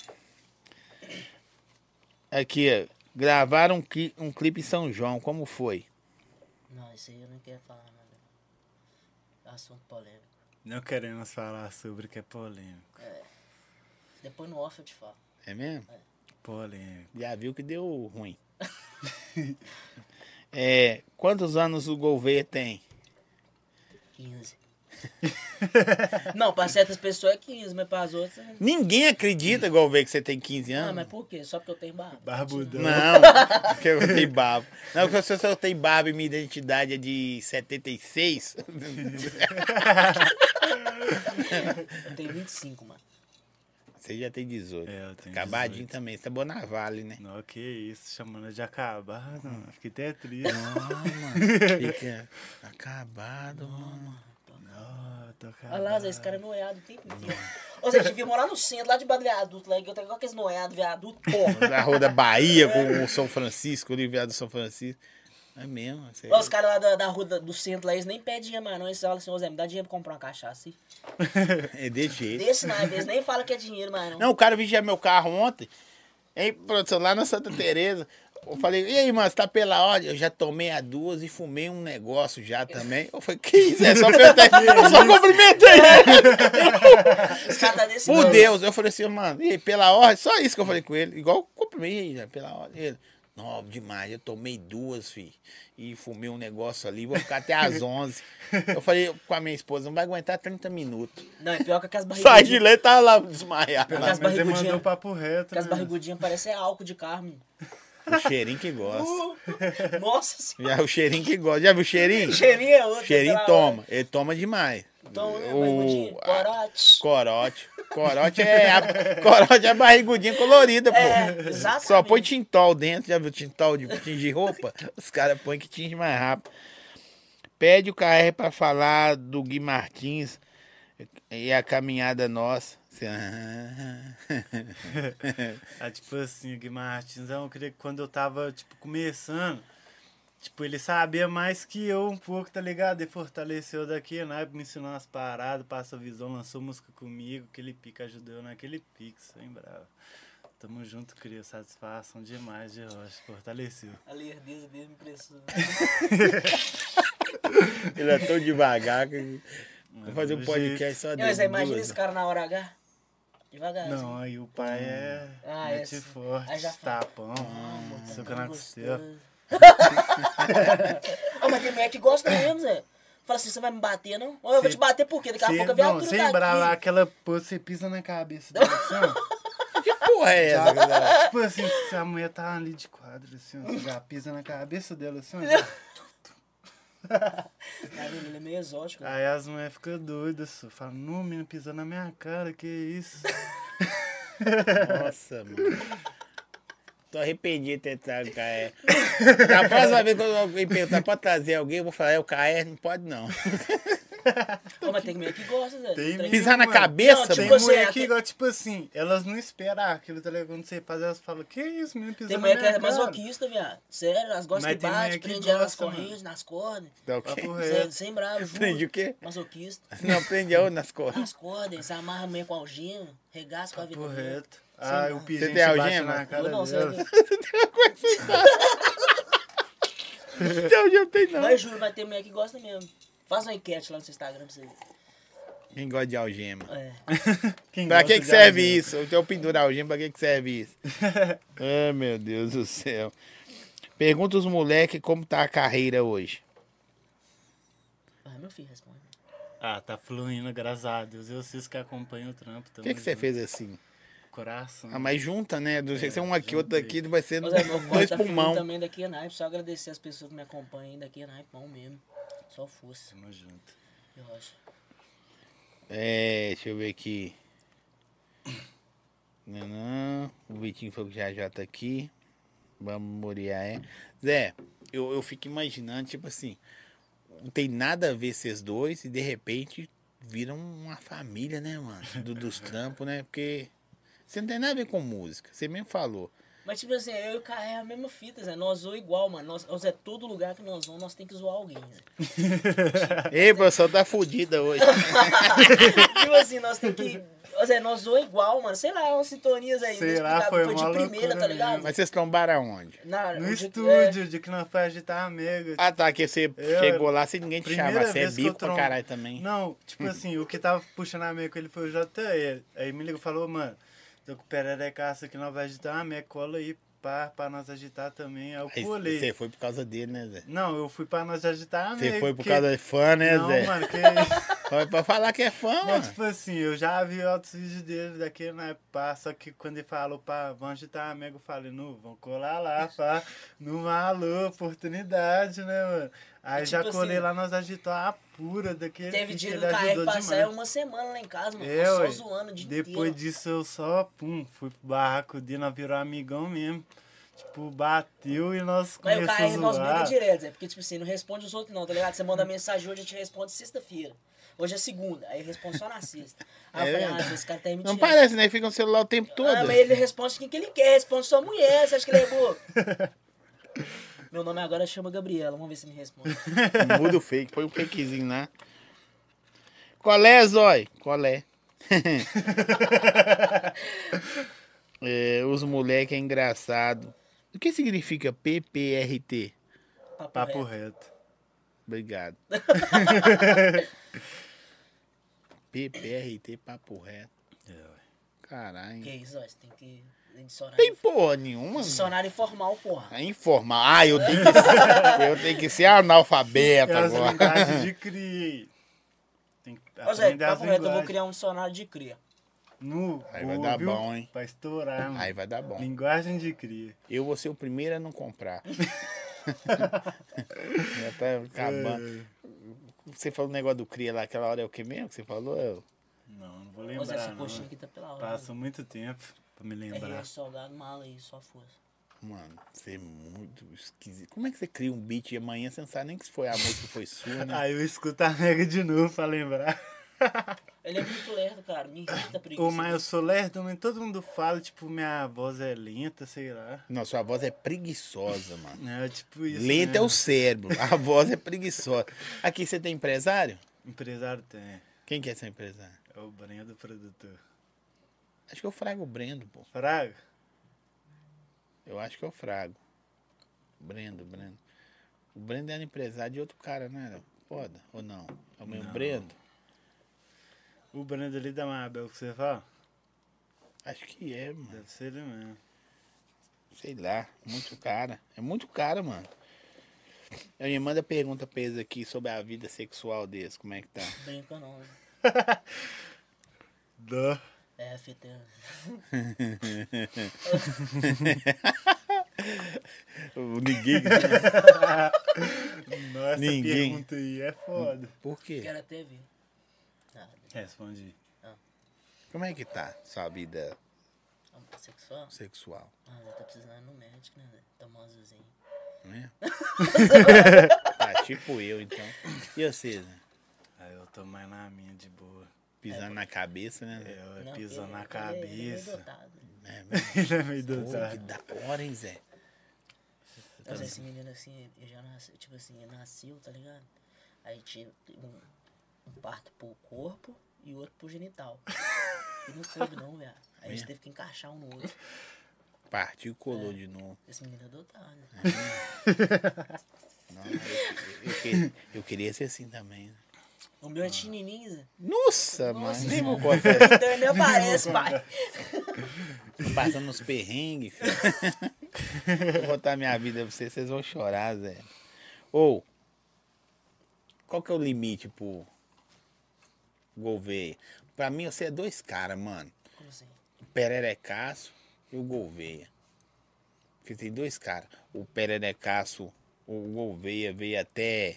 S1: Aqui, ó. Gravaram um, cli- um clipe em São João, como foi?
S2: não, isso aí eu não quero falar, não. Zé. Assunto polêmico.
S3: Não queremos falar sobre o que é polêmico.
S2: Depois no off eu te falo.
S1: É mesmo?
S3: Polêmico.
S1: Já viu que deu ruim. É, quantos anos o Gouveia tem?
S2: 15. não, pra certas pessoas é 15, mas pras outras. é-
S1: Ninguém acredita, Gouveia, que você tem 15
S2: Ah,
S1: anos.
S2: mas por quê? Só porque eu tenho barba.
S3: Barbudão.
S1: Não, porque eu tenho barba. Não, porque se eu só tenho barba e minha identidade é de 76.
S2: Eu tenho 25, mano.
S1: Você já tem 18.
S3: É, eu tenho
S1: Acabadinho
S3: 18.
S1: também. Você tá boa na Vale, né?
S3: Não, que isso, chamando de acabado, mano. Fiquei até triste.
S1: Fica acabado, mano.
S3: Não, tô
S1: Ah,
S3: acabado.
S2: Olha lá, Zé, esse cara é noiado o tempo inteiro. Ou seja, devia morar no centro, lá debaixo do viaduto, lá, que eu tenho igual aqueles noiados, viaduto, porra.
S1: Na Rua da Bahia com o São Francisco, o Oliveira do São Francisco. É mesmo. Você...
S2: Lá, os caras lá da, da rua da- do centro lá, eles nem pedem dinheiro mais, não. Eles falam assim, ô Zé, me dá dinheiro pra comprar uma cachaça. aí.
S1: É de jeito.
S2: Desse naipe, eles nem falam que é dinheiro mais, não.
S1: Não, o cara vigia meu carro ontem. Hein, produção, lá na Santa Teresa. Eu falei, e aí, mano, você tá pela ordem? Eu já tomei a duas e fumei um negócio já também. Eu falei, que isso? É só perguntei. Eu só cumprimentei ele.
S2: Os caras tá desse
S1: Por
S2: naipe.
S1: Deus, eu falei assim, mano, e aí, pela ordem, só isso que eu falei com ele. Igual cumprimei, né, pela ordem. Ele, Não, demais, eu tomei duas, fi. E fumei um negócio ali, vou ficar até às 11. Eu falei com a minha esposa, não vai aguentar 30 minutos.
S2: Não, é pior que aquelas
S1: Sai de
S2: barrigudinhas.
S1: lá e tá lá desmaiado.
S2: Mas as
S3: Mas você
S2: barrigudinhas-
S3: mandou o papo reto,
S2: Aquelas
S3: né?
S2: barrigudinhas parecem álcool de carne.
S1: O cheirinho que gosta.
S2: Uh, nossa senhora.
S1: Já, o cheirinho que gosta. Já viu o cheirinho?
S2: Cheirinho é outro.
S1: Cheirinho
S2: aquela-
S1: toma. Ele toma demais.
S2: Então, né,
S1: o...
S2: barrigudinho, corote.
S1: Corote. Corote é, a... Corote é barrigudinha colorida, pô.
S2: É, exatamente.
S1: Só põe tintol dentro, já viu tintol de tingir roupa? Os caras põem que tinge mais rápido. Pede o KR pra falar do Gui Martins e a caminhada nossa. Você-
S3: Ah, tipo assim, o Gui Martins, eu queria que quando eu tava, tipo, começando, tipo, ele sabia mais que eu um pouco, tá ligado? Ele fortaleceu daqui, né? Me ensinou umas paradas, passou visão, lançou música comigo, aquele pique ajudou eu naquele pique, sem bravo. Tamo junto, cria satisfação demais de Rocha, fortaleceu.
S2: A lerdeza dele me impressiona.
S1: Ele é tão devagar que. Vou fazer um
S3: Do
S1: podcast só
S2: Não, Mas
S1: dele.
S2: aí, imagina
S1: duas. né?
S2: esse cara na hora H.
S3: jeito.
S2: Devagarzinho.
S3: Não, aí o pai é
S2: Ah,
S3: mete
S2: essa-
S3: forte,
S2: aí já fala.
S3: tapão, soca na costela.
S2: Ah, mas tem mulher que gosta mesmo, Zé. Fala assim, você vai me bater, não? Ou eu vou
S3: Cê-
S2: te bater por quê? Daqui a
S3: Cê-
S2: pouco a
S3: Não,
S2: viatura tá
S3: sem brava,
S2: aqui.
S3: aquela pose, você pisa na cabeça dela, assim, ó.
S1: Que porra é essa, galera?
S3: Tipo assim, se a mulher tá ali de quadro, assim, ó, você já pisa na cabeça dela, assim, ó. já-
S2: Tá vendo? Ele é meio exótico.
S3: Aí as mulheres ficam doidas, só. Fala, não, menino, pisou na minha cara, que isso?
S1: Nossa, mano. Tô arrependido de ter trago o Caé. Na próxima vez que alguém perguntar pra trazer alguém, eu vou falar, é o Caé, não pode não.
S2: Ó, mas tem mulher que gosta, Zé.
S3: Tem
S2: Trem-
S1: Pisar na
S3: Mano,
S1: cabeça,
S2: não,
S1: mano.
S3: Tem
S2: Tipo assim,
S3: mulher
S2: até-
S3: que igual, tipo assim, elas não esperam aquilo, tá ligado? Quando você faz, elas falam, que isso, menino, pisou
S2: Tem
S3: na
S2: mulher
S3: minha
S2: que é
S3: cara.
S2: masoquista, viado. Sério, elas gostam
S3: Mas
S2: que
S3: tem mulher
S2: bate,
S3: que
S2: prende elas nas
S3: gosta, mano. É.
S2: correntes, nas cordas.
S1: Tá ok?
S3: Papo
S2: Zé,
S3: reto.
S2: sem bravo, juro.
S1: Aprendi o quê?
S2: Masoquista.
S1: Não, prende a outra nas costas.
S2: Nas cordas, se amarra meio com algema, regaça com a vida.
S3: Papo
S2: dele.
S3: reto.
S2: Sim,
S3: Ah,
S2: não.
S3: o
S1: Você
S3: pijinho
S1: tem
S3: bate
S1: algema?
S3: na cara
S2: Não, você é
S3: dela.
S1: Não, já tem não.
S2: Mas juro, vai ter mulher que gosta mesmo. Faça uma enquete lá no seu Instagram pra você ver.
S1: Quem gosta de algema?
S2: É.
S3: Quem
S1: Pra
S3: gosta
S1: que, que
S3: de
S1: serve
S3: algema?
S1: isso? O teu pendurar algema, pra que, que serve isso? Ai, meu Deus do céu. Pergunta os moleques como tá a carreira hoje.
S2: Ah, meu filho responde.
S3: Ah, tá fluindo, graças a Deus. E vocês que acompanham o trampo
S1: O
S3: também.
S1: que,
S3: né?
S1: que você fez assim?
S3: Coração.
S1: Ah, mas junta, né? Do jeito que você é um aqui,
S3: junta
S1: outro
S3: aí.
S1: aqui, vai ser
S2: Mas é, meu
S1: dois
S2: tá
S1: pulmão.
S2: também daqui a naipe. Só agradecer as pessoas que me acompanham daqui a naipe, não mesmo. Só força,
S3: Tamo junto.
S2: eu acho.
S1: É, deixa eu ver aqui. Não, não. O Vitinho falou que já já tá aqui. Vamos Moriá, é. Zé, eu, eu fico imaginando, tipo assim, não tem nada a ver esses dois e de repente viram uma família, né, mano? Do, dos trampos, né? Porque você não tem nada a ver com música. Você mesmo falou.
S2: Mas tipo assim, eu e o Caio é a mesma fita, Zé. Nós zoamos igual, mano. Nós, nós é todo lugar que nós vamos, nós tem que zoar alguém, Zé.
S1: Ei, professor, tá fudida hoje.
S2: tipo assim, nós tem que. Ô, Zé, nós zoamos igual, mano. Sei lá, é umas sintonias aí.
S3: Sei lá,
S2: inexplicável.
S3: foi
S2: de
S3: uma
S2: primeira, tá
S3: loucura
S2: ligado?
S1: Mas vocês trombaram aonde?
S2: Na-
S3: No
S2: onde- é.
S3: estúdio, de que não foi agitar amiga.
S1: Ah, tá, que você
S3: Eu-
S1: chegou lá sem ninguém te
S3: Primeira
S1: chamar. Você é
S3: vez que eu
S1: bico pra
S3: trombo.
S1: caralho também.
S3: Não, tipo assim, o que tava puxando a meia com ele foi o JE. Aí me ligou e falou, mano, tô com pererecaça aqui, nós vai agitar uma meia, cola aí pá, pra nós agitar também. Aí eu
S1: Aí
S3: colei.
S1: Você foi por causa dele, né, Zé?
S3: Não, eu fui pra nós agitar a meia.
S1: Você foi por
S3: que-
S1: causa de fã, né,
S3: Não,
S1: Zé?
S3: mano, que isso.
S1: Foi pra falar que é fã,
S3: Não,
S1: mano.
S3: tipo assim, eu já vi outros vídeos dele daquele na pá, só que quando ele falou, pá, vamos agitar a meia, eu falei, não, vamos colar lá, pá, numa alô, oportunidade, né, mano? Aí
S2: E,
S3: já
S2: tipo
S3: colei
S2: assim,
S3: lá, nós agitou a pura daquele.
S2: Teve
S3: que
S2: dia do
S3: ele
S2: Caio
S3: ajudou
S2: passar é
S3: demais.
S2: uma semana lá em casa, mano.
S3: É,
S2: só
S3: ué.
S2: zoando o dia
S3: Depois
S2: inteiro.
S3: disso eu só, pum, fui pro barraco dele, nós virou amigão mesmo. Tipo, bateu e nós
S2: Mas o
S3: começamos
S2: Caio,
S3: a
S2: nós briga
S3: zoar.
S2: direto, Zé. Porque, tipo assim, não responde os outros, não, tá ligado? Você manda mensagem hoje, a gente responde sexta-feira. Hoje é segunda, aí responde só na sexta. Aí
S1: É
S2: eu falei, ah,
S1: verdade.
S2: Zé, esse cara tá me
S1: Não
S2: tirando.
S1: parece, né? Fica no celular o tempo todo.
S2: Ah, mas ele responde quem que ele quer, responde sua mulher, você acha que ele é bobo? Meu nome agora chama Gabriela, vamos ver se me responde.
S1: Muda o fake, põe um fakezinho lá. Qual é, Zói? Qual é? É, os moleque é engraçado. O que significa PPRT?
S2: Papo,
S3: Papo
S2: reto.
S3: reto.
S1: Obrigado. PPRT, papo reto.
S3: É, ué.
S1: Caralho.
S3: É,
S1: É,
S2: Que isso, ó, você tem que Dicionário,
S1: Tem porra nenhuma.
S2: dicionário informal, porra.
S1: É informal. Ah, eu tenho que ser, eu tenho que ser analfabeto
S3: É as
S1: agora.
S3: linguagens de CRI. É, Tem que
S2: Ô, Zé,
S3: aprender as
S2: papo reto, eu vou
S3: linguagens.
S2: criar um dicionário de cria.
S3: No
S1: Aí vai dar
S3: viu?
S1: bom, hein?
S3: Pra estourar, mano.
S1: Aí vai dar bom.
S3: Linguagem de cria.
S1: Eu vou ser o primeiro a não comprar. Já tá acabando.
S3: É.
S1: Você falou o negócio do cria lá, aquela hora é o que mesmo que você falou? É, Eu-
S3: Não, não vou
S2: Ô, Zé,
S3: lembrar.
S2: essa
S3: não.
S2: coxinha aqui tá pela hora.
S3: Passa muito tempo pra me
S2: mano.
S3: lembrar.
S2: É, soldado, mala aí, só força.
S1: Mano, você é muito esquisito. Como é que você cria um beat e amanhã você não sabe nem que se foi a música que foi sua, né?
S3: Aí eu escuto a Mega de novo pra lembrar.
S2: Ele é muito lerdo, cara. Me irrita a preguiça.
S3: Ô, mas eu sou lerdo, mas todo mundo fala, tipo, minha voz é lenta, sei lá.
S1: Não, sua voz é preguiçosa, mano.
S3: É tipo isso.
S1: Lenta é o
S3: mesmo.
S1: cérebro, a voz é preguiçosa. Aqui você tem empresário?
S3: Empresário tem.
S1: Quem que é seu empresário?
S3: É o Brendo produtor.
S1: Acho que eu frago o Brendo, pô.
S3: Fraga?
S1: Eu acho que eu frago. Brendo, Brendo. O Brendo era empresário de outro cara, não era? Foda, ou não? É o meu
S3: Não.
S1: Brendo?
S3: O Brendo ali da Mabel que você fala?
S1: Acho que é, mano.
S3: Deve ser ele mesmo.
S1: Sei lá, muito cara. É muito cara, mano. A minha manda pergunta pra eles aqui sobre a vida sexual deles, como é que tá?
S2: Brinca não. Zé.
S3: Dó.
S2: É, fita.
S1: Ninguém.
S3: Nossa,
S1: Ninguém.
S3: pergunta aí é foda.
S1: Por quê?
S2: Quero até ver. Nada.
S3: Respondi.
S1: Como é que tá sua vida
S2: Homossexual?
S1: sexual?
S2: Ah, Zé, tá precisando ir no médico, né, Zé? Tomar um azulzinho.
S1: Né? tá tipo eu, então. E vocês, né?
S3: Aí eu tô mais na minha de boa. É,
S1: Pisando na cabeça, né? Zé?
S3: Eu
S2: É. Não,
S3: piso
S2: ele- Ele, ele
S3: na
S2: é meio
S3: cabeça.
S2: dotado.
S1: É, meu
S3: Ele é meio
S1: Pô, que
S3: dotado.
S1: da hora, hein, Zé?
S3: tá
S2: Mas esse menino assim, ele já nasceu, tipo assim, ele nasceu, tá ligado? Aí tinha um, um parto pro corpo e outro pro genital. E não coube não, velho. Aí a gente teve que encaixar um no outro.
S1: Partiu e colou de novo.
S2: Esse menino é dotado, né?
S1: Não, eu, eu que- eu queria ser assim também. né?
S2: O meu é tinininho, Zé.
S3: Tá
S1: Nossa,
S2: Nossa
S1: mano. Nem vou
S2: Senhora.
S1: contar.
S2: Então ele nem aparece, pai.
S1: Passando uns perrengues. filho. vou contar minha vida pra vocês, vocês vão chorar, Zé. Ou, qual que é o limite pro Gouveia? Pra mim, você é dois caras, mano.
S2: Como assim?
S1: O Pererecaço e o Gouveia. Porque tem dois caras. O Pererecaço, o Gouveia veio até.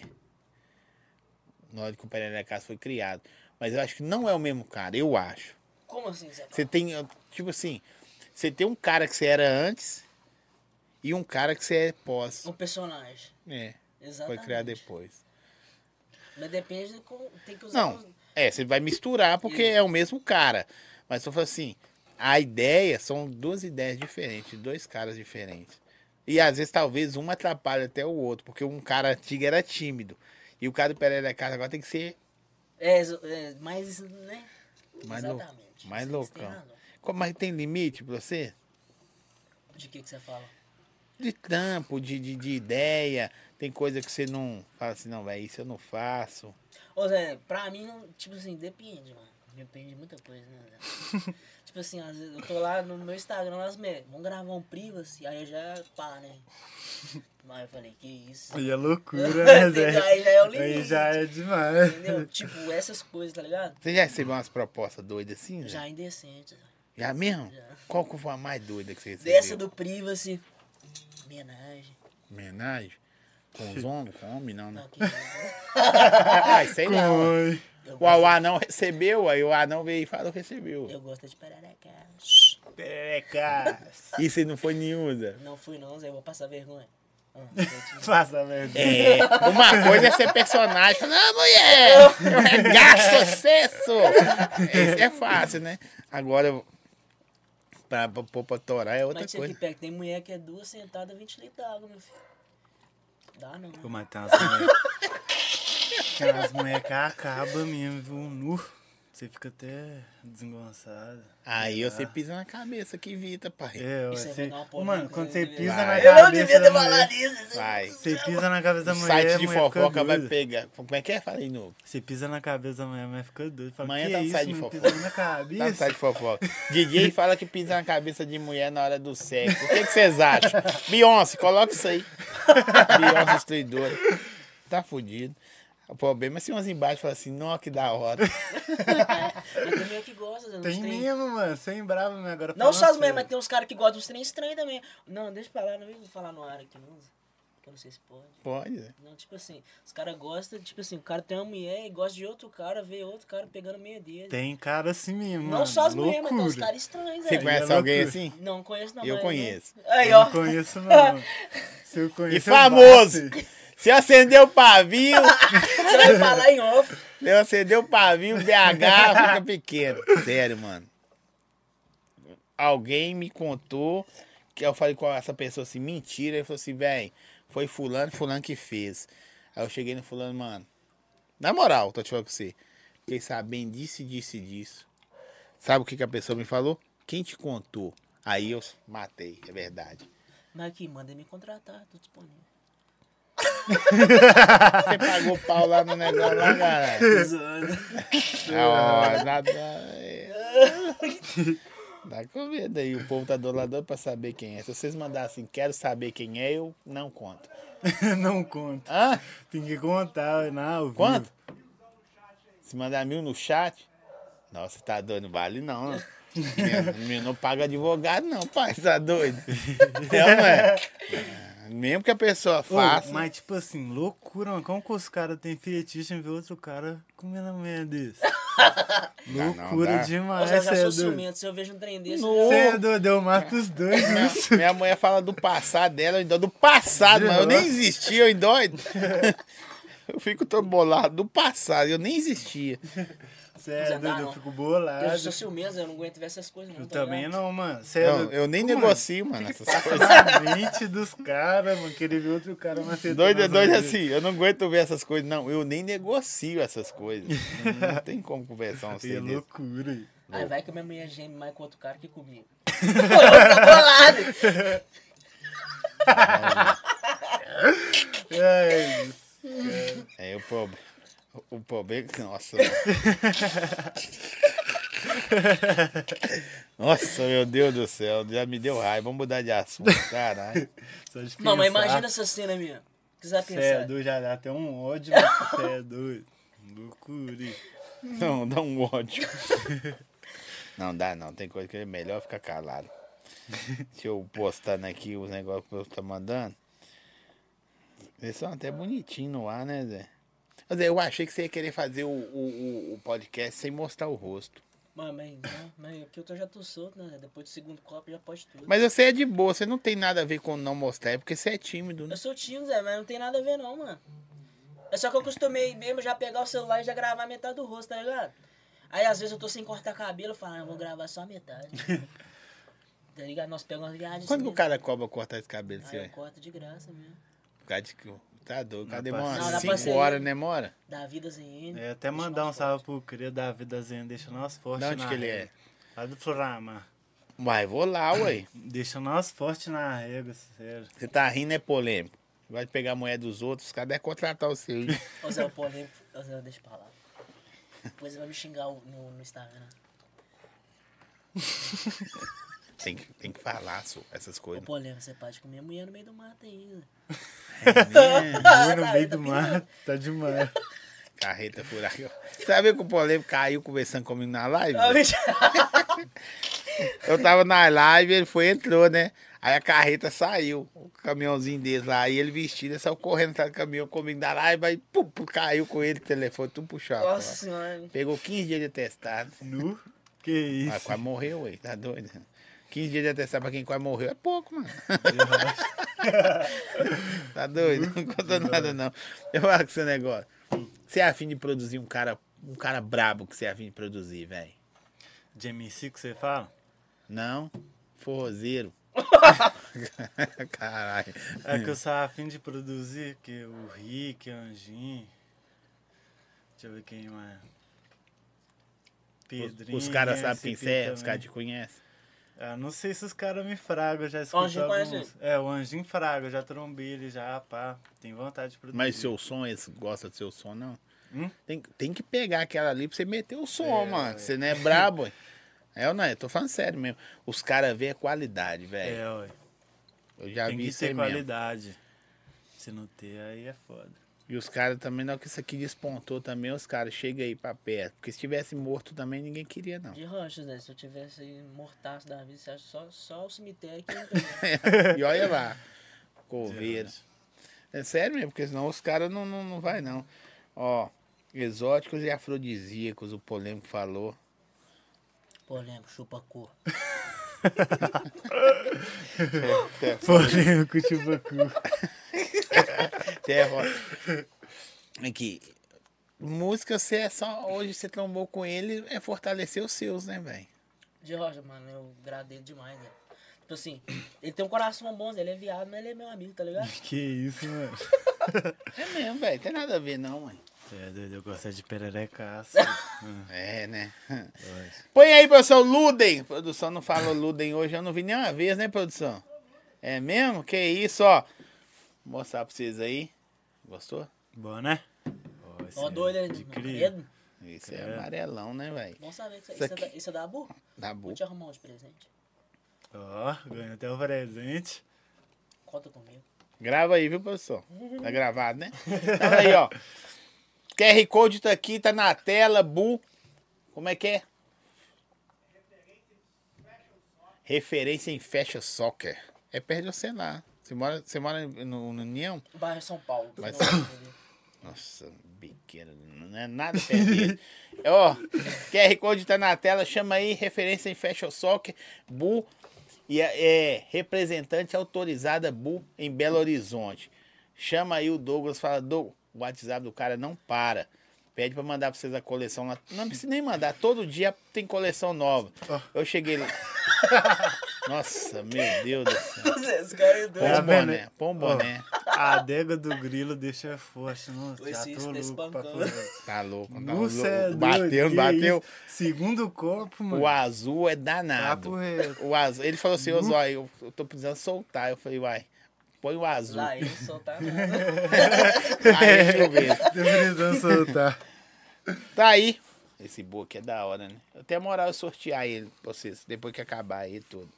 S1: Na hora que o Pererecaço foi criado. Mas eu acho que não é o mesmo cara, eu acho.
S2: Como assim, Zé?
S1: Você tem, eh, tipo assim, você tem um cara que você era antes e um cara que você é pós.
S2: Um personagem.
S1: É, foi
S2: Exatamente.
S1: criado depois.
S2: Mas depende de como. Tem que usar.
S1: Não,
S2: os-
S1: é, você vai misturar porque é o mesmo cara. Mas eu falo assim, a ideia são duas ideias diferentes, dois caras diferentes. E às vezes talvez um atrapalha até o outro, porque um cara antigo era tímido. E o cara do Pereira da Casa agora tem que ser.
S2: É, exa- é, mas, né?
S1: Mais louco,
S2: Exatamente.
S1: mais
S2: Você- você
S1: loucão.
S2: tem razão.
S1: Como- Mas tem limite pra você?
S2: De que, que você fala?
S1: de trampo, de, de, de ideia. Tem coisa que você não fala assim, não, velho, isso eu não faço.
S2: Ô Zé, pra mim, não, tipo assim, depende, mano. Depende de muita coisa, né, Zé? tipo assim, às vezes eu tô lá no meu Instagram, nas me vamos gravar um privacy, aí eu já pá, né? Mas eu falei, que isso?
S3: E é loucura, né,
S2: Entendeu?
S3: Zé?
S2: Aí já é o limite.
S3: Aí já é demais.
S2: Entendeu? Tipo, essas coisas, tá ligado?
S1: Você já recebeu umas propostas doidas assim? Zé?
S2: Já é indecente. Zé.
S1: Já mesmo?
S2: Já.
S1: Qual que foi a mais doida que você Hum. recebeu?
S2: Dessa do privacy, homenagem.
S1: Homenagem? Com os homens? Com homem não, né?
S2: Não, que...
S1: Ah, sei lá. ó.
S3: Oi.
S2: eu,
S1: O
S2: gosto,
S1: Auá não recebeu, aí o Auá não veio e falou que recebeu.
S2: eu gosto de perereca.
S3: Perecas.
S1: E se não foi nenhum, Zé?
S2: Não fui não, Zé, eu vou passar vergonha. Ah, eu te-
S3: Passa a verdade.
S1: É, uma coisa é ser personagem. Falar, ah, mulher, eu gasto sucesso. Isso é fácil, né? Agora, pra, pra, pra, pra torar é outra
S2: Mas tinha
S1: coisa.
S2: que pega, tem mulher que é duas sentadas, 20 litros d'água, meu filho. Dá não.
S3: Vou matar as mulheres. As mulheres que acabam mesmo, viu? Nu. Você fica até desengonçado.
S1: Aí
S3: sei
S1: você
S3: lá.
S1: pisa na cabeça que vita, pai.
S3: Ah. É,
S2: Isso aí
S3: você...
S2: vai dar uma polêmica,
S3: Mano, quando
S2: né?
S3: você
S2: Vai.
S3: pisa
S1: Vai.
S3: na
S2: Eu não
S3: cabeça.
S2: devia ter
S3: da mulher-
S2: falado isso.
S1: Vai.
S3: Você pisa na cabeça da
S1: O
S3: mulher.
S1: site de
S3: a mulher fica
S1: fofoca vai
S3: doida.
S1: pegar. Como é que é? Falei no.
S3: Você pisa na cabeça da mulher, mas fica doido. Fala,
S1: Amanhã
S3: que
S1: tá no
S3: isso,
S1: site de
S3: mano,
S1: fofoca.
S3: Pisando na
S1: Tá no
S3: cabeça.
S1: site de fofoca. DJ fala que pisa na cabeça de mulher na hora do sexo. O que que vocês acham? Beyoncé, coloca isso aí. Beyoncé destruidora. Tá fudido. O problema é se umas embaixo falam assim, não, que da hora.
S2: Mas tem meio que gosta, né? Uns
S3: Tem
S2: trem-
S3: mesmo, mano. Sem bravo, né? Agora
S2: Não
S3: falando
S2: só as mulheres,
S3: sério.
S2: mas tem uns caras que gostam dos trem estranhos também. Não, deixa pra lá, não vou falar no ar aqui, não. Que eu não sei se pode.
S1: Pode. né?
S2: Não, tipo assim, os caras gostam, tipo assim, o cara tem uma mulher e gosta de outro cara, vê outro cara pegando meia dele.
S3: Tem cara assim mesmo.
S2: não
S3: mano.
S2: só as mulheres,
S3: Loucura.
S2: mas tem uns caras estranhos,
S1: Você
S2: velho.
S1: conhece
S3: é
S1: alguém
S3: loucura.
S1: assim?
S2: Não conheço, não.
S1: Eu
S2: mas né?
S1: conheço.
S2: Aí,
S3: Eu
S2: ó.
S3: não conheço, não. Se eu
S1: E
S3: conheço. eu
S1: famoso!
S3: bato.
S1: Se acender o pavio,
S2: Você vai falar em off.
S1: se acender o pavio, BH fica pequeno. Sério, mano. Alguém me contou que eu falei com essa pessoa assim, mentira. Ele falou assim, velho, foi fulano, fulano que fez. Aí eu cheguei no fulano, mano. Na moral, tô te falando com você. Fiquei sabendo disso, e disso e disso. Sabe o que, que a pessoa me falou? Quem te contou? Aí eu matei, é verdade.
S2: Mas aqui, manda me contratar, tô disponível.
S1: Você pagou pau lá no negócio lá, cara.
S2: Tô zoando.
S1: Ah, ó, nada. é. Dá com medo aí. O povo tá do lado pra saber quem é. Se vocês mandarem assim, quero saber quem é, eu não conto.
S3: não conta.
S1: Hã?
S3: Tem que contar, não. ao
S1: Quanto?
S3: vivo.
S1: Se mandar mil no chat. Nossa, tá doido, não vale não. né? Menino- Menino não paga advogado, não, pai. Tá doido? Não, é. Ah, Mesmo que a pessoa
S3: Ô,
S1: faça.
S3: mas, tipo assim, loucura, mano. Como que os caras têm fetiche em ver outro cara comendo a mulher desse?
S1: Ah, não,
S3: loucura
S1: dá.
S3: demais.
S2: Eu já, já
S3: cê é
S2: sou
S3: doido.
S2: ciumento, se eu vejo um trem desse,
S1: No-
S2: eu
S3: Cê é doido, eu mato os dois. né?
S1: Minha,
S3: viu?
S1: minha mulher fala do passado dela, eu endoido. Do passado, mas eu nem existia, eu endoido. Eu fico todo bolado. Do passado, eu nem existia.
S3: Cê é
S2: Não dá,
S3: doido, eu
S2: não.
S3: fico
S2: eu já
S3: bolado.
S2: sou ciumento, eu não aguento ver essas coisas, não.
S3: Ah, Eu
S2: tá ligado?
S3: também não, mano. Cê é
S1: Não,
S3: doido.
S1: eu nem
S3: Ô,
S1: negocio, mano,
S3: que tá que
S1: essas
S3: passa
S1: coisas.
S3: Na mente dos caras, mano, querer ver outro cara macetando.
S1: Doido é
S3: as
S1: doido
S3: mulheres.
S1: assim. Eu não aguento ver essas coisas, não. Eu nem negocio essas coisas. Não tem como conversar um
S3: É
S1: ser desse.
S3: loucura.
S2: Aí vai que a minha mulher geme mais com outro cara que comigo. Pô, eu tô bolado.
S3: É,
S1: É o problema. O problema. é Nossa. mano. Nossa, meu Deus do céu. Já me deu raiva. Vamos mudar de assunto, caralho.
S3: só de
S2: Não, mas
S3: pensar.
S2: imagina essa cena minha. O que você vai
S3: Cê é
S2: pensar?
S3: doido, já dá até um ódio, mano. Cê é doido. Loucura.
S1: Não, dá um ódio. Não dá, não. Tem coisa que é melhor ficar calado. Deixa eu postando aqui os negócios que eu tô mandando. Eles são até bonitinhos no ar, né, Zé? Ô, Zé, eu achei que você ia querer fazer o, o, o- o podcast sem mostrar o rosto.
S2: Mano, mas, não, mas aqui eu tô, já tô solto, né? Depois do segundo copo já pode tudo.
S1: Mas você é de boa, você não tem nada a ver com não mostrar, é porque você é tímido, né?
S2: Eu sou tímido, Zé, mas não tem nada a ver não, mano. É só que eu acostumei mesmo já pegar o celular e já gravar metade do rosto, tá ligado? Aí às vezes eu tô sem cortar cabelo, eu falo, ah, eu vou gravar só a metade. tá ligado? Nós pegamos uma viagem.
S1: Quando
S2: assim
S1: que o
S2: mesmo.
S1: cara cobra cortar esse cabelo
S2: Aí
S1: seu?
S2: eu
S1: aí?
S2: corto de graça mesmo.
S1: Por causa de que. Tá doido, o cara
S3: Na
S1: demora
S3: parceria.
S2: Não, na
S1: umas
S2: parceria.
S1: 5 horas, né, mora?
S2: Dá vida sem ele.
S3: É, até
S2: Deixa
S3: mandar um
S2: nós
S3: salve pro Cria Davi da Zen, deixa nós fortes
S1: Da onde
S3: na
S1: que ele é?
S3: régua. Lá do Florama.
S1: Mas vou lá, ué.
S3: Deixa nós fortes na régua, sério.
S1: Você tá rindo, é polêmico. Vai pegar a mulher dos outros, os caras devem contratar o seu. hein?
S2: Ô Zé, o polêmico. Ô Zé, deixa pra lá. Depois ele vai me xingar o- no, no Instagram.
S1: Tem que, tem que falar so, essas
S2: Ô
S1: coisas.
S2: polêmico, você pode comer mulher no meio do mato né? ainda.
S3: Foi no
S2: Tá,
S3: meio
S2: tá
S3: do
S2: perigoso.
S3: mato, tá demais.
S1: Carreta furacão. Sabe que o polêmico caiu conversando comigo na live?
S2: Ah, bicho.
S1: Eu tava na live, ele foi, entrou, né? Aí a carreta saiu, o caminhãozinho dele lá, aí ele vestido, ele saiu correndo atrás do caminhão comigo na live, aí pum, pum, caiu com ele, o telefone, tudo puxado.
S2: Nossa senhora.
S1: Pegou 15 dias de atestado.
S3: Nu? Que isso?
S1: Mas quase morreu, ué, tá doido? 15 dias de atestado pra quem quase morreu é pouco, mano. Tá doido? Não conta
S3: Uhum.
S1: nada, não. Eu falo com seu negócio. Você é afim de produzir um cara, um cara brabo que você é afim de produzir, velho?
S3: De MC que você fala?
S1: Não? Forrozeiro. Caralho.
S3: É
S1: Hum.
S3: que eu sou afim de produzir, que o Rick, o Anjinho. Deixa eu ver quem mais. Pedrinho.
S1: Os caras sabem quem
S3: SP
S1: você é, os
S3: também.
S1: caras te conhecem.
S3: Ah, não sei se os caras me fragam, eu já escutei
S2: Anjinho
S3: alguns.
S2: conhece
S3: É, o Anjinho fraga, eu já trombei ele já, pá. Tem vontade de produzir.
S1: Mas seu som, eles gostam do seu som, não?
S3: Hum?
S1: Tem, tem que pegar aquela ali pra você meter o som,
S3: É,
S1: mano.
S3: é.
S1: Você não é brabo, hein? É ou não? é? Eu tô falando sério mesmo. Os caras veem a qualidade, velho.
S3: É, ué.
S1: Eu já
S3: Tem
S1: vi
S3: que
S1: isso aí
S3: ter
S1: mesmo.
S3: qualidade. Se não ter, aí é foda.
S1: E os caras também, na hora que isso aqui despontou também, os caras chegam aí pra perto. Porque se tivesse morto também, ninguém queria, não.
S2: De rochas, né? Se eu tivesse mortaço da vida, você acha só, só o cemitério que eu tenho.
S1: e olha lá. Coveiro.
S3: Geralmente.
S1: É sério mesmo, porque senão os caras não, não, não vai, não. Ó, exóticos e afrodisíacos, o polêmico falou.
S2: Pô, lembro, chupa cu.
S3: Polêmico chupacu.
S1: Terra. Aqui. Música, você é só. Hoje você trombou com ele, é fortalecer os seus, né, velho?
S2: De rocha, mano, eu agradeço demais, né? Tipo assim, ele tem um coração bom, Zé, ele é viado, mas ele é meu amigo, tá ligado?
S3: Que isso, mano.
S1: É mesmo, velho. Tem nada a ver, não, mãe.
S3: Cê é doido, eu gosto é de pererecaça. Ah,
S1: É, né?
S3: gosto.
S1: Põe aí, produção, Ludem. Produção não falou Ludem hoje, eu não vi nenhuma vez, né, produção? É mesmo? Que isso, ó. Vou mostrar pra vocês aí. Gostou?
S3: Bom, né? Ó, esse
S2: Ó,
S3: é
S2: doido, né?
S3: De
S2: mano?
S3: cria.
S2: Credo.
S1: Isso é,
S3: É.
S1: amarelão, né, velho?
S2: Bom saber que isso,
S1: Isso
S2: isso, é,
S1: aqui-
S2: da, isso é da Bu?
S1: Na
S2: Vou
S1: boca.
S2: te arrumar um de presente.
S3: Ó, ganhou até o presente.
S2: Conta comigo.
S1: Grava aí, viu, produção? Tá gravado, né? Então, aí, ó. QR Code tá aqui, tá na tela, Bu. Como é que é? Referência em Fashion Soccer. É perto de você lá. Você mora, você mora no, no União?
S2: Bairro São Paulo.
S1: Mas-
S2: não, entendeu?
S1: Nossa, biqueira, não é nada perdido. Ó, QR Code tá na tela, chama aí, referência em Fashion Soccer, Bu, e é, é, representante autorizada Bu em Belo Horizonte. Chama aí o Douglas, fala, Douglas, o WhatsApp do cara não para. Pede pra mandar pra vocês a coleção lá. Não precisa nem mandar, todo dia tem coleção nova.
S3: Ah.
S1: Eu cheguei lá. Nossa, meu Deus do céu.
S2: Zé, Esse cara
S1: Põe
S2: é doido.
S1: um
S3: Tá vendo?
S1: boné, põe um boné.
S3: A adega do grilo deixa forte. Nossa, já
S2: Esse
S3: tô
S2: isso tá
S3: louco pra
S2: espancando.
S3: comer.
S1: Tá louco, tá
S3: Nossa, é
S1: louco.
S3: doido,
S1: Bateu,
S3: que
S1: bateu.
S3: isso. Segundo corpo, mano.
S1: O
S3: Ah, Uhum.
S1: azul é
S3: Papo
S1: danado.
S3: reto.
S1: O azul, ele falou assim, ô Zói, eu, eu tô precisando soltar. Eu falei, uai, põe o
S3: É.
S1: azul.
S2: Lá ele tá soltar nada.
S1: Aí choveu.
S3: Tô precisando soltar.
S1: Tá aí. Esse book é da hora, né? Eu até moral eu sortear ele pra vocês, depois que acabar ele tudo.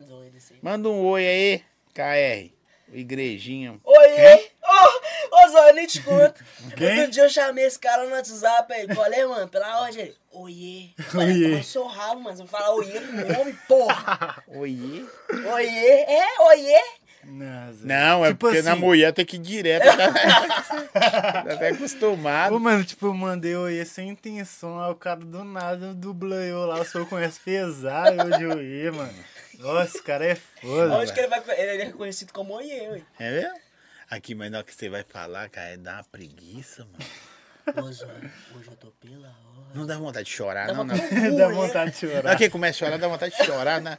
S2: Doido esse aí.
S1: Manda um oi aí, KR. O igrejinho.
S2: Oiê! Ô, ô, Zó, eu nem te conto.
S3: Quem?
S2: Outro dia eu chamei esse cara no WhatsApp aí. Falei, mano, pela ordem. ele, Oiê. Eu falei,
S3: Oiê.
S2: pô, Eu sou rabo, mas eu vou falar oiê com homem, porra.
S1: Oiê.
S2: Oiê, é, oiê.
S3: Não, Zé.
S1: Não, é
S3: Tipo
S1: porque na
S3: assim,
S1: mulher tem que ir direto. Tá, tá até
S3: Ô,
S1: acostumado.
S3: mano, tipo, eu mandei oi sem intenção, aí o cara do nada dubla eu lá, só eu conheço pesado eu de oi, mano. Nossa, o cara é foda.
S2: Onde que ele vai. Ele é reconhecido como oiê, ué.
S1: É mesmo? Aqui, mas na hora que você vai falar, cara, dá uma preguiça, mano.
S2: Ô, Zó, hoje eu tô pela ordem.
S1: Não dá vontade de chorar, não, não.
S3: velho. Dá vontade de
S1: Na hora
S3: chorar.
S1: que começa a chorar, dá vontade de chorar, né?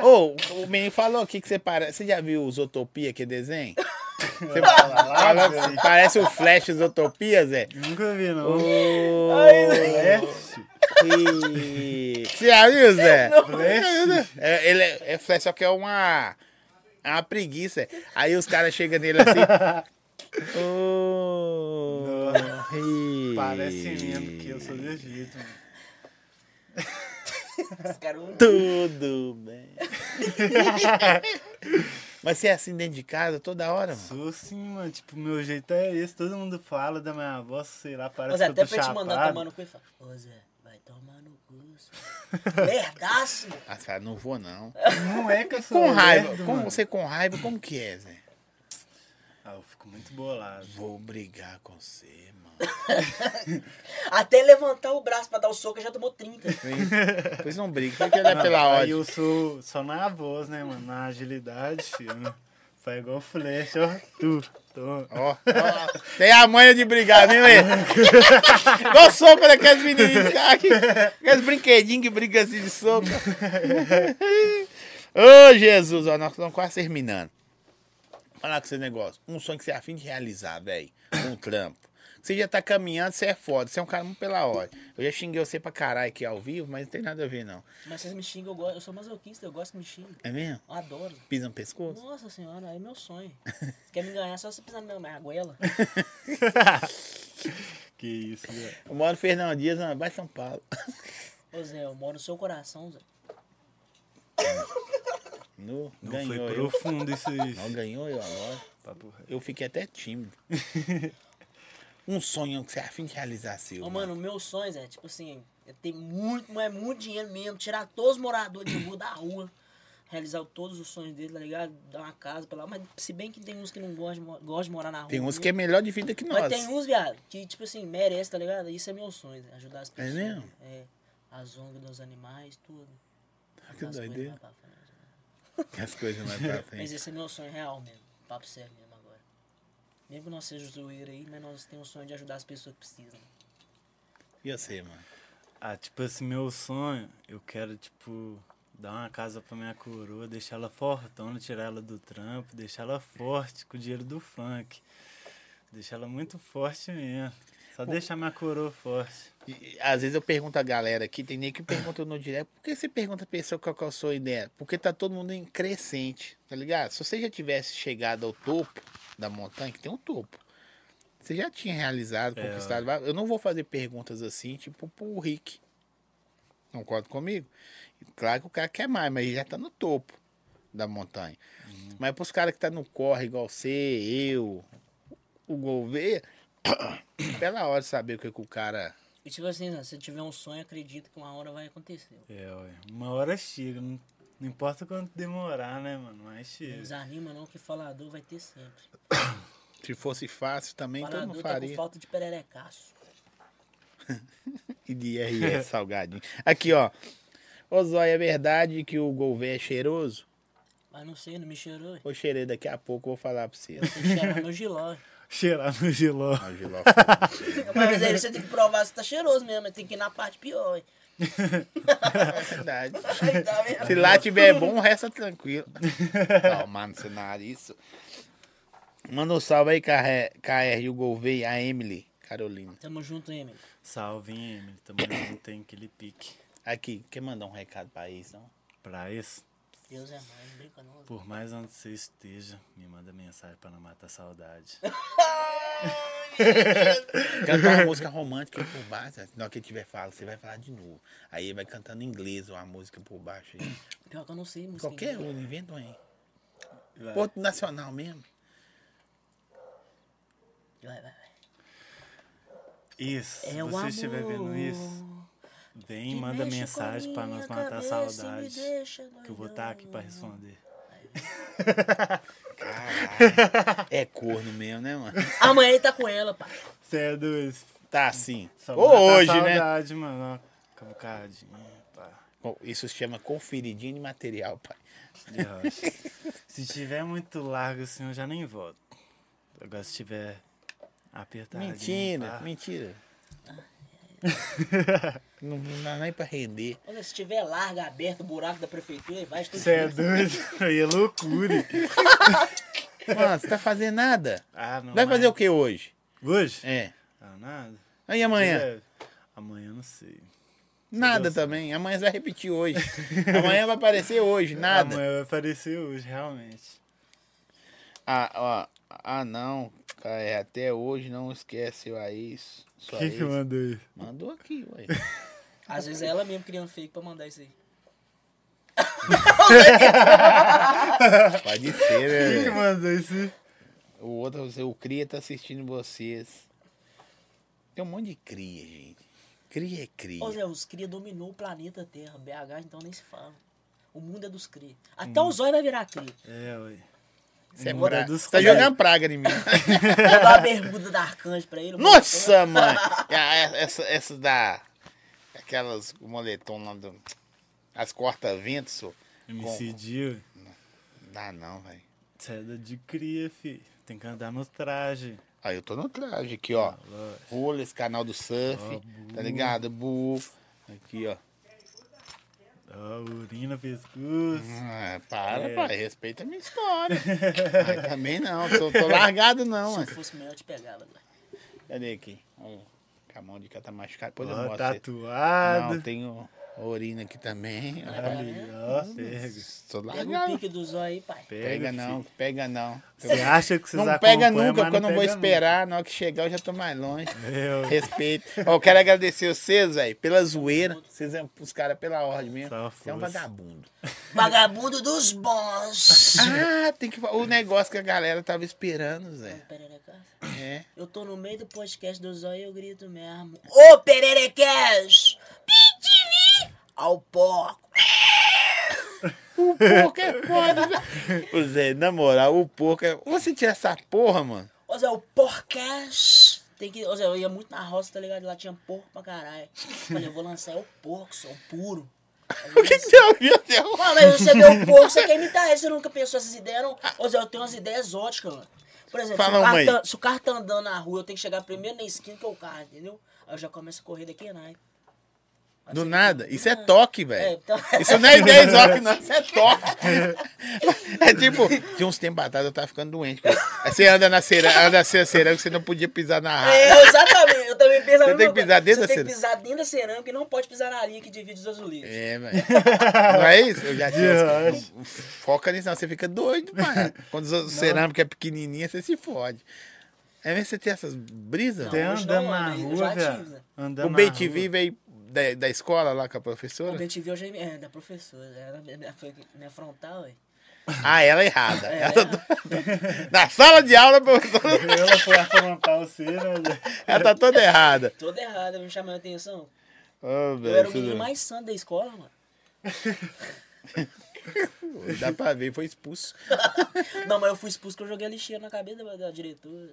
S1: Ô, o menino falou aqui que você parece. Você já viu Zootopia, que desenho? Você fala-
S3: velho.
S1: parece o Flash Zootopia, Zé.
S3: Nunca vi, não.
S1: Ô,
S3: Flash?
S1: e- Você já viu, Zé?
S3: Flash?
S1: É, ele é, é Flash, só que é uma. É uma preguiça. Aí os caras chegam nele assim. Ô. e-
S3: Parece mesmo que eu sou do Egito, mano.
S2: Esse cara é um
S3: Tá,
S1: Tudo bem. Mas você é assim dentro de casa toda hora, mano?
S3: Sou sim, mano. Tipo, meu jeito é esse. Todo mundo fala da minha voz, sei lá,
S2: Ô
S3: parece
S2: Zé,
S3: que
S2: é até
S3: eu tô
S2: pra te mandar tomar
S3: chapado.
S2: no cu e falar, ô Zé, vai tomar no cu. Zé." Merdaço!
S1: Ah, você fala, não vou não.
S3: Não é que eu sou
S1: Com raiva.
S3: lerdo,
S1: Como
S3: mano.
S1: você com raiva, como que é, Zé?
S3: Ah, eu fico muito bolado.
S1: Vou brigar com você, mano.
S2: Até levantar o braço pra dar o soco, ele já tomou 30.
S1: Pois não briga, tem que olhar pela
S3: Não,
S1: hora.
S3: Aí eu sou só na voz, né, mano? Na agilidade, filho. Faz igual flecha, ó. Tu, tu.
S1: Ó, ó, tem a manha de brigar, viu, Lê? Igual soco né, daqueles menininhos, cara, que- aqueles brinquedinhos que brigam assim de soco. Ô, Jesus, ó, nós estamos quase terminando. Falar com esse negócio. Um sonho que você é afim de realizar, velho. Um trampo. Você já tá caminhando, você é foda. Você é um cara muito pela hora. Eu já xinguei você pra caralho aqui ao vivo, mas não tem nada a ver, não.
S2: Mas vocês me xingam, eu, gosto, eu sou masoquista, eu gosto que me xinguem.
S1: É mesmo?
S2: Eu adoro.
S1: Pisa no pescoço?
S2: Nossa senhora, é meu sonho. Você quer me ganhar só se pisar na minha goela?
S3: Que isso, velho.
S1: Eu moro no Fernão Dias, ah, vai São Paulo.
S2: Ô Zé, eu moro no seu coração, Zé.
S1: No,
S3: Não
S1: ganhou
S3: foi
S1: eu.
S3: profundo isso aí.
S1: Não ganhou eu agora.
S3: Papo reto.
S1: Eu fiquei até tímido. um sonho que você é afim de realizar seu. né?
S2: Ô,
S1: mano.
S2: mano, meus sonhos é, tipo assim, é ter muito, mas muito dinheiro mesmo, tirar todos os moradores de rua da rua, realizar todos os sonhos deles, tá ligado? Dar uma casa pra lá. Mas se bem que tem uns que não gostam de, mo- gostam de morar na rua.
S1: Tem uns
S2: né?
S1: que é melhor de vida que nós.
S2: Mas tem uns, viado, que, tipo assim, merece, tá ligado? Isso é meu sonho, né? ajudar as pessoas.
S1: mesmo?
S2: É. As ONGs dos animais, tudo.
S1: Ah, que
S2: As coisas
S1: doideira.
S2: mais pra frente, né?
S1: As coisas mais pra
S2: Mas
S1: frente.
S2: esse é meu sonho real mesmo. Papo sério mesmo agora. Mesmo que nós seja zoeira aí, mas nós temos o sonho de ajudar as pessoas que precisam.
S1: E você, mano?
S3: Ah, tipo assim, meu sonho, eu quero, tipo, dar uma casa pra minha coroa, deixar ela fortona, tirar ela do trampo, deixar ela forte com o dinheiro do funk. Deixar ela muito forte mesmo. Só deixar minha coroa forte.
S1: E- e Às vezes eu pergunto a galera aqui, tem nem que pergunta no direto, por que você pergunta a pessoa qual que é a sua ideia? Porque tá todo mundo em crescente, tá ligado? Se você já tivesse chegado ao topo da montanha, que tem um topo, você já tinha realizado,
S3: É,
S1: conquistado. Eu não vou fazer perguntas assim, tipo pro Rick. Concorda comigo? Claro que o cara quer mais, mas ele já tá no topo da montanha. Mas pros caras que tá no corre, igual você, eu, o Gouveia, pela hora de saber o que, que o cara.
S2: E tipo assim, né, se tiver um sonho, acredita que uma hora vai acontecer.
S3: É, ué. Uma hora chega. Não, não importa quanto demorar, né, mano? Mas
S1: É.
S2: Não
S3: chega.
S2: desanima não, que falador vai ter sempre.
S1: Se fosse fácil também, todo
S2: falador
S1: mundo
S2: tá com
S1: faria.
S2: falta de pererecaço.
S1: E de IRS, salgadinho. Aqui, ó. Ô, Zóia, é verdade que o Gouveia é cheiroso?
S2: Mas não sei, não me cheirou. hein?
S1: Vou cheirei daqui a pouco, eu vou falar pra vocês.
S2: Tem que cheirar meu giló. hein?
S3: Cheirar no giló.
S1: Ó, o Giló.
S2: Mas aí você tem que provar se tá cheiroso mesmo, mas tem que ir na parte pior, hein?
S1: É verdade.
S2: Aí tá vendo?
S1: Se lá tiver bom, o resto é tranquilo. Calma no seu nariz. Manda um salve aí, KR, KR o Gouveia, a Emily, Carolina.
S2: Tamo junto, hein, amigo.
S3: Salve, hein, Emily. Tamo junto, tem aquele pique.
S1: Aqui, quer mandar um recado pra eles, não?
S3: Pra isso,
S2: Deus é mais, não brinca não.
S3: por mais onde você esteja, me manda mensagem pra não matar a saudade.
S1: Cantar uma música romântica aí por baixo. Na hora que ele tiver fala, você vai falar de novo. Aí ele vai cantando em inglês uma música por baixo aí.
S2: Pior que eu não sei música.
S1: Qualquer
S2: inglesa.
S1: um, inventa um aí.
S3: Vai.
S1: Porto nacional mesmo.
S3: um.
S2: Vai, vai, vai.
S3: Isso, se
S2: É o
S3: você
S2: amor.
S3: estiver vendo isso, vem
S2: que
S3: manda
S2: mexe com
S3: mensagem pra
S2: minha
S3: nós matar a
S2: cabeça e me
S3: saudade.
S2: deixa
S3: Que eu vou estar aqui pra responder.
S1: Caralho. É corno mesmo, né, mano?
S2: Amanhã ele tá com ela, pai.
S3: Você é dois.
S1: Tá assim.
S3: Só
S1: Ou
S3: matar a
S1: hoje, né?
S3: saudade, mano. ó, Cavucadinha, pá.
S1: Bom, Isso se chama conferidinha de material, pai.
S3: de rocha. se tiver muito largo assim, eu já nem volto. Agora se tiver apertadinho.
S1: Mentira,
S3: pá.
S1: mentira. Não, não dá nem pra render.
S2: Olha, se tiver larga, aberto, buraco da prefeitura, ele vai
S3: Você é
S2: estudar.
S3: doido? Aí é loucura.
S1: Mano, você tá fazendo nada.
S3: Ah, não.
S1: Vai
S3: mas-
S1: fazer o que hoje?
S3: Hoje?
S1: É.
S3: Ah, nada.
S1: Aí amanhã?
S3: Leve. Amanhã não sei.
S1: Nada
S3: É, Deus.
S1: também. Amanhã você vai repetir hoje. Amanhã vai aparecer hoje, nada.
S3: Amanhã vai aparecer hoje, realmente.
S1: Ah, ó. Ah, não. Cara, até hoje não esquece a ex.
S3: O
S1: Sua
S3: que
S1: ex.
S3: que mandou aí?
S1: Mandou aqui, ué.
S2: Às vezes é ela mesmo criando fake pra mandar isso aí.
S1: Pode ser, né?
S3: O que que
S1: velho?
S3: mandou isso?
S1: O outro, o Cria tá assistindo vocês. Tem um monte de Cria, gente. Cria é Cria.
S2: Ô Zé, os cria dominou o planeta Terra. BH então nem se fala. O mundo é dos cria.
S3: Hum.
S2: Até o zóio vai virar cria.
S3: É, ué.
S1: Você é
S3: Muda
S1: pra...
S3: dos
S1: Tá
S3: Cria.
S1: jogando praga em mim.
S2: Vou dar a bermuda da Arcanjo pra ele.
S1: Nossa, mãe! Ah, Essa, essa da. Aquelas o moletom lá do. As corta-ventos, só.
S3: MC Dio.
S1: Não Dá ah, não, velho.
S3: Você é da de cria, fi. Tem que andar no traje.
S1: Aí eu tô no traje aqui, ó.
S3: Ah, Lógico.
S1: Rula esse canal do surf,
S3: Ó, bu.
S1: tá ligado? Bu. Aqui, ó.
S3: Ó, urina, pescoço.
S1: Ah, para,
S3: É.
S1: pai. Respeita a minha história. Mas também não. Tô, tô largado, não,
S2: Se eu
S1: mano.
S2: fosse melhor, eu te pegava. Zé.
S1: Cadê aqui? Olha, a mão de cá tá machucada. Depois eu
S3: Ó,
S1: mostro. aí. Não,
S3: tatuado.
S1: tem o a urina aqui também.
S3: Ali, ó, pega.
S1: Tô
S2: Pega o
S1: largado.
S2: pique do zóio aí, pai.
S1: Pega
S3: filho.
S1: não, pega não.
S3: Você acha que vocês
S1: Não pega
S3: acompanham,
S1: nunca,
S3: mas
S1: porque eu não vou
S3: pega
S1: esperar. Na hora que chegar, eu já tô mais longe.
S3: nunca. Eu,
S1: Respeito. Ó, eu quero agradecer vocês, velho, pela zoeira. Vocês é os caras pela ordem mesmo.
S3: Só
S1: Você é um
S3: força.
S1: vagabundo.
S2: Vagabundo dos bons.
S1: Ah, tem que. fa- O negócio que a galera tava esperando, Zé.
S2: Pererecast.
S1: É.
S2: Eu tô no meio do podcast do Zóio e eu grito mesmo. Ô Pererecast! PTV! Ao porco!
S1: O porco é foda, velho. Ô, Zé, na moral, o porco é. Você tira essa porra, mano.
S2: Ô Zé, o porcast! Tem que. Ô Zé, eu ia muito na roça, tá ligado? Lá tinha porco pra caralho. Falei, eu vou lançar é o porco, sou puro. Aí eu
S1: O que
S2: lancei.
S1: você é ouviu até agora?
S2: Mano, mas você vê o porco, você quer imitar ele, você nunca pensou essas ideias, não? Ô Zé, eu tenho umas ideias exóticas, mano. Por exemplo, se,
S1: Fala
S2: o
S1: uma
S2: carro
S1: aí.
S2: tá, se o carro tá andando na rua, eu tenho que chegar primeiro na esquina que é o carro, entendeu? Aí eu já começo a correr daqui, né?
S1: Do nada. Isso é toque,
S2: É,
S1: velho.
S2: então...
S1: Isso não é ideia exótica, não. Isso é toque. É tipo, de uns tempos atrás eu tava ficando doente. cara. Aí você anda na cerâmica, anda na cerâmica, você não podia pisar na raiva.
S2: É, exatamente, eu também penso a
S1: Ah. Você tem que
S2: mesma coisa.
S1: pisar dentro da
S2: Você tem que
S1: cerâmica.
S2: pisar dentro da cerâmica e não pode pisar na linha que divide os azulejos.
S1: É, velho. Não é isso? Eu já tinha.
S3: Yes.
S1: Foca nisso, não. Você fica doido, mano. Quando o cerâmico é pequenininha, você se fode. É mesmo que você tem essas brisas?
S2: Não,
S3: Até
S2: hoje
S3: andando
S2: não,
S3: na
S2: eu
S3: rua,
S2: já
S3: velho.
S2: tive.
S1: O
S3: Andando na
S1: Bait
S3: rua.
S1: TV veio da, da escola lá com a
S2: O
S1: professora?
S2: bem te viu já é da professora, era minha, foi minha frontal, ué.
S1: Ah, ela é errada.
S2: É.
S1: Ela- na sala de aula, a professora,
S3: Ela foi afrontar você, né? Zé?
S1: ela tá toda errada.
S2: Toda errada, me chamando a atenção.
S1: Ô,
S2: Eu
S1: velho,
S2: era
S1: É,
S2: o
S1: isso
S2: menino
S1: não-
S2: mais santo da escola, mano.
S1: Dá pra ver, foi expulso.
S2: Não, mas eu fui expulso porque eu joguei a lixeira na cabeça da, da diretora.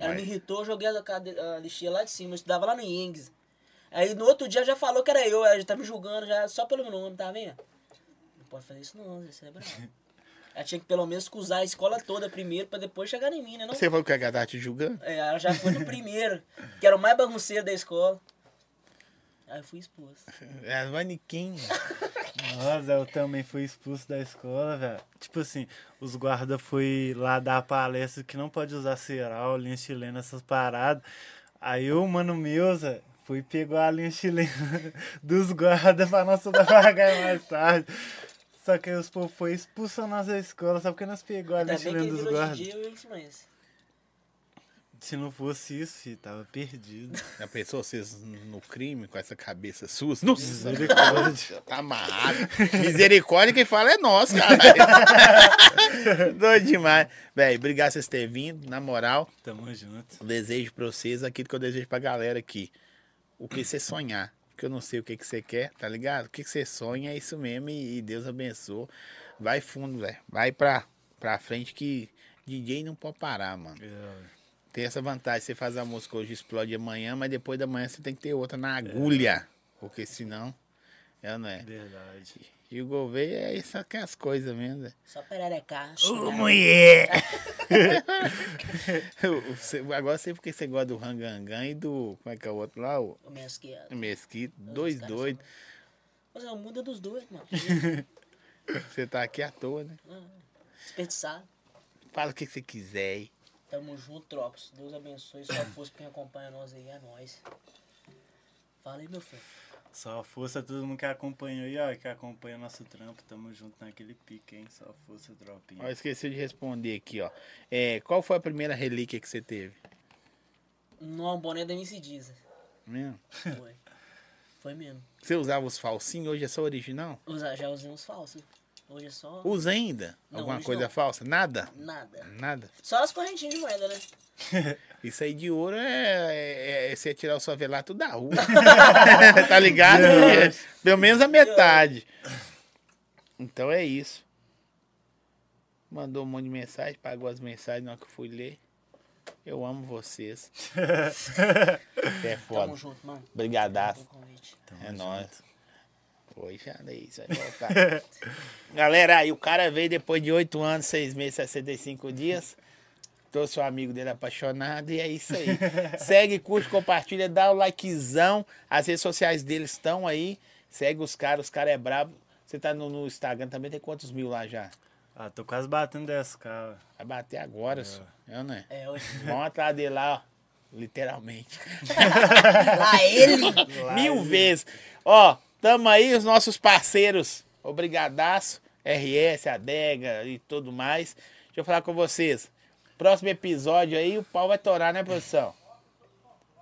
S2: Ela me
S1: Mas-
S2: irritou, eu joguei a, cade- a lixeira lá de cima, eu estudava lá no Ings. Aí no outro dia já falou que era eu, ela já tá me julgando já só pelo meu nome, tá vendo? Não pode fazer isso não, isso é bravo. Ela tinha que pelo menos acusar a escola toda primeiro pra depois chegar em mim, né? Não?
S1: Você falou que a galera tava te julgando?
S2: É, ela já foi no primeiro, que era o mais bagunceiro da escola. Aí eu fui expulso.
S1: É, manequim.
S3: Nossa, eu também fui expulso da escola, velho. Tipo assim, os guardas foi lá dar a palestra que não pode usar cereal, linha chilena, essas paradas. Aí o mano meu, Zé, foi e pegou a linha chilena dos guardas pra nós toda pagar mais tarde. Só que aí os povos foi expulsando nós da escola, só porque nós pegou a
S1: tá
S2: Ainda bem
S3: linha
S2: que
S3: chilena dos
S2: ele hoje em
S3: guardas.
S2: dia eu influência.
S3: Se não fosse isso, fi, tava perdido.
S1: Já pensou vocês no crime com essa cabeça sua? Nossa,
S3: Misericórdia.
S1: tá amarrado. Misericórdia, quem fala é nós, cara. Doido demais. Velho, obrigado vocês terem vindo, na moral.
S3: Tamo junto.
S1: Eu desejo pra vocês aquilo que eu desejo pra galera aqui. O que você sonhar. Porque eu não sei o que que você quer, tá ligado? O que que você sonha é isso mesmo e, e Deus abençoe. Vai fundo, velho. Vai pra, pra frente que DJ não pode parar, mano.
S3: É,
S1: Tem essa vantagem, você faz a música hoje, explode amanhã, mas depois da manhã você tem que ter outra na agulha. Porque senão, ela não é.
S3: verdade.
S1: E o Gouveia é isso que é as coisas mesmo, né?
S2: Só pererecaço.
S1: Ô,
S2: né?
S1: mulher! O- o- você- Agora eu sei porque você gosta do Rangangan e do. Como é que é o outro lá? O
S2: O
S1: Hum.
S2: mesquinha.
S1: Mesquito. Dois
S2: caras são-
S1: doidos.
S2: Mas é, muda dos dois, mano.
S1: Você tá aqui à toa, né?
S2: Desperdiçado.
S1: Fala o que você quiser aí.
S2: Tamo junto, tropos. Deus abençoe. Só força quem acompanha nós aí, é nóis. Fala aí, meu filho.
S3: Só força a todo mundo que acompanhou aí, ó, que acompanha nosso trampo. Tamo junto naquele pique, hein? Só força,
S1: Ó,
S3: dropinha.
S1: eu esqueci de responder aqui, ó. É, qual foi a primeira relíquia que você teve?
S2: Não, o boné da MC Diza.
S1: Mesmo?
S2: Foi. Foi mesmo.
S1: Você usava os falsinhos, hoje é só original?
S2: Usa- já usei uns falsos. Hoje é só
S1: Usa ainda?
S2: Não,
S1: Alguma
S2: hoje
S1: coisa
S2: não.
S1: falsa? Nada?
S2: nada.
S1: Nada.
S2: Só as correntinhas de moeda, né?
S1: Isso aí de ouro é, é, é você tirar o seu velato da rua. tá ligado?
S3: Não.
S1: Pelo menos a metade. Então é isso. Mandou um monte de mensagem, pagou as mensagens na hora que eu fui ler. Eu amo vocês. Você é
S2: Tamo
S1: foda.
S2: junto, mano. Pelo
S1: Brigadaço.
S2: convite.
S1: É nóis. Oi, já dei isso. Vai voltar. Galera, aí o cara veio depois de 8 anos, 6 meses, 65 dias. Trouxe um amigo dele apaixonado e é isso aí. Segue, curte, compartilha, dá o likezão. As redes sociais dele estão aí. Segue os caras, os caras é brabo. Você tá no, no Instagram também, tem quantos mil lá já?
S3: Ah, tô quase batendo 10k, ó.
S1: Vai bater agora, só. Eu, né?
S2: É, hoje.
S1: Vamos atrás dele lá, ó. Literalmente.
S2: Lá ele!
S3: Lá
S1: Mil
S3: ele-
S1: vezes. Ó, tamo aí, os nossos parceiros. Obrigadaço. RS, Adega e tudo mais. Deixa eu falar com vocês. Próximo episódio aí, o pau vai torar, né, produção?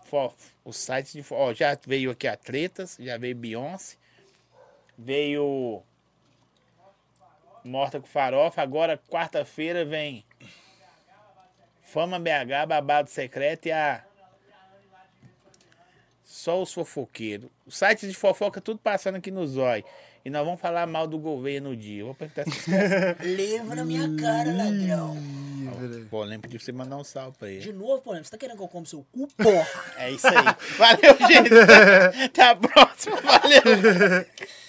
S1: Fo- O site de. fo- Ó, já veio aqui Atletas, já veio Beyoncé, veio. Morta com Farofa. Agora, quarta-feira, vem. Fama BH, Babado Secreto e a. Só os fofoqueiros. O site de fofoca tudo passando aqui no Zói. E nós vamos falar mal do governo no dia. Eu Vou perguntar se
S2: Leva na minha cara, ladrão!
S3: Livre.
S1: Pô, lembra de você mandar um salve pra ele.
S2: De novo, porra, você tá querendo que eu come seu cu, porra?
S1: É isso aí. Valeu, gente. Até a próxima. Valeu.